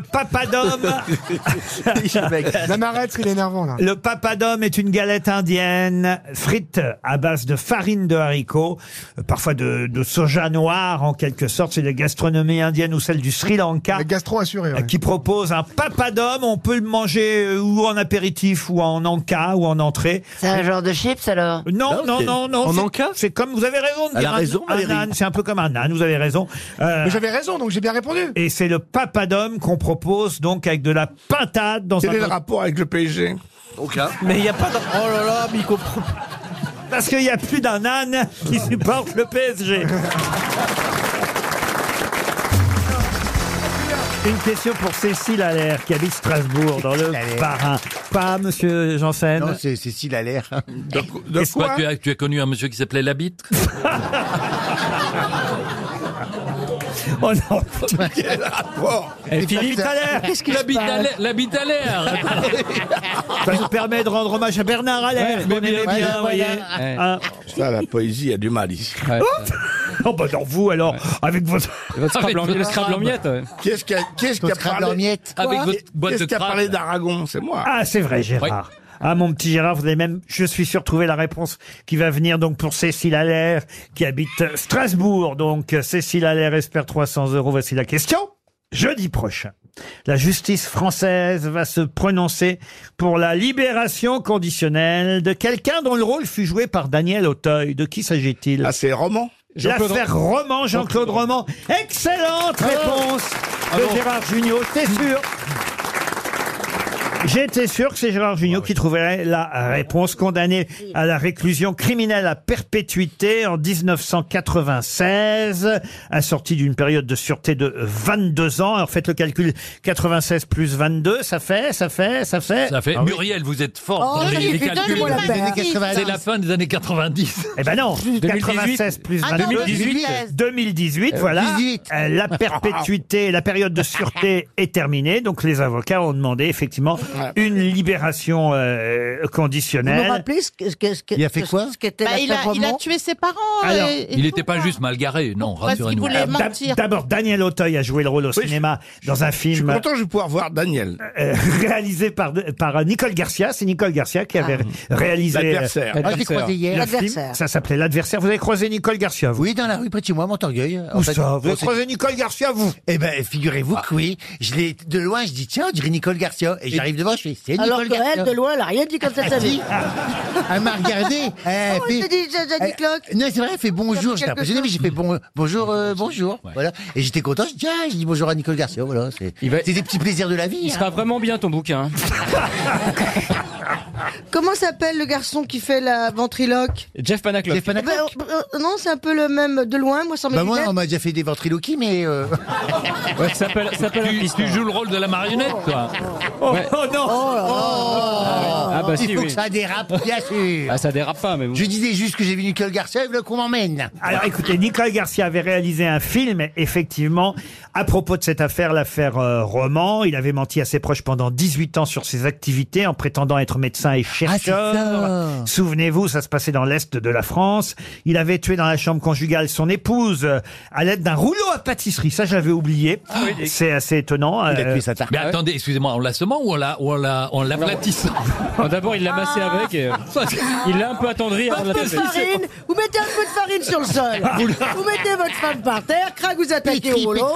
papadum.
Non, mais arrête, il est énervant, là.
Le papadum est une galette indienne frite à base de farine de haricots, euh, parfois de, de soja noir en quelque sorte. C'est la gastronomie indienne ou celle du Sri Lanka.
gastro assuré,
euh, Qui propose un papadum. On peut le manger euh, ou en apéritif ou en encas ou en entrée.
C'est un genre de chips alors
Non, non, non, non. c'est-
c'est-
C'est comme, vous avez raison de
Elle
dire
a
un-
raison,
un,
Valérie.
âne, c'est un peu comme un âne, vous avez raison. Euh,
Mais j'avais raison, donc j'ai bien répondu.
et c'est le papadum qu'on propose donc avec de la pintade dans un...
Quel est le rapport
avec le PSG
Mais il
n'y a pas... Oh là là, mais il comprend... Parce qu'il y a plus d'un âne qui supporte le PSG. Une question pour Cécile Allaire, qui habite Strasbourg, dans le Barin. Pas Monsieur Janssen
Non, c'est Cécile Allaire.
de quoi
tu, as, tu as connu un monsieur qui s'appelait Labitte
Oh non
Quel rapport
Et Eh, Philippe
Oh. Allaire Qu'est-ce qui se
Labitte
passe Ah
Allaire- Labitte Allaire
Ça nous permet de rendre hommage à Bernard Allaire,
Ouais,
qu'on
mais
aimait
bien,
bien,
voilà.
vous voyez.
Ouais.
Hein
Ça, la poésie a du mal ici.
Oh bah dans vous alors, avec votre...
Votre Scrabble en- Ah, le Scrabble en miettes, ouais.
Qu'est-ce qu'a qu'est-ce
Votre
qu'a
Scrabble en
parlé
miettes.
Quoi
Avec votre boîte
Qu'est-ce
de
qu'a
crabe.
parlé d'Aragon C'est moi.
Ah, c'est vrai, Gérard. Ah, mon petit Gérard, vous avez même, je suis sûr, trouvé la réponse qui va venir donc pour Cécile Allaire, qui habite Strasbourg. Donc, Cécile Allaire espère 300 euros. Voici la question. Jeudi prochain, la justice française va se prononcer pour la libération conditionnelle de quelqu'un dont le rôle fut joué par Daniel Auteuil. De qui s'agit-il Ah, c'est Roman
Jean-Claude
L'affaire
Roman.
Roman, Jean-Claude Roman. Excellente réponse
Ah
de
bon
Gérard Junior, c'est sûr. J'étais sûr que c'est Gérard Jugnot qui trouverait la réponse condamné à la réclusion criminelle à perpétuité en 1996, assorti d'une période de sûreté de 22 ans. Alors faites le calcul, 96 plus 22, ça fait, ça fait, ça fait...
Ça fait.
Ah oui.
Muriel, vous êtes fort
Oh,
dans
ça
les,
fait
les
plus
calculs.
donne-moi la
C'est
paire.
des années C'est la fin des années 90.
Eh ben non,
2018.
96 plus
Ah
22,
non, 2018.
2018,
Euh,
voilà.
18.
Euh, La perpétuité, la période de sûreté est terminée. Donc les avocats ont demandé effectivement une libération euh,
Vous me
conditionnelle.
rappelez ce que, ce que- ce que-
Il a fait
ce-
quoi
ce qu'était
Bah, il, a,
l'affaire
il a
Roman
tué ses parents.
euh,
Alors,
Oh, et- et
Il
tout.
n'était pas juste mal garé, non,
Parce qu'il
rassurez-nous.
voulait
Ah,
D'ab- D'abord, Daniel Auteuil a joué le rôle au cinéma dans un film.
Je suis content, je vais pouvoir voir Daniel.
euh, réalisé par, par Nicole Garcia. C'est Nicole Garcia qui avait réalisé.
Ah. L'adversaire.
euh,
Ah, je l'ai croisé hier.
le
L'adversaire.
film. Ça s'appelait L'adversaire. Vous avez croisé Nicole Garcia, vous
Oui, dans la rue près de chez moi, à Montorgueil.
Où ça Vous avez
c'est-
croisé Nicole Garcia, vous
Eh ben,
Ah.
figurez-vous que oui. Je l'ai, de loin, je dis, tiens, on dirait Nicole Garcia. Et j'arrive devant, je fais, c'est Nicole
Alors que
Garcia.
elle, de loin, elle a rien dit comme ça de sa vie.
Elle m'a regardé.
Oh,
Eh, Elle
Comment elle
fait-
te dit, j'ai- j'ai dit
elle-
cloque
Non, c'est vrai, elle fait bonjour.
dit
J'étais
quelque
impressionné, mais j'ai fait bon, bonjour, euh, bonjour. Voilà. Et j'étais content. Je dis, tiens, je dis bonjour à Nicole Garcia. Voilà. C'est, c'est des petits plaisirs de la vie.
Il sera vraiment bien ton
hein.
bouquin.
Comment s'appelle le garçon qui fait la ventriloque
Jeff Panaclock.
Jeff Panaclock.
Eh ben, euh, euh, Non, c'est un peu le même de loin, moi, sans mes
Bah, moi,
lunettes.
on m'a déjà fait des ventriloquies, mais, euh,
tu, tu joues le rôle de la marionnette, toi.
Oh non
Ah,
bah
Il
si,
faut
oui.
que ça dérape, bien sûr.
Ah, ça dérape pas, mais
Je disais juste que j'ai vu Nicole Garcia, il veut qu'on m'emmène.
Alors écoutez, Nicole Garcia avait réalisé un film, effectivement, à propos de cette affaire, l'affaire euh, Roman. Il avait menti à ses proches pendant 18 ans sur ses activités en prétendant être médecin
Ah,
et chercheur. Souvenez-vous, ça se passait dans l'Est de la France. Il avait tué dans la chambre conjugale son épouse euh, à l'aide d'un rouleau à pâtisserie. Ça, j'avais oublié.
Ah,
C'est assez étonnant. euh,
Mais attendez, excusez-moi, en l'assommant ou en la- ou en la- en l'aplatissant D'abord, il l'a massé
Ah.
avec.
euh, Il l'a un peu attendri avant de
Peu de
l'attaquer.
farine, vous mettez un peu de farine sur le sol. vous mettez votre femme par terre, crac, vous attaquez au rouleau.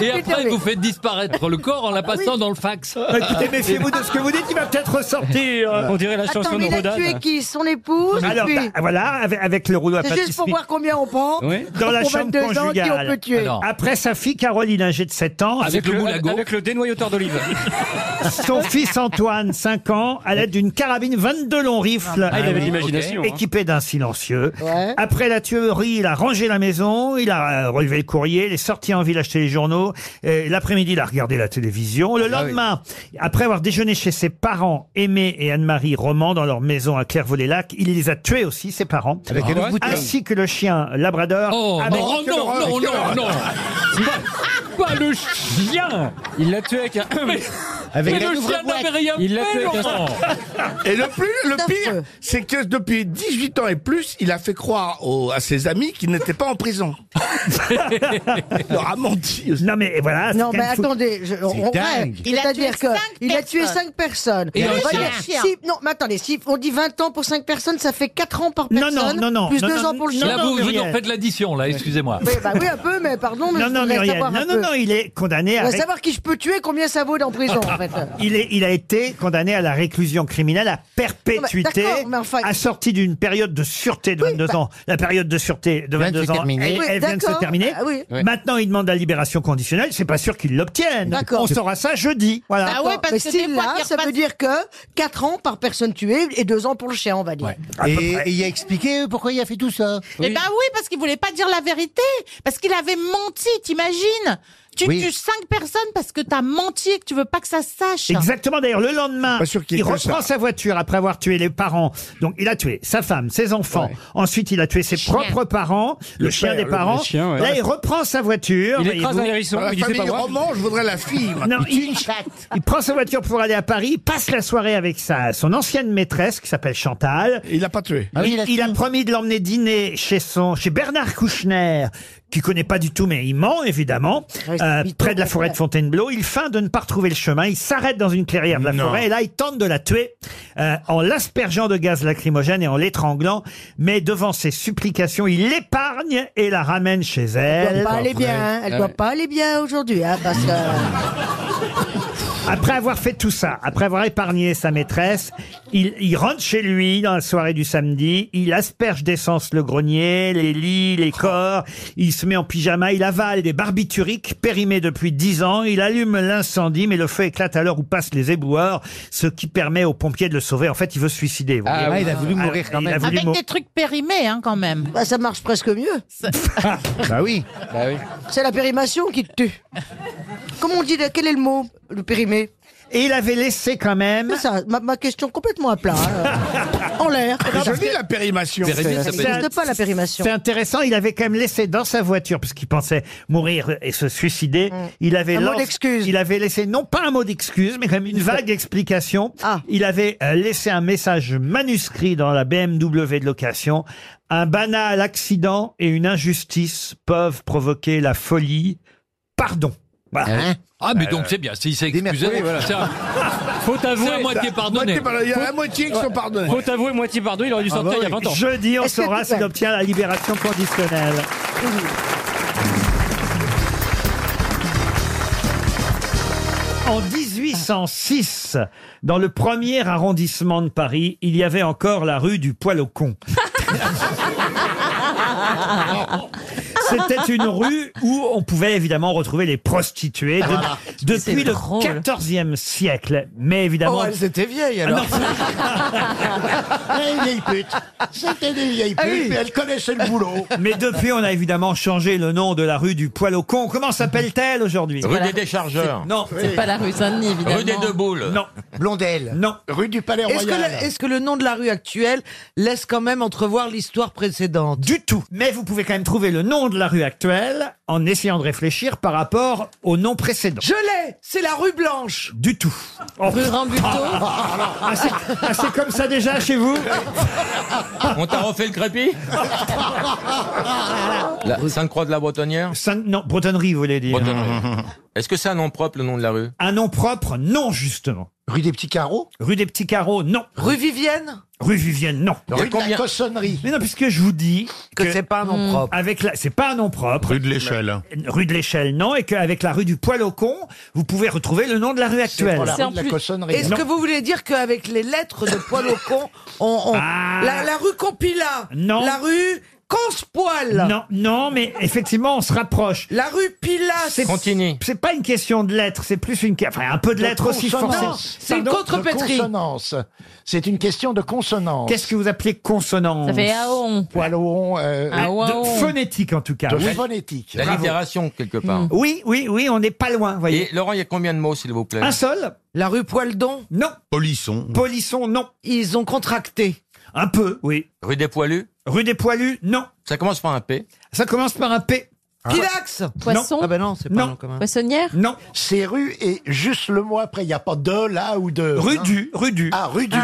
Et après,
Ah bah
vous faites disparaître le corps en la passant dans le fax.
Euh, Écoutez, méfiez-vous de ce que vous dites, il va peut-être ressortir. euh,
Attends, mais il a tué qui Son épouse
Alors,
puis-
bah, voilà, avec, avec le rouleau à
C'est
pâtisserie.
juste pour voir combien on prend
Dans la
pour
chambre
22 ans qui on
conjugale.
peut tuer.
Après sa fille Caroline, âgée de 7 ans,
Avec, Oh, le, avec le dénoyauteur d'olive.
son fils Antoine, 5 ans, à l'aide d'une carabine 22 longs rifles.
Ah, il avait de l'imagination, hein.
Équipé d'un silencieux. Après la tuerie, il a rangé la maison, il a euh, relevé le courrier, il est sorti en ville acheter les journaux. Et L'après-midi, il a regardé la télévision. Le lendemain, après avoir déjeuné chez ses parents, Aimé et Anne-Marie Roman, dans leur maison à Clairvaux-les-Lacs, il les a tués aussi, ses parents. Ah.
Avec un autre bouteille.
ainsi que le chien Labrador. Ah,
Oh,
avec-
non, non, non, non, non. Pas, pas le chien
Il l'a tué avec un.
Avec
Mais
un
le chien
ouvre-boîte.
n'avait rien
Il l'a
fait,
tué avec un-
Laurent.
Et le, plus, le pire, c'est que depuis 18 ans et plus, il a fait croire
Oh,
aux- à ses amis qu'il n'était pas en prison. il leur a menti.
Non mais voilà.
Non, mais attendez, je- on rêve.
Il a
C'est-à-dire
tué
que
cinq
il a tué
personnes.
5 personnes.
Et
On
un
va
chien.
dire- si- non, mais attendez, si on dit 20 ans pour 5 personnes, ça fait 4 ans par
Non,
personne.
non, non, non.
Plus
non,
2
non,
ans pour le chien.
Là, vous, vous en faites l'addition, là, excusez-moi.
Oui, bah oui, un peu, mais pardon, mais
Non,
je
non,
voudrais
Muriel.
savoir un
Non, non,
peu.
non, il est condamné
Je
à.
voudrais
ré-
savoir qui je peux tuer, combien ça vaut dans prison, en fait.
Il, est, il a été condamné à la réclusion criminelle à perpétuité,
Non, mais d'accord, mais enfin-
assorti d'une période de sûreté de 22 ans. La période de sûreté de 22
se
ans,
terminer.
elle,
Oui,
elle vient de se
d'accord.
terminer.
Ah oui. Oui.
Maintenant, il demande la libération conditionnelle. C'est pas sûr qu'il l'obtienne. On saura ça jeudi. Voilà.
D'accord, mais s'il l'a, ça veut dire que 4 ans par personne tuée et 2 ans pour le chien, on va dire.
Et, et il a expliqué euh, pourquoi il a fait tout ça.
Eh ben oui, parce qu'il voulait pas dire la vérité, parce qu'il avait menti, t'imagines Tu
Oui.
tues cinq personnes parce que t'as menti et que tu veux pas que ça se sache.
Exactement. D'ailleurs, le lendemain,
Pas sûr qu'il
il
fait
reprend
ça.
sa voiture après avoir tué les parents. Donc, il a tué sa femme, ses enfants. Ensuite, il a tué ses propres parents, le,
Le
chien
père,
des
le-
parents.
le chien, ouais.
Là, il reprend sa voiture.
Il écrase
voyez-vous.
un hérisson, Dans la il dit, famille c'est pas moi. Roman, je voudrais la fille, moi.
Non,
Il tue
il, il prend sa voiture pour aller à Paris, il passe la soirée avec sa, son ancienne maîtresse qui s'appelle Chantal. Ah
Il l'a pas tué.
il, il a promis de l'emmener dîner chez son, chez Bernard Kouchner, qui connaît pas du tout, mais il ment, évidemment,
Ah
euh, près de la forêt de Fontainebleau. Il feint de ne pas retrouver le chemin. Il s'arrête dans une clairière de la
Non.
forêt et là, il tente de la tuer, euh, en l'aspergeant de gaz lacrymogène et en l'étranglant. Mais devant ses supplications, il l'épargne et la ramène chez elle.
Elle doit pas aller bien, hein. elle doit
Ouais.
pas aller bien aujourd'hui, hein, parce que...
Après avoir fait tout ça, après avoir épargné sa maîtresse, il, il rentre chez lui dans la soirée du samedi, il asperge d'essence le grenier, les lits, les corps, il se met en pyjama, il avale des barbituriques périmés depuis 10 ans, il allume l'incendie, mais le feu éclate à l'heure où passent les éboueurs, ce qui permet aux pompiers de le sauver. En fait, il veut se suicider. vous
Ah
voyez.
ouais, il a voulu mourir
Ah,
quand
il a
même.
voulu
Avec
mou-
des trucs périmés, hein, quand même.
Bah, ça marche presque mieux.
Bah oui.
C'est la périmation qui te tue. Comment on dit, de- quel est le mot, le périmé
Et il avait laissé quand même.
C'est ça, ma, ma question complètement à plat. hein. en l'air.
C'est joli la périmation.
Périmé, ça
C'est
n'existe
un-
pas, la périmation.
C'est intéressant, il avait quand même laissé dans sa voiture, parce qu'il pensait mourir et se suicider, il avait
Mm. Un mot
lance- Il avait laissé, non pas un mot d'excuse, mais quand même une vague explication.
Ah.
Il avait euh, laissé un message manuscrit dans la BMW de location. Un banal accident et une injustice peuvent provoquer la folie. Pardon. Voilà. Euh,
Ah, mais donc c'est bien, s'il s'est excusé,
mercredis, voilà.
c'est à-
Faut avouer.
C'est à moitié pardonné.
Il y a la moitié qui sont pardonnés.
Faut avouer moitié pardonné, il aurait dû sortir il y a 20 ans.
Ah bah Jeudi, on
Est-ce que
saura
tu-
s'il obtient la libération conditionnelle. En 1806, dans le premier arrondissement de Paris, il y avait encore la rue du Poil au con. C'était une rue où on pouvait évidemment retrouver les prostituées de-
Ah bah Voilà.
depuis
C'est
le
drôle.
14e siècle. Mais évidemment. Ah
Oh, elles étaient vieilles, alors.
Les vieilles putes. C'était des vieilles
Ah
putes, mais elles connaissaient le boulot.
Mais depuis, on a évidemment changé le nom de la rue du Poil au con. Comment s'appelle-t-elle aujourd'hui
Rue des Déchargeurs.
Non.
C'est pas la rue Saint-Denis, évidemment. Rue des Deux Boules.
Non.
Blondel.
Non.
Rue du Palais
Est-ce que,
Royal.
le- est-ce que le nom de la rue actuelle laisse quand même entrevoir l'histoire précédente
Du tout. Mais vous pouvez quand même trouver le nom de la rue actuelle en essayant de réfléchir par rapport au nom précédent.
Je l'ai C'est la rue Blanche
Du tout. Rue Rambuteau ah, c'est- ah, c'est comme ça déjà chez vous
On t'a refait le crépi La Sainte-Croix de la Bretonnière
Sainte- Non, Bretonnerie, vous voulez dire.
Bretonnerie. Est-ce que c'est un nom propre, le nom de la rue
Un nom propre, non, justement.
Rue des Petits Carreaux
Rue des Petits Carreaux, non.
Rue Vivienne
Rue Vivienne, non.
Il y a Rue de la combien
cochonnerie. Mais non, puisque je vous dis que, c'est pas un nom propre. Avec la, c'est pas un nom propre.
Rue de l'Échelle.
Rue de l'Échelle, non, et qu'avec la rue du Poil au con, vous pouvez retrouver le nom de la rue actuelle.
C'est en plus- Est-ce que
Non.
vous voulez dire qu'avec les lettres de poil au con, on, on- la, la rue Compila,
Ah. Non.
la rue Conspoil,
Non, non, mais effectivement, on se rapproche.
la rue Pilas,
C'est- C'est pas une question de lettres, c'est plus une. que- Enfin, un peu de, lettres aussi, forcément. Pardon
contrepétrie.
consonance. C'est une question de consonance.
Qu'est-ce que vous appelez consonance
Ça fait aon. Ah,
Poil
Aon.
Ah Phonétique, en tout cas.
De
Oui. Mmh.
phonétique.
La
Bravo.
littération, quelque part.
Oui, oui, oui, on n'est pas loin, voyez.
Et Laurent, il y a combien de mots, s'il vous plaît
Un seul
La rue Poildon
Non.
Polisson.
Polisson, non.
Ils ont contracté.
Un peu, oui.
Rue des Poilus
Rue des Poilus, non.
Ça commence par un P.
Ça commence par un P.
Ah.
Pilax
Poisson
Ah ben non, c'est pas un nom commun.
Poissonnière
Non.
C'est rue et juste le mot après. Il n'y a pas de là ou de.
Rue du, rue du.
Ah, rue du.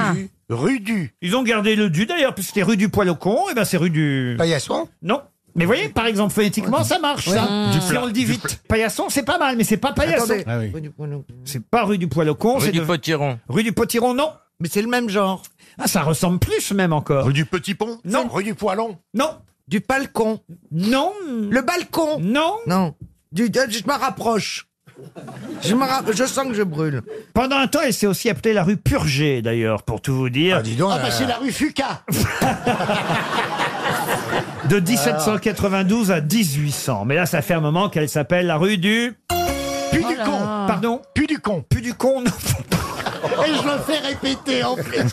Rue du. Ils ont gardé le du d'ailleurs, puisque c'était rue du poil au con, et ben c'est rue du. Paillasson Non. Mais voyez, par exemple, phonétiquement, ça marche,
Ouais.
ça.
Mmh. Du
Si
plat,
on le dit
du
vite. Paillasson, c'est pas mal, mais c'est pas paillasson.
Attendez. Ah oui.
C'est pas rue du poil au con,
Rue
c'est
du
de-
Potiron.
Rue du Potiron, non. Mais c'est le même genre. Ah, ça ressemble plus même encore. Rue du Petit Pont Non. Rue du Poilon Non.
Du balcon
Non.
Le balcon
Non.
Non. Du, euh, je me rapproche. Je, me ra- je sens que je brûle.
Pendant un temps, elle s'est aussi appelée la rue Purgé, d'ailleurs, pour tout vous dire.
Ah, bah c'est la rue Fuca.
De 1792 à 1800. Mais là, ça fait un moment qu'elle s'appelle la rue du...
Puis du con.
Pardon
Puis du con.
Puis du con. non.
Et je le fais répéter en plus.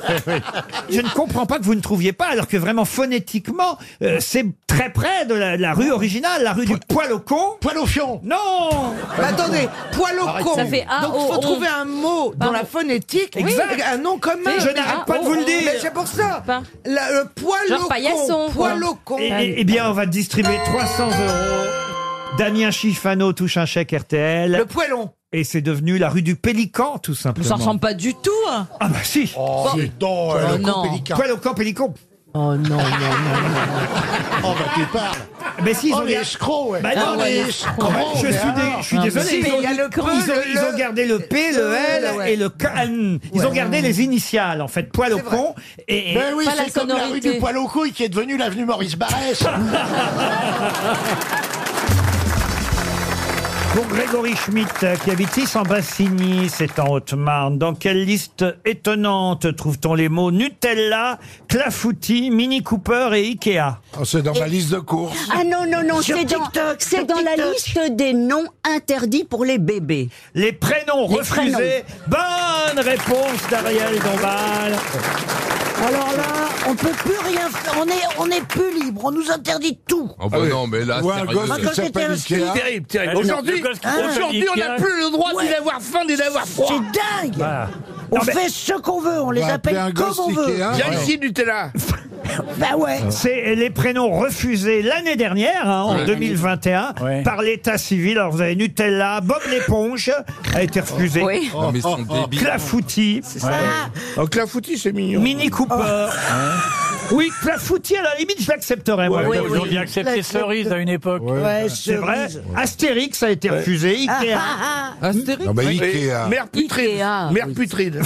Je ne comprends pas que vous ne trouviez pas, alors que vraiment phonétiquement, euh, c'est très près de la, la rue originale, la rue du poil au con.
Poil au fion.
Non
Mais Bah, attendez, poil au con.
Ça fait A,
Donc il
O,
faut
O.
trouver un mot dans la phonétique,
Exact.
et un nom commun.
Je n'arrête pas de vous le dire.
Mais c'est pour ça. La- le poil
Genre
au
paillasson,
con. Poil
quoi.
au con.
Eh- eh- Eh bien, on va distribuer 300 euros. Damien Chiffano touche un chèque RTL. Le
poêlon.
Et c'est devenu la rue du Pélican, tout
Mais
simplement.
ça ressemble pas du tout. hein.
Ah bah si
Oh, Si.
c'est
dis donc, euh, Oh, le non. Pélican.
Poil au camp Pélican
Oh non, non, non,
Oh bah tu parles Mais si, ils
Oh,
ont
les
gardé-
escrocs, ouais.
Bah
Ah
non,
ouais,
les
les
escrocs.
escrocs,
Je
mais
suis, dé-
ah.
je suis
Non, mais
désolé,
si,
ils
mais
ont,
il y a le
ils ont-
le-
ils ont
le-
gardé le P, le
le-
L
ouais.
et le K. Ils ont gardé les initiales, en fait, poil au con. Et, et-
Ben oui, c'est comme la rue du poil au couille qui est devenue l'avenue Maurice Barrès.
Pour Grégory Schmitt, euh, qui habite Issy-en-Bassigny, c'est en Haute-Marne. Dans quelle liste étonnante trouve-t-on les mots Nutella, clafoutis, Mini Cooper et Ikea
Oh, C'est dans ma liste de courses.
Ah non, non, non,
Sur
c'est dans,
TikTok,
c'est
sur
dans la
TikTok.
liste des noms interdits pour les bébés.
Les prénoms
Les
refusés. Bonne réponse d'Ariel Dombal.
Alors là, on peut plus rien faire, on est, on est plus libre, on nous interdit tout. Hein,
Oh bah
Ah
non, mais là,
Ou un
sérieux.
gosse
Moi,
qui
Bah, quand j'étais
s'appelle
un
Ikea.
ski-
Terrible, terrible.
Aujourd'hui, aujourd'hui, on n'a plus le droit
Hein Ouais.
ni d'avoir faim ni d'avoir froid.
C'est dingue
Voilà.
On
Non, mais-
fait ce qu'on veut, on
Bah,
les appelle comme on veut.
hein,
Viens ici, Nutella.
Bah ouais.
Ah.
C'est les prénoms refusés l'année dernière, hein, en
Ouais.
2021, par l'État civil. Alors vous avez Nutella, Bob l'éponge a été refusé. Oh,
Oui. Non, mais ils sont débiles.
Clafoutis.
Oh, clafoutis, c'est mignon. Oh.
Mini Cooper. Hein Oui, Clafoutis, à la limite, je l'accepterais. moi.
bah
oui, ils ont bien accepté cerise à une époque.
Ouais, Ah,
C'est vrai. Astérix a été refusé. Ikea.
Astérix Non, mais
Oui.
Ikea.
Mère putride. Mère putride.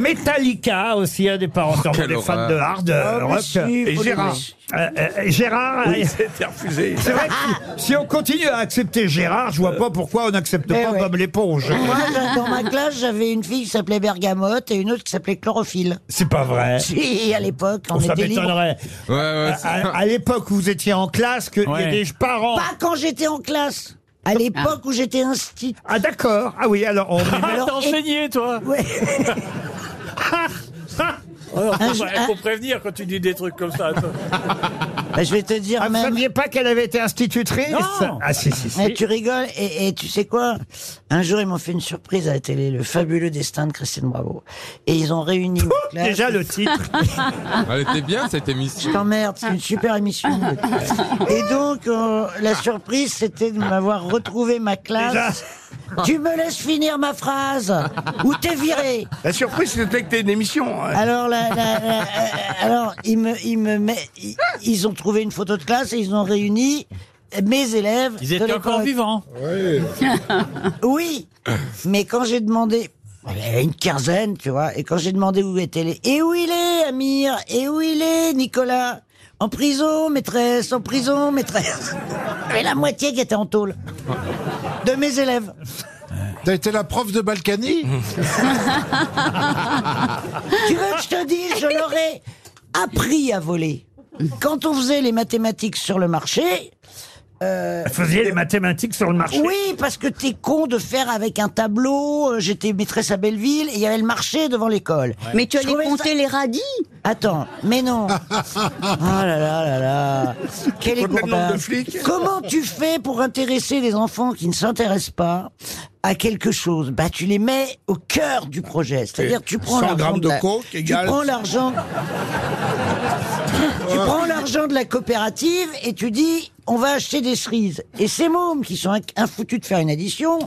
Metallica aussi, un des parents
Oh,
sont
quelle
des fans
horreur.
de hard
Ah, mais
rock.
si, Et faut Gérard.
Euh, euh, Gérard.
Oui,
euh,
c'était refusé.
C'est vrai que si on continue à accepter Gérard, je vois pas pourquoi on n'accepte pas Bob l'éponge.
Eh Moi, j'a- dans ma classe, j'avais une fille qui s'appelait Bergamote et une autre qui s'appelait Chlorophylle.
C'est pas vrai.
Si, à l'époque, on
Oh, ça
était libre.
m'étonnerait. à à l'époque où vous étiez en classe, qu'il y
Ouais.
a des parents.
Pas quand j'étais en classe. À l'époque où j'étais instit.
Ah d'accord. Ah oui, alors on.
Ah,
Alors,
t'as enseigné, toi
Ouais. Ah.
Ah,
Un jour-
Il Oh, faut prévenir quand tu dis des trucs comme ça. toi.
Bah, je vais te dire
Ah, vous
même.
saviez pas qu'elle avait été institutrice
Non.
Ah si si si.
Eh, tu rigoles et, et tu sais quoi Un jour, ils m'ont fait une surprise à la télé, le fabuleux destin de Christine Bravo. Et ils ont réuni ma classe.
Déjà le titre. Ah.
Elle était bien cette émission.
Je t'emmerde, c'est une super émission. Et donc, euh, la surprise, c'était de m'avoir retrouvé ma classe. Tu me laisses finir ma phrase ou t'es viré.
La surprise, c'était que t'es une émission. hein.
Alors, la- la- la- euh, alors ils, me, ils, me met- ils, ils ont trouvé une photo de classe et ils ont réuni mes élèves.
Ils
de
étaient
l'école.
encore vivants.
Oui, mais quand j'ai demandé Elle a une quinzaine, tu vois. Et quand j'ai demandé où était les... Et où il est, Amir Et où il est, Nicolas En prison, maîtresse, en prison, maîtresse. Et la moitié qui était en tôle. De mes élèves.
T'as été la prof de Balkany
tu veux que je te dise, je leur ai appris à voler. Quand on faisait les mathématiques sur le marché, euh,
Vous faisiez les mathématiques sur le marché.
oui, parce que t'es con de faire avec un tableau. euh, J'étais maîtresse à Belleville et il y avait le marché devant l'école.
Mais tu
Je
allais
trouvais
compter
ça-
les radis
Attends, mais non. Ah là là là là. Quel
Combien de
écourdage.
nombre de flics
Comment tu fais pour intéresser les enfants qui ne s'intéressent pas à quelque chose Bah tu les mets au cœur du projet. C'est-à-dire tu prends
100
l'argent
grammes de
la-
coke
tu
égale-
prends l'argent tu prends l'argent de la coopérative et tu dis on va acheter des cerises. Et ces mômes qui sont inc- infoutus de faire une addition,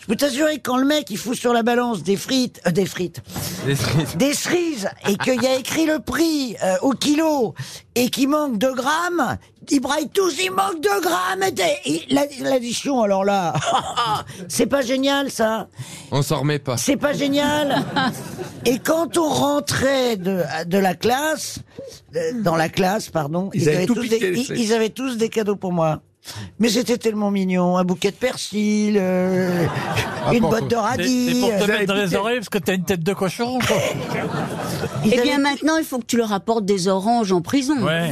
je peux t'assurer que quand le mec il fout sur la balance des frites, euh, des frites, des cerises et qu'il y a écrit le prix euh, au kilo et qu'il manque 2 grammes, ils braillent tous, il manque 2 grammes. et des- et la- L'addition, alors là, c'est pas génial ça.
On s'en remet pas.
C'est pas génial Et quand on rentrait de, de la classe, euh, dans la classe, pardon,
Ils avaient tout
tous
piqué,
des,
les
ils-
frites.
ils avaient tous des cadeaux pour moi. Mais c'était tellement mignon, un bouquet de persil, euh,
Ah,
une botte de radis.
C'est pour
euh,
te mettre dans les oreilles parce que t'as une tête de cochon. quoi.
Eh bien maintenant, il faut que tu leur apportes des oranges en prison.
Ouais.